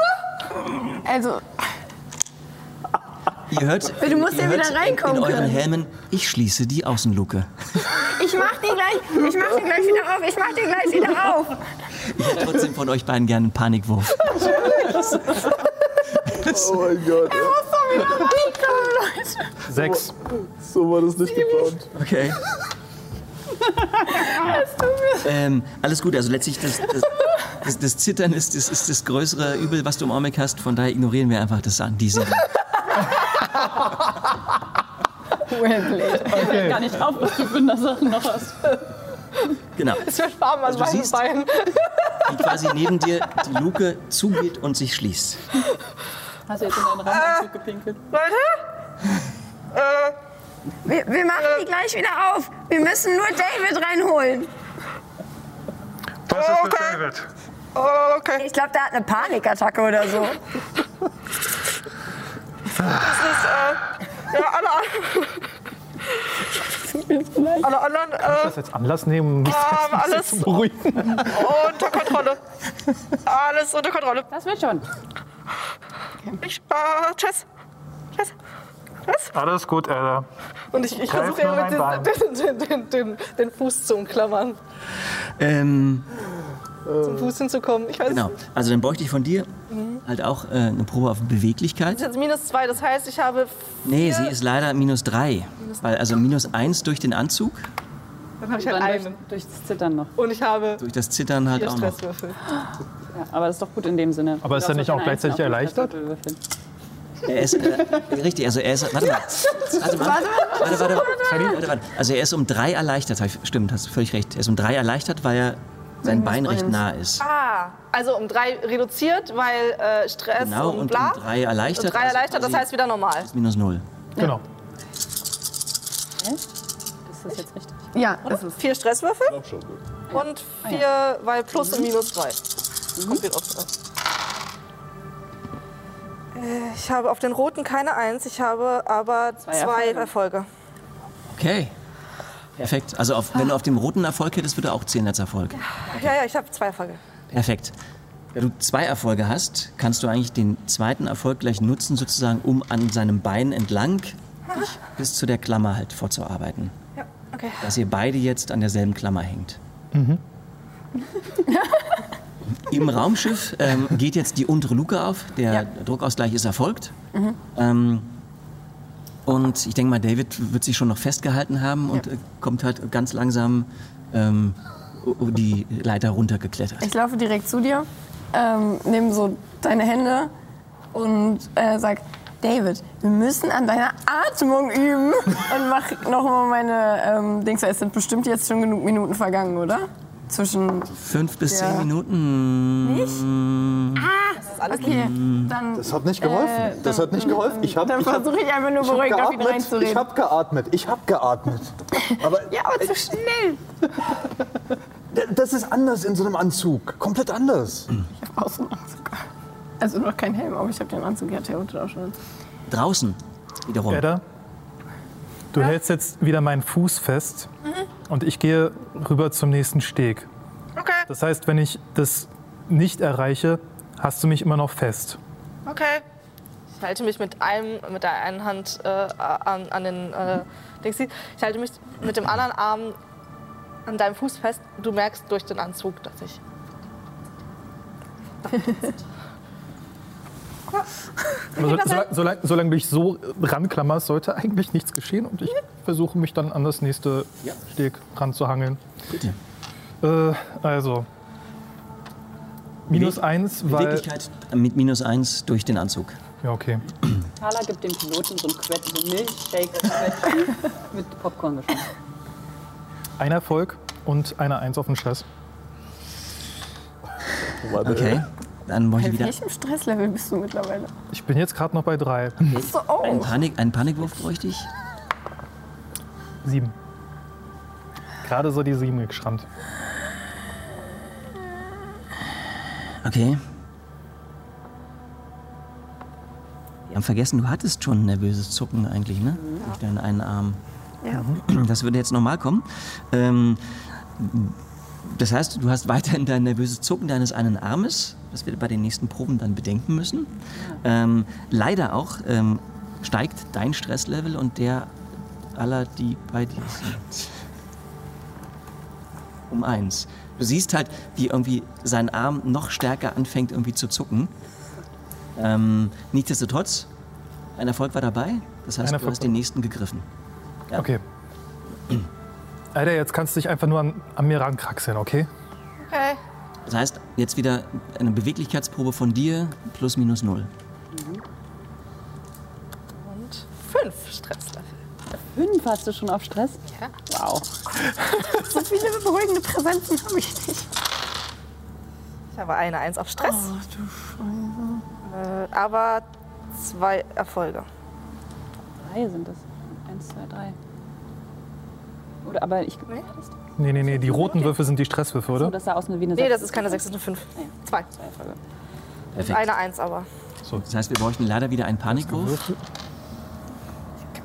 S10: Also,
S1: Ihr hört,
S10: Du musst
S1: ihr
S10: ja wieder
S1: hört
S10: reinkommen
S1: In euren
S10: können.
S1: Helmen, ich schließe die Außenluke.
S10: ich mach die gleich, ich mach die gleich wieder auf, ich mach die gleich wieder auf.
S1: Ich hätte trotzdem von euch beiden gerne einen Panikwurf.
S8: Oh mein Gott, ey.
S10: Muss doch wieder reinkommen, Leute.
S9: Sechs.
S8: so war das nicht geplant.
S1: Okay. ähm, alles gut, also letztlich das, das, das, das Zittern ist, das ist das größere Übel, was du im Augenblick hast, von daher ignorieren wir einfach das an diesen.
S6: bin gar nicht drauf, dass du bin, dass du noch was.
S1: Genau.
S4: Es wird warm an
S1: Also du
S4: meinen
S1: siehst-
S4: Beinen.
S1: die quasi neben dir die Luke zugeht und sich schließt.
S6: Hast du jetzt in deinen Raumanzug gepinkelt?
S10: Wir, wir machen die gleich wieder auf. Wir müssen nur David reinholen.
S18: Was ist mit David?
S4: Oh,
S10: Ich glaube, der hat eine Panikattacke oder so.
S4: Ja, alle, an- alle anderen äh,
S9: Das jetzt Anlass nehmen, um mich
S4: haben
S9: selbst
S4: alles
S9: zu beruhigen.
S4: oh, unter Kontrolle. Alles unter Kontrolle.
S6: Das wird schon.
S4: Ich, äh, tschüss. Tschüss. Tschüss.
S18: Alles gut, Edda.
S4: Und ich, ich
S18: Greif
S4: versuche
S18: nur
S4: ja
S18: mein
S4: mit den, den, den, den, den Fuß zu umklammern,
S1: Ähm,
S4: zum Fuß hinzukommen. Ich weiß
S1: genau.
S4: nicht.
S1: Also dann bräuchte ich von dir halt auch äh, eine Probe auf
S4: Das
S1: Beweglichkeit.
S4: ist jetzt minus zwei, das heißt, ich habe.
S1: Nee, sie ist leider minus drei. Weil, also minus eins durch den Anzug,
S4: Dann habe ich halt
S6: Dann durch,
S4: einen.
S6: durch das Zittern noch.
S4: Und ich habe
S1: durch das Zittern halt
S4: vier
S1: auch noch.
S4: Stresswürfel.
S6: Ja, aber das ist doch gut in dem Sinne.
S9: Aber ist er
S6: Du darfst
S9: nicht auch
S6: keine
S9: gleichzeitig
S6: einzelnen auf
S9: erleichtert?
S6: Würfel würfeln.
S1: Er ist, äh, richtig, also er ist, warte mal. Warte mal. Warte, warte, warte, warte, warte. Also er ist um drei erleichtert, hab ich- stimmt, hast du völlig recht. Er ist um drei erleichtert, weil er sein Bein recht nah ist.
S4: Ah, also um drei reduziert, weil äh, Stress
S1: Genau,
S4: und
S1: und
S4: bla.
S1: um drei erleichtert,
S4: Um drei
S1: also
S4: erleichtert, das
S1: quasi-
S4: heißt wieder normal.
S1: Minus null.
S9: Genau.
S6: Ist das jetzt richtig?
S5: Ja,
S4: Oder? Vier Stresswürfel und vier, weil plus und minus drei. Kommt wieder auf drauf. Äh, Ich habe auf den roten keine Eins, ich habe aber zwei, Erfolge.
S1: Okay. Perfekt. Also auf, wenn du auf dem roten Erfolg hättest, würde auch zählen als Erfolg.
S4: Ja, ja, ich habe zwei Erfolge.
S1: Perfekt. Da du zwei Erfolge hast, kannst du eigentlich den zweiten Erfolg gleich nutzen, sozusagen, um an seinem Bein entlang bis zu der Klammer halt vorzuarbeiten.
S4: Ja, okay.
S1: Dass ihr beide jetzt an derselben Klammer hängt. Im Raumschiff ähm, geht jetzt die untere Luke auf. Der Druckausgleich ist erfolgt.
S3: Mhm.
S1: Ähm, und ich denke mal, David wird sich schon noch festgehalten haben und äh, kommt halt ganz langsam ähm, o- o- die Leiter runtergeklettert.
S10: Ich laufe direkt zu dir, ähm, nehme so deine Hände und äh, sag, David, wir müssen an deiner Atmung üben. Und mach nochmal meine ähm, Dings. Es sind bestimmt jetzt schon genug Minuten vergangen, oder? Zwischen.
S1: Fünf bis
S10: Ja.
S1: zehn Minuten. Nicht?
S10: Ah, okay. Dann,
S8: Das hat nicht geholfen.
S10: Äh,
S8: das hat nicht geholfen. Ich hab,
S10: dann
S8: ich hab-
S10: versuche ich einfach nur
S8: ich hab
S10: beruhigt auf ihn
S8: geatmet,
S10: reinzureden.
S8: Ich habe geatmet. Ich habe geatmet. Aber
S10: ja, aber zu schnell.
S8: d- das ist anders in so einem Anzug. Komplett anders.
S10: Ich habe außen einen Anzug. Also noch kein Helm, aber ich habe den Anzug ja theoretisch auch schon.
S1: Draußen wiederum.
S9: Edda, du hältst jetzt wieder meinen Fuß fest und ich gehe rüber zum nächsten Steg.
S4: Okay.
S9: Das heißt, wenn ich das nicht erreiche, hast du mich immer noch fest.
S4: Okay. Ich halte mich mit einem, mit der einen Hand äh, an, an den äh, Dings. Ich halte mich mit dem anderen Arm an deinem Fuß fest. Du merkst durch den Anzug, dass ich.
S9: Aber so, solange, solange, Also solange du dich so ranklammerst, sollte eigentlich nichts geschehen und ich versuche mich dann an das nächste Steg ranzuhangeln.
S1: Bitte.
S9: Äh, also. Minus eins, weil.
S1: Beweglichkeit mit minus eins durch den Anzug.
S9: Ja, okay.
S6: Carla gibt dem Piloten so ein Quet, so ein Milchshake mit Popcorn geschmack
S9: Ein Erfolg und eine Eins auf den Stress.
S1: Okay. Dann brauche ich
S10: Bei
S1: wieder.
S10: welchem Stresslevel bist du mittlerweile?
S9: Ich bin jetzt gerade noch bei drei.
S10: So, oh.
S1: Einen, Panik, einen Panikwurf bräuchte ich.
S9: Sieben. Gerade so die sieben geschrammt.
S1: Okay. Wir haben vergessen, du hattest schon ein nervöses Zucken eigentlich, ne? Durch deinen einen Arm.
S10: Ja.
S1: Das würde jetzt nochmal kommen. Ähm, das heißt, du hast weiterhin dein nervöses Zucken deines einen Armes, das wir bei den nächsten Proben dann bedenken müssen. Ähm, leider auch ähm, steigt dein Stresslevel und der aller, die bei dir sind. Um eins. Du siehst halt, wie irgendwie sein Arm noch stärker anfängt irgendwie zu zucken. Ähm, nichtsdestotrotz, ein Erfolg war dabei. Das heißt, du
S9: Ein Erfolg
S1: hast den nächsten gegriffen. Ja.
S9: Okay. Alter, jetzt kannst du dich einfach nur an, an mir rankraxeln, okay?
S4: Okay.
S1: Das heißt, jetzt wieder eine Beweglichkeitsprobe von dir, plus minus null.
S4: Und fünf Stresslevel.
S6: Fünf hast du schon auf Stress?
S4: Ja.
S6: Wow.
S10: So viele beruhigende Präsenzen habe ich nicht.
S4: Ich habe eine Eins auf Stress. Äh, aber zwei Erfolge.
S6: Drei sind das. Eins, zwei, drei. Oder aber ich. Nee,
S9: Nee, nee, nee, die roten Würfel sind die Stresswürfe,
S6: so,
S9: oder?
S6: das sah aus wie eine
S4: Nee, das ist keine Sechs, das ist eine Fünf. Zwei.
S1: Perfekt.
S4: Eine Eins aber.
S1: Das heißt, wir bräuchten leider wieder einen Panikwurf.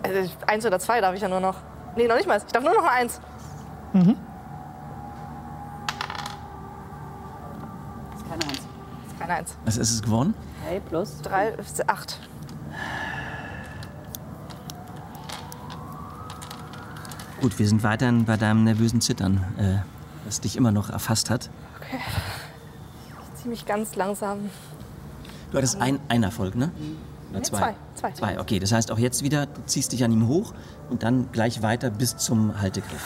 S4: Also ich- eins oder zwei darf ich ja nur noch. Nee, noch nicht mal. Ich darf nur noch eine Eins.
S9: Mhm.
S6: Das ist keine Eins.
S4: Das ist keine Eins.
S1: Was ist Also es geworden?
S6: Drei plus.
S4: Drei, ist acht.
S1: Gut, wir sind weiterhin bei deinem nervösen Zittern, äh, das dich immer noch erfasst hat.
S4: Okay. Ich ziehe mich ganz langsam.
S1: Du hattest ein, einen Erfolg, ne? Oder
S4: Nee,
S1: zwei?
S4: zwei, zwei.
S1: Zwei, okay. Das heißt, auch jetzt wieder, du ziehst dich an ihm hoch und dann gleich weiter bis zum Haltegriff.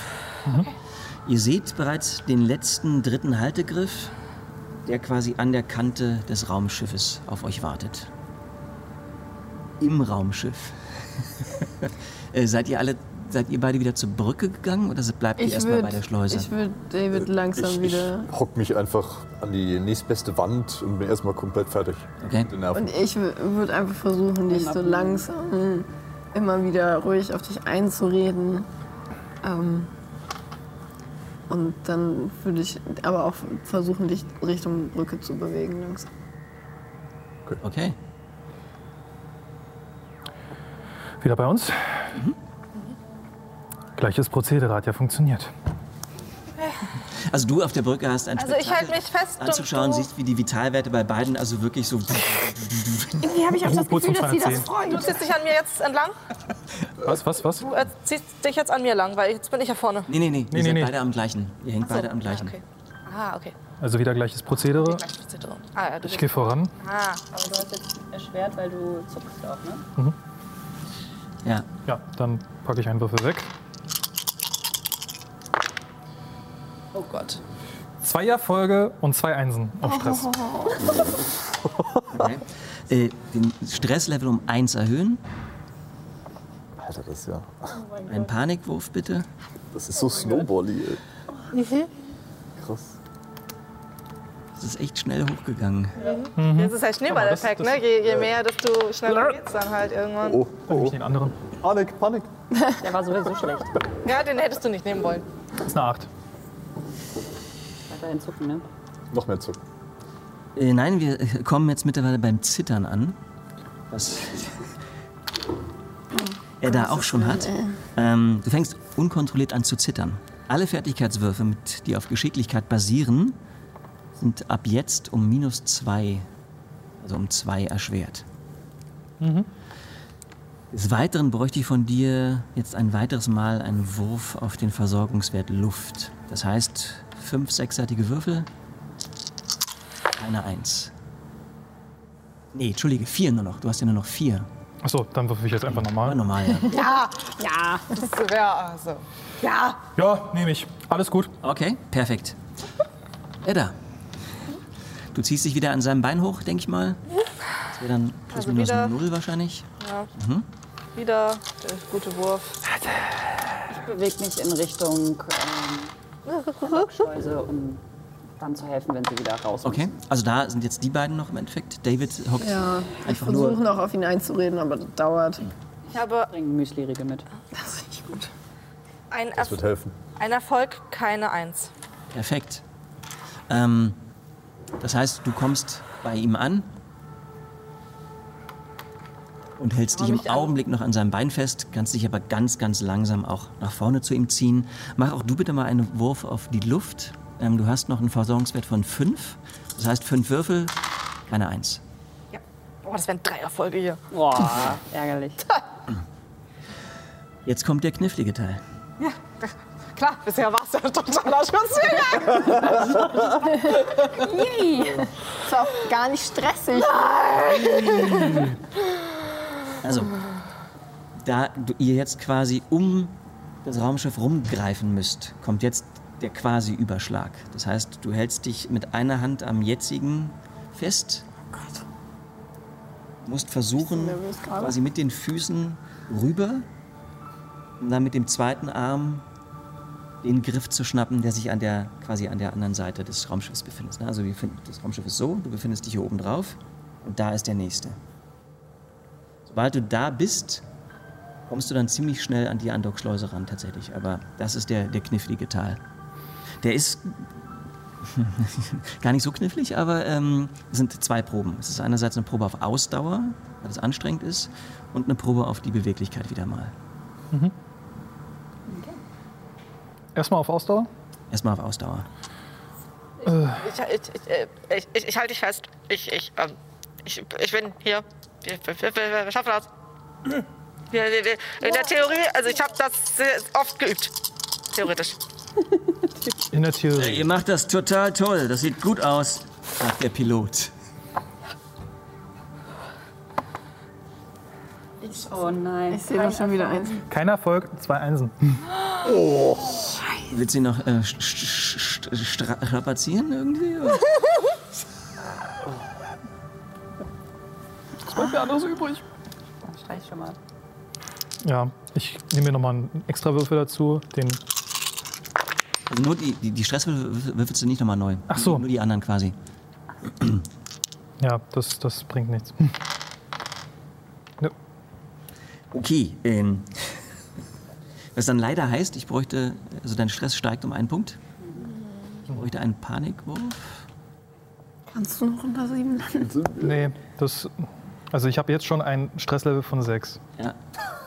S1: Ihr seht bereits den letzten dritten Haltegriff, der quasi an der Kante des Raumschiffes auf euch wartet. im Raumschiff. äh, seid ihr alle, seid ihr beide wieder zur Brücke gegangen oder bleibt ihr erstmal bei der Schleuse?
S5: Ich würde David langsam
S8: ich,
S5: wieder.
S8: Ich hock mich einfach an die nächstbeste Wand und bin erstmal komplett fertig.
S1: Okay.
S5: Und ich würde einfach versuchen, dich so langsam immer wieder ruhig auf dich einzureden. Ähm, und dann würde ich aber auch versuchen, dich Richtung Brücke zu bewegen langsam.
S1: Okay.
S9: Wieder bei uns. Gleiches Prozedere hat ja funktioniert.
S1: Also du auf der Brücke hast ein
S4: Also ich halte mich fest und
S1: anzuschauen,
S4: du-
S1: siehst, wie die Vitalwerte bei beiden also wirklich so. Irgendwie
S4: Irgendwie
S5: habe ich
S4: auch das
S5: Gefühl, dass sie das
S4: Du ziehst dich an mir jetzt entlang?
S9: Was, was, was?
S4: Du äh, ziehst dich jetzt an mir lang, weil jetzt bin ich ja vorne.
S1: Nee, nee, nee.
S9: Nee,
S1: ihr
S9: nee,
S1: seid
S9: nee.
S1: beide am gleichen. Ihr hängt
S4: so.
S1: beide am gleichen.
S4: Ah, okay.
S9: Also wieder gleiches Prozedere.
S4: Ah, ja, du
S9: Ich gehe voran.
S4: Ah,
S6: aber du hast jetzt erschwert, weil du zuckst auch, ne?
S9: Mhm.
S1: Ja.
S9: Ja, dann packe ich einen Würfel weg.
S4: Oh Gott. Oh.
S9: Zwei Erfolge und zwei Einsen auf Stress.
S1: Okay. Äh, den Stresslevel um 1 erhöhen.
S8: Alter, das ist ja.
S1: Ein Panikwurf bitte.
S8: Das ist so Snowbally, ey.
S19: Wie viel?
S8: Krass.
S1: Das ist echt schnell hochgegangen.
S4: Das ist halt Schneeball-Effekt, ne? Je, je mehr, desto schneller geht's dann halt irgendwann.
S1: Oh,
S9: oh. Ich den anderen.
S8: Panik, Panik.
S4: Der war sowieso schlecht. Ja, den hättest du nicht nehmen wollen.
S9: Das ist eine 8.
S6: Weiterhin zucken, ne?
S8: Noch mehr Zuck.
S1: Äh, nein, wir äh, kommen jetzt mittlerweile beim Zittern an. Was er da auch schon hat. Ähm, du fängst unkontrolliert an zu zittern. Alle Fertigkeitswürfe, mit, die auf Geschicklichkeit basieren, sind ab jetzt um minus zwei, also um zwei erschwert.
S9: Mhm.
S1: Des Weiteren bräuchte ich von dir jetzt ein weiteres Mal einen Wurf auf den Versorgungswert Luft. Das heißt, fünf sechsseitige Würfel, keine Eins. Nee, Entschuldige, vier nur noch. Du hast ja nur noch vier.
S9: Achso, dann würfel ich jetzt einfach normal.
S1: Normal, ja.
S4: Ja, ja. Das wäre also. Ja.
S9: Ja, nehme ich. Alles gut.
S1: Okay, perfekt. Edda, du ziehst dich wieder an seinem Bein hoch, denke ich mal. Das wäre dann plus
S4: Also
S1: minus
S4: wieder-
S1: null wahrscheinlich.
S4: ja.
S1: Mhm.
S4: Wieder der gute Wurf.
S6: Ich bewege mich in Richtung ähm, Schleuse, um dann zu helfen, wenn sie wieder raus
S1: Okay, also da sind jetzt die beiden noch im Endeffekt. David hockt
S5: Ja, ich
S1: einfach
S5: versuche
S1: nur.
S5: noch auf ihn einzureden, aber das dauert.
S4: Ich habe
S6: Bringen Müsli-Riegel mit.
S5: Das ist nicht gut.
S4: ein,
S8: Das wird helfen.
S4: ein Erfolg, keine Eins.
S1: Perfekt. Ähm, das heißt, du kommst bei ihm an und hältst dich im Augenblick noch an seinem Bein fest, kannst dich aber ganz, ganz langsam auch nach vorne zu ihm ziehen. Mach auch du bitte mal einen Wurf auf die Luft. Ähm, du hast noch einen Versorgungswert von 5. Das heißt, 5 Würfel, keine 1.
S4: Boah, das wären drei Erfolge hier.
S6: Boah, ärgerlich.
S1: Jetzt kommt der knifflige Teil.
S4: Ja, klar, bisher war es ja ein totaler Spaziergang.
S10: Ist auch gar nicht stressig.
S1: Also, da du- ihr jetzt quasi um das Raumschiff rumgreifen müsst, kommt jetzt der quasi Überschlag. Das heißt, du hältst dich mit einer Hand am jetzigen fest. Musst versuchen,
S5: nervös gerade.
S1: quasi mit den Füßen rüber und dann mit dem zweiten Arm den Griff zu schnappen, der sich an der, quasi an der anderen Seite des Raumschiffs befindet. ne? Also wir finden, das Raumschiff ist so, du befindest dich hier oben drauf und da ist der nächste. Sobald du da bist, kommst du dann ziemlich schnell an die Andockschleuse ran tatsächlich. Aber das ist der, der knifflige Teil. Der ist gar nicht so knifflig, aber ähm, es sind zwei Proben. Es ist einerseits eine Probe auf Ausdauer, weil es anstrengend ist, und eine Probe auf die Beweglichkeit wieder mal.
S9: Mhm. Erstmal auf Ausdauer.
S1: Erstmal auf Ausdauer.
S9: Äh,
S4: Ich, ich, ich, äh, ich, ich, ich halte dich fest. Ich, ich, ähm, ich, ich bin hier. Wir, wir, wir, wir wir schaffen das. Wir, wir, wir, in der Theorie, also ich habe das sehr oft geübt. Theoretisch.
S9: in der Theorie.
S1: ihr macht das total toll. Das sieht gut aus, sagt der Pilot.
S6: oh nein.
S5: Ich sehe doch schon wieder eins.
S9: Kein Erfolg, zwei Einsen.
S1: Oh. Willst du ihn noch äh, sch- sch- sch- stra- strapazieren irgendwie? oder?
S9: Was bleibt mir anderes übrig?
S6: streich schon mal.
S9: Ja, ich nehme mir nochmal einen extra Würfel dazu. Den,
S1: Also nur die, die, die Stresswürfel würfelst du nicht nochmal neu. Ach so. Nur die anderen quasi.
S9: ja, das, das bringt nichts.
S1: Okay. Ähm, was dann leider heißt, ich bräuchte, also dein Stress steigt um einen Punkt. Ich bräuchte einen Panikwurf.
S5: Kannst du noch unter sieben landen?
S9: Nee, das. Also ich habe jetzt schon ein Stresslevel von 6.
S1: Ja.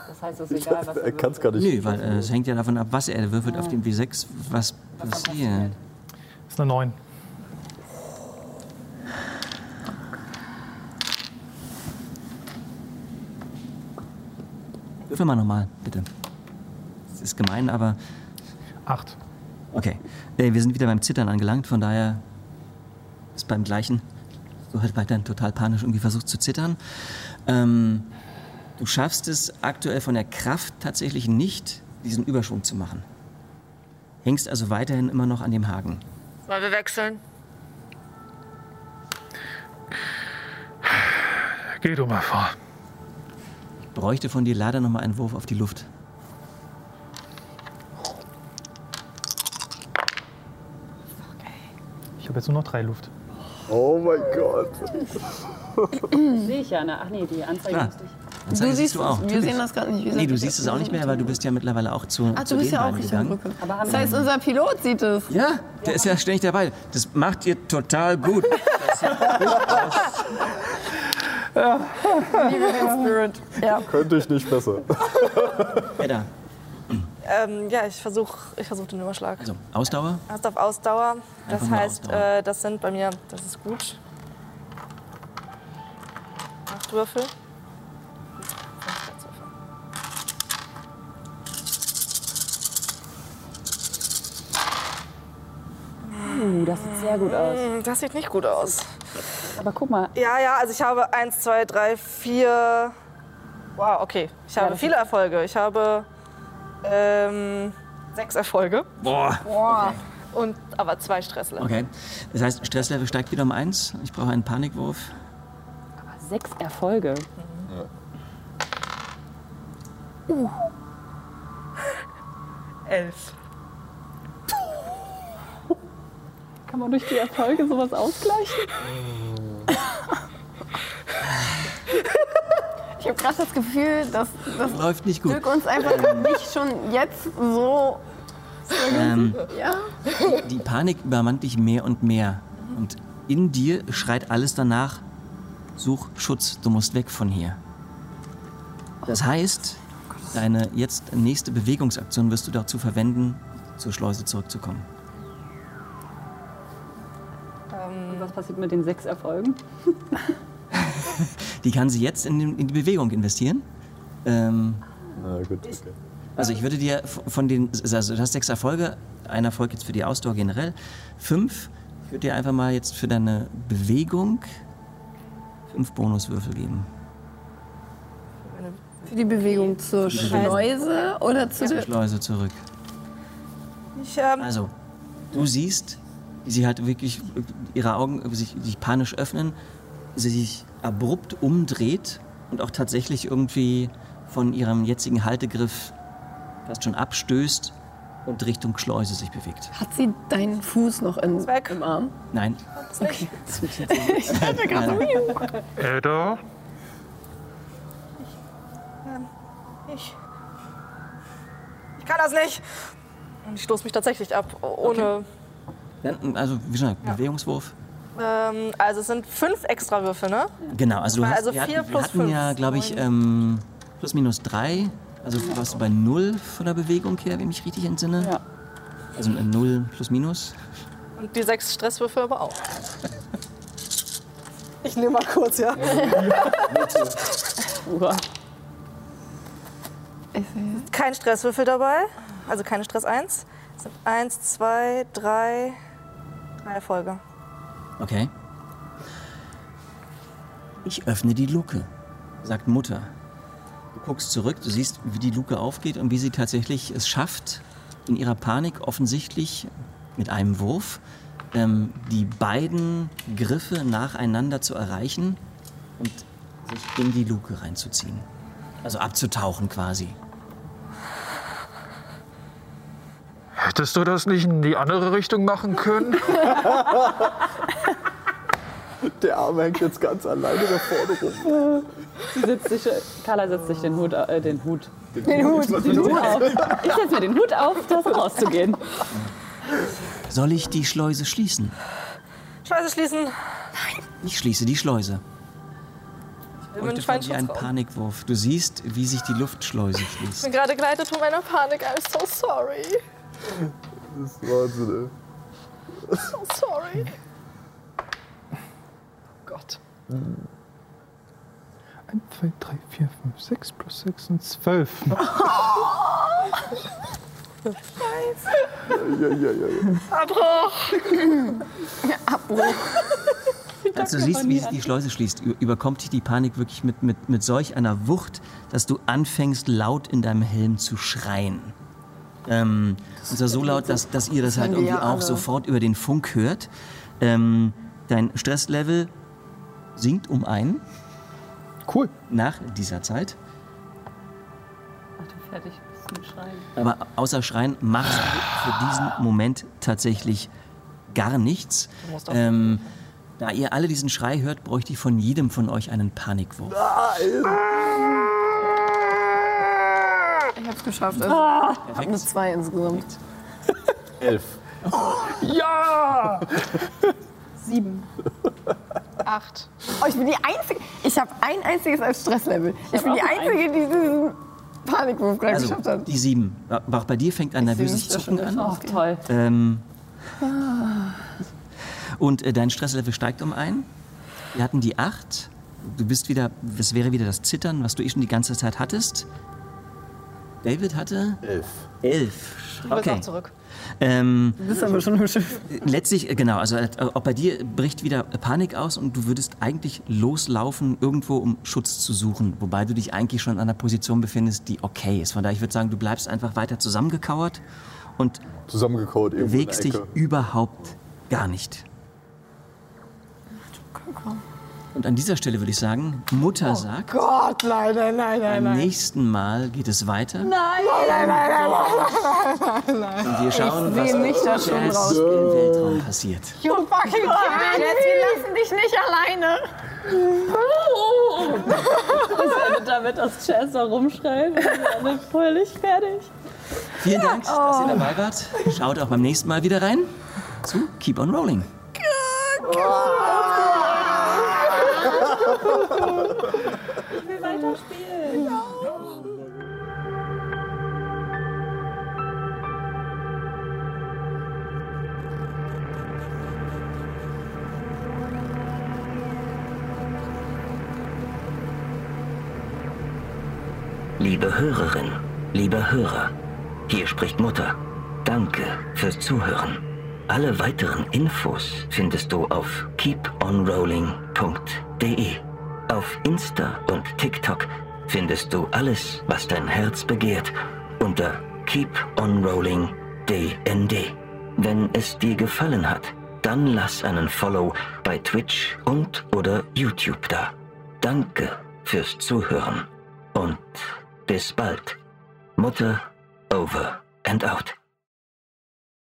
S6: Das heißt, es ist egal, was du
S8: Äh, kann's gar nicht
S1: Nee, weil äh, es hängt ja davon ab, was er würfelt, auf dem W6, was passiert.
S9: Ist eine 9.
S1: Würfel mal nochmal, bitte. Es ist gemein, aber.
S9: Acht.
S1: Okay. Äh, wir sind wieder beim Zittern angelangt, von daher ist beim gleichen. Du halt weiterhin total panisch irgendwie versucht zu zittern. Ähm, du schaffst es aktuell von der Kraft tatsächlich nicht, diesen Überschwung zu machen. Hängst also weiterhin immer noch an dem Haken.
S4: Sollen wir wechseln?
S9: Geh du mal vor.
S1: Ich bräuchte von dir leider nochmal einen Wurf auf die Luft.
S9: Ich habe jetzt nur noch drei Luft.
S8: Oh mein Gott.
S6: Sehe ich ja, ne? Ach nee, die Anzeige
S1: Klar.
S6: musste ich.
S1: Anzeige siehst du auch.
S5: wir sehen das gerade nicht. Wir
S1: Nee,
S5: sind-
S1: du siehst es auch nicht mehr, weil du bist ja mittlerweile auch zu.
S5: Ach,
S1: zu
S5: du bist
S1: den
S5: ja auch
S1: beiden
S5: Richtung
S1: gegangen.
S5: Brücke.
S6: Aber
S5: Das heißt, unser Pilot sieht es.
S1: Ja, der ist ja ständig dabei. Das macht ihr total gut.
S10: Liebe den Spirit. Ja.
S8: Könnte ich nicht besser.
S1: Edda,
S4: Ähm, ja, ich versuche ich versuch den Überschlag. Also.
S1: Ausdauer?
S4: Hast auf Ausdauer. Das
S1: Einfach nur
S4: heißt,
S1: Ausdauer.
S4: Äh, das sind bei mir, das ist gut. Acht Würfel.
S6: Uh, das sieht sehr gut aus.
S4: Hm, Das sieht nicht gut aus.
S6: Aber guck mal,
S4: Ja, ja, also ich habe eins, zwei, drei, vier. Wow, okay. Ich habe
S6: das
S4: viele Erfolge. Ich habe ähm, sechs Erfolge.
S1: Boah.
S4: Boah. Und aber zwei Stresslevel.
S1: Okay. Das heißt, Stresslevel steigt wieder um eins. Ich brauche einen Panikwurf.
S6: sechs Erfolge.
S4: Elf.
S6: Kann man durch die Erfolge sowas ausgleichen?
S10: Ich habe gerade das Gefühl, dass das
S1: Läuft nicht gut.
S10: Glück uns einfach nicht schon jetzt so.
S1: Ähm,
S10: Ja.
S1: die Panik übermannt dich mehr und mehr. Und in dir schreit alles danach, such Schutz, du musst weg von hier. Das heißt, deine jetzt nächste Bewegungsaktion wirst du dazu verwenden, zur Schleuse zurückzukommen.
S6: Und was passiert mit den sechs Erfolgen?
S1: Die kann sie jetzt in, den- in die Bewegung investieren. Ähm,
S8: Na gut, okay.
S1: Also ich würde dir f- von den, also du hast sechs Erfolge, ein Erfolg jetzt für die Ausdauer generell, fünf, ich würde dir einfach mal jetzt für deine Bewegung fünf Bonuswürfel geben.
S10: Für die Bewegung zur
S1: die Bewegung.
S10: Schleuse oder zu
S1: Zur
S10: der.
S1: Schleuse zurück.
S4: Ich, ähm,
S1: Also, du siehst, wie sie halt wirklich ihre Augen äh, sich, sich panisch öffnen, sie sich abrupt umdreht und auch tatsächlich irgendwie von ihrem jetzigen Haltegriff fast schon abstößt und Richtung Schleuse sich bewegt.
S10: Hat sie deinen Fuß noch in, im Arm?
S1: Nein.
S10: Okay. ich hatte gerade so. "Miau."
S9: Edda?
S4: Ich. Ich kann das nicht. Und ich stoße mich tatsächlich ab, ohne.
S1: Dann, Also, wie schon gesagt, Bewegungswurf.
S4: Ähm, also es sind fünf extra Würfe, ne?
S1: Genau, also du
S4: Weil
S1: hast,
S4: also
S1: wir hatten,
S4: vier
S1: wir
S4: plus
S1: hatten
S4: fünf
S1: ja,
S4: ist
S1: glaube ich, ähm, plus minus drei. Also warst du bei null von der Bewegung her, wenn ich mich richtig entsinne.
S6: Ja.
S1: Also äh, null plus minus.
S4: Und die sechs Stresswürfe aber auch. Ich nehme mal kurz, ja.
S6: Uah.
S4: Kein Stresswürfel dabei. Also keine Stress 1. Es sind 1, 2, 3, drei Erfolge.
S1: Okay. Ich öffne die Luke, sagt Mutter. Du guckst zurück, du siehst, wie die Luke aufgeht und wie sie tatsächlich es schafft, in ihrer Panik offensichtlich mit einem Wurf ähm, die beiden Griffe nacheinander zu erreichen und sich in die Luke reinzuziehen. Also abzutauchen quasi.
S18: Hättest du das nicht in die andere Richtung machen können?
S8: Der Arme hängt jetzt ganz alleine da vorne rum.
S6: Sie setzt sich, Carla setzt sich den Hut, au- äh, den Hut. Den,
S8: Hut.
S6: Den Hut auf. Ich setze mir den Hut auf, davon auszugehen.
S1: Soll ich die Schleuse schließen?
S4: Scheiße schließen.
S1: Ich schließe die Schleuse.
S4: Ich
S1: Möchte von dir einen Panikwurf. Du siehst, wie sich die Luftschleuse
S19: Ich
S1: schließt.
S19: bin gerade geleitet von meiner Panik. I'm so sorry.
S8: Das ist Wahnsinn,
S19: So sorry.
S4: Gott.
S9: 1, 2, 3, 4, 5, 6 plus 6 sind 12.
S19: Scheiße.
S8: Ja, ja, ja, ja.
S19: Abbruch.
S10: Abbruch.
S1: Als Also du siehst, wie sich die Schleuse schließt, ü- überkommt dich die Panik wirklich mit, mit, mit solch einer Wucht, dass du anfängst, laut in deinem Helm zu schreien. Ähm, und zwar so laut, dass, dass ihr das
S17: Das
S1: halt
S17: haben wir
S1: irgendwie
S17: ja
S1: auch
S17: alle.
S1: sofort über den Funk hört. Ähm, dein Stresslevel sinkt um einen.
S9: Cool.
S1: Nach dieser Zeit.
S6: Fertig, bisschen schreien.
S1: Aber außer Schreien machst du für diesen Moment tatsächlich gar nichts.
S6: Du musst aufhören.
S1: Ähm, da ihr alle diesen Schrei hört, bräuchte ich von jedem von euch einen Panikwurf.
S10: Ich hab's geschafft. Also, Ah. hab eine 2 insgesamt.
S8: Elf.
S10: Ja! Sieben. Acht. Oh, ich bin die Einzige. Ich habe ein einziges als Stresslevel. Ich,
S5: hab
S10: bin die
S5: auch ein
S10: Einzige, die diesen Panikwurf gerade
S1: Also,
S10: geschafft hat.
S1: die sieben. Auch bei dir fängt ein nervöses Zucken an.
S6: Oh, toll.
S1: Ähm,
S4: Ah.
S1: und äh, dein Stresslevel steigt um einen. Wir hatten die acht. Du bist wieder, das wäre wieder das Zittern, was du eh schon die ganze Zeit hattest. David hatte?
S8: Elf.
S1: Elf.
S4: Du bist
S1: Okay.
S4: auch zurück.
S1: Ähm,
S4: Du bist aber schon im Schiff.
S1: Letztlich, äh, genau, also äh, auch bei dir bricht wieder Panik aus und du würdest eigentlich loslaufen, irgendwo um Schutz zu suchen, wobei du dich eigentlich schon an einer Position befindest, die okay ist. Von daher, ich würde sagen, du bleibst einfach weiter zusammengekauert und
S8: Zusammengekauert irgendwo in der
S1: bewegst dich
S8: Ecke.
S1: überhaupt gar nicht. Und an dieser Stelle würde ich sagen, Mutter sagt,
S10: Oh Gott, nein, nein, nein, nein,
S1: beim
S10: nein.
S1: nächsten Mal geht es weiter.
S10: Nein, nein, nein, nein, nein, nein, nein, nein.
S1: Und wir schauen,
S10: ich
S1: was
S10: sehe mich da schon
S1: als
S10: raus.
S1: im Weltraum passiert.
S10: You fucking
S19: Mann, jetzt, wir
S10: lassen dich nicht alleine.
S6: Das endet damit, dass Chess da rumschreit. Wir sind alle völlig fertig.
S1: Vielen Dank, dass ihr dabei wart. Schaut auch beim nächsten Mal wieder rein zu Keep on Rolling.
S6: Ich will weiterspielen.
S20: Liebe Hörerin, lieber Hörer, hier spricht Mutter. Danke fürs Zuhören. Alle weiteren Infos findest du auf keeponrolling.de. Auf Insta und TikTok findest du alles, was dein Herz begehrt, unter keeponrolling.dnd. Wenn es dir gefallen hat, dann lass einen Follow bei Twitch und oder YouTube da. Danke fürs Zuhören und bis bald. Mutter, over and out.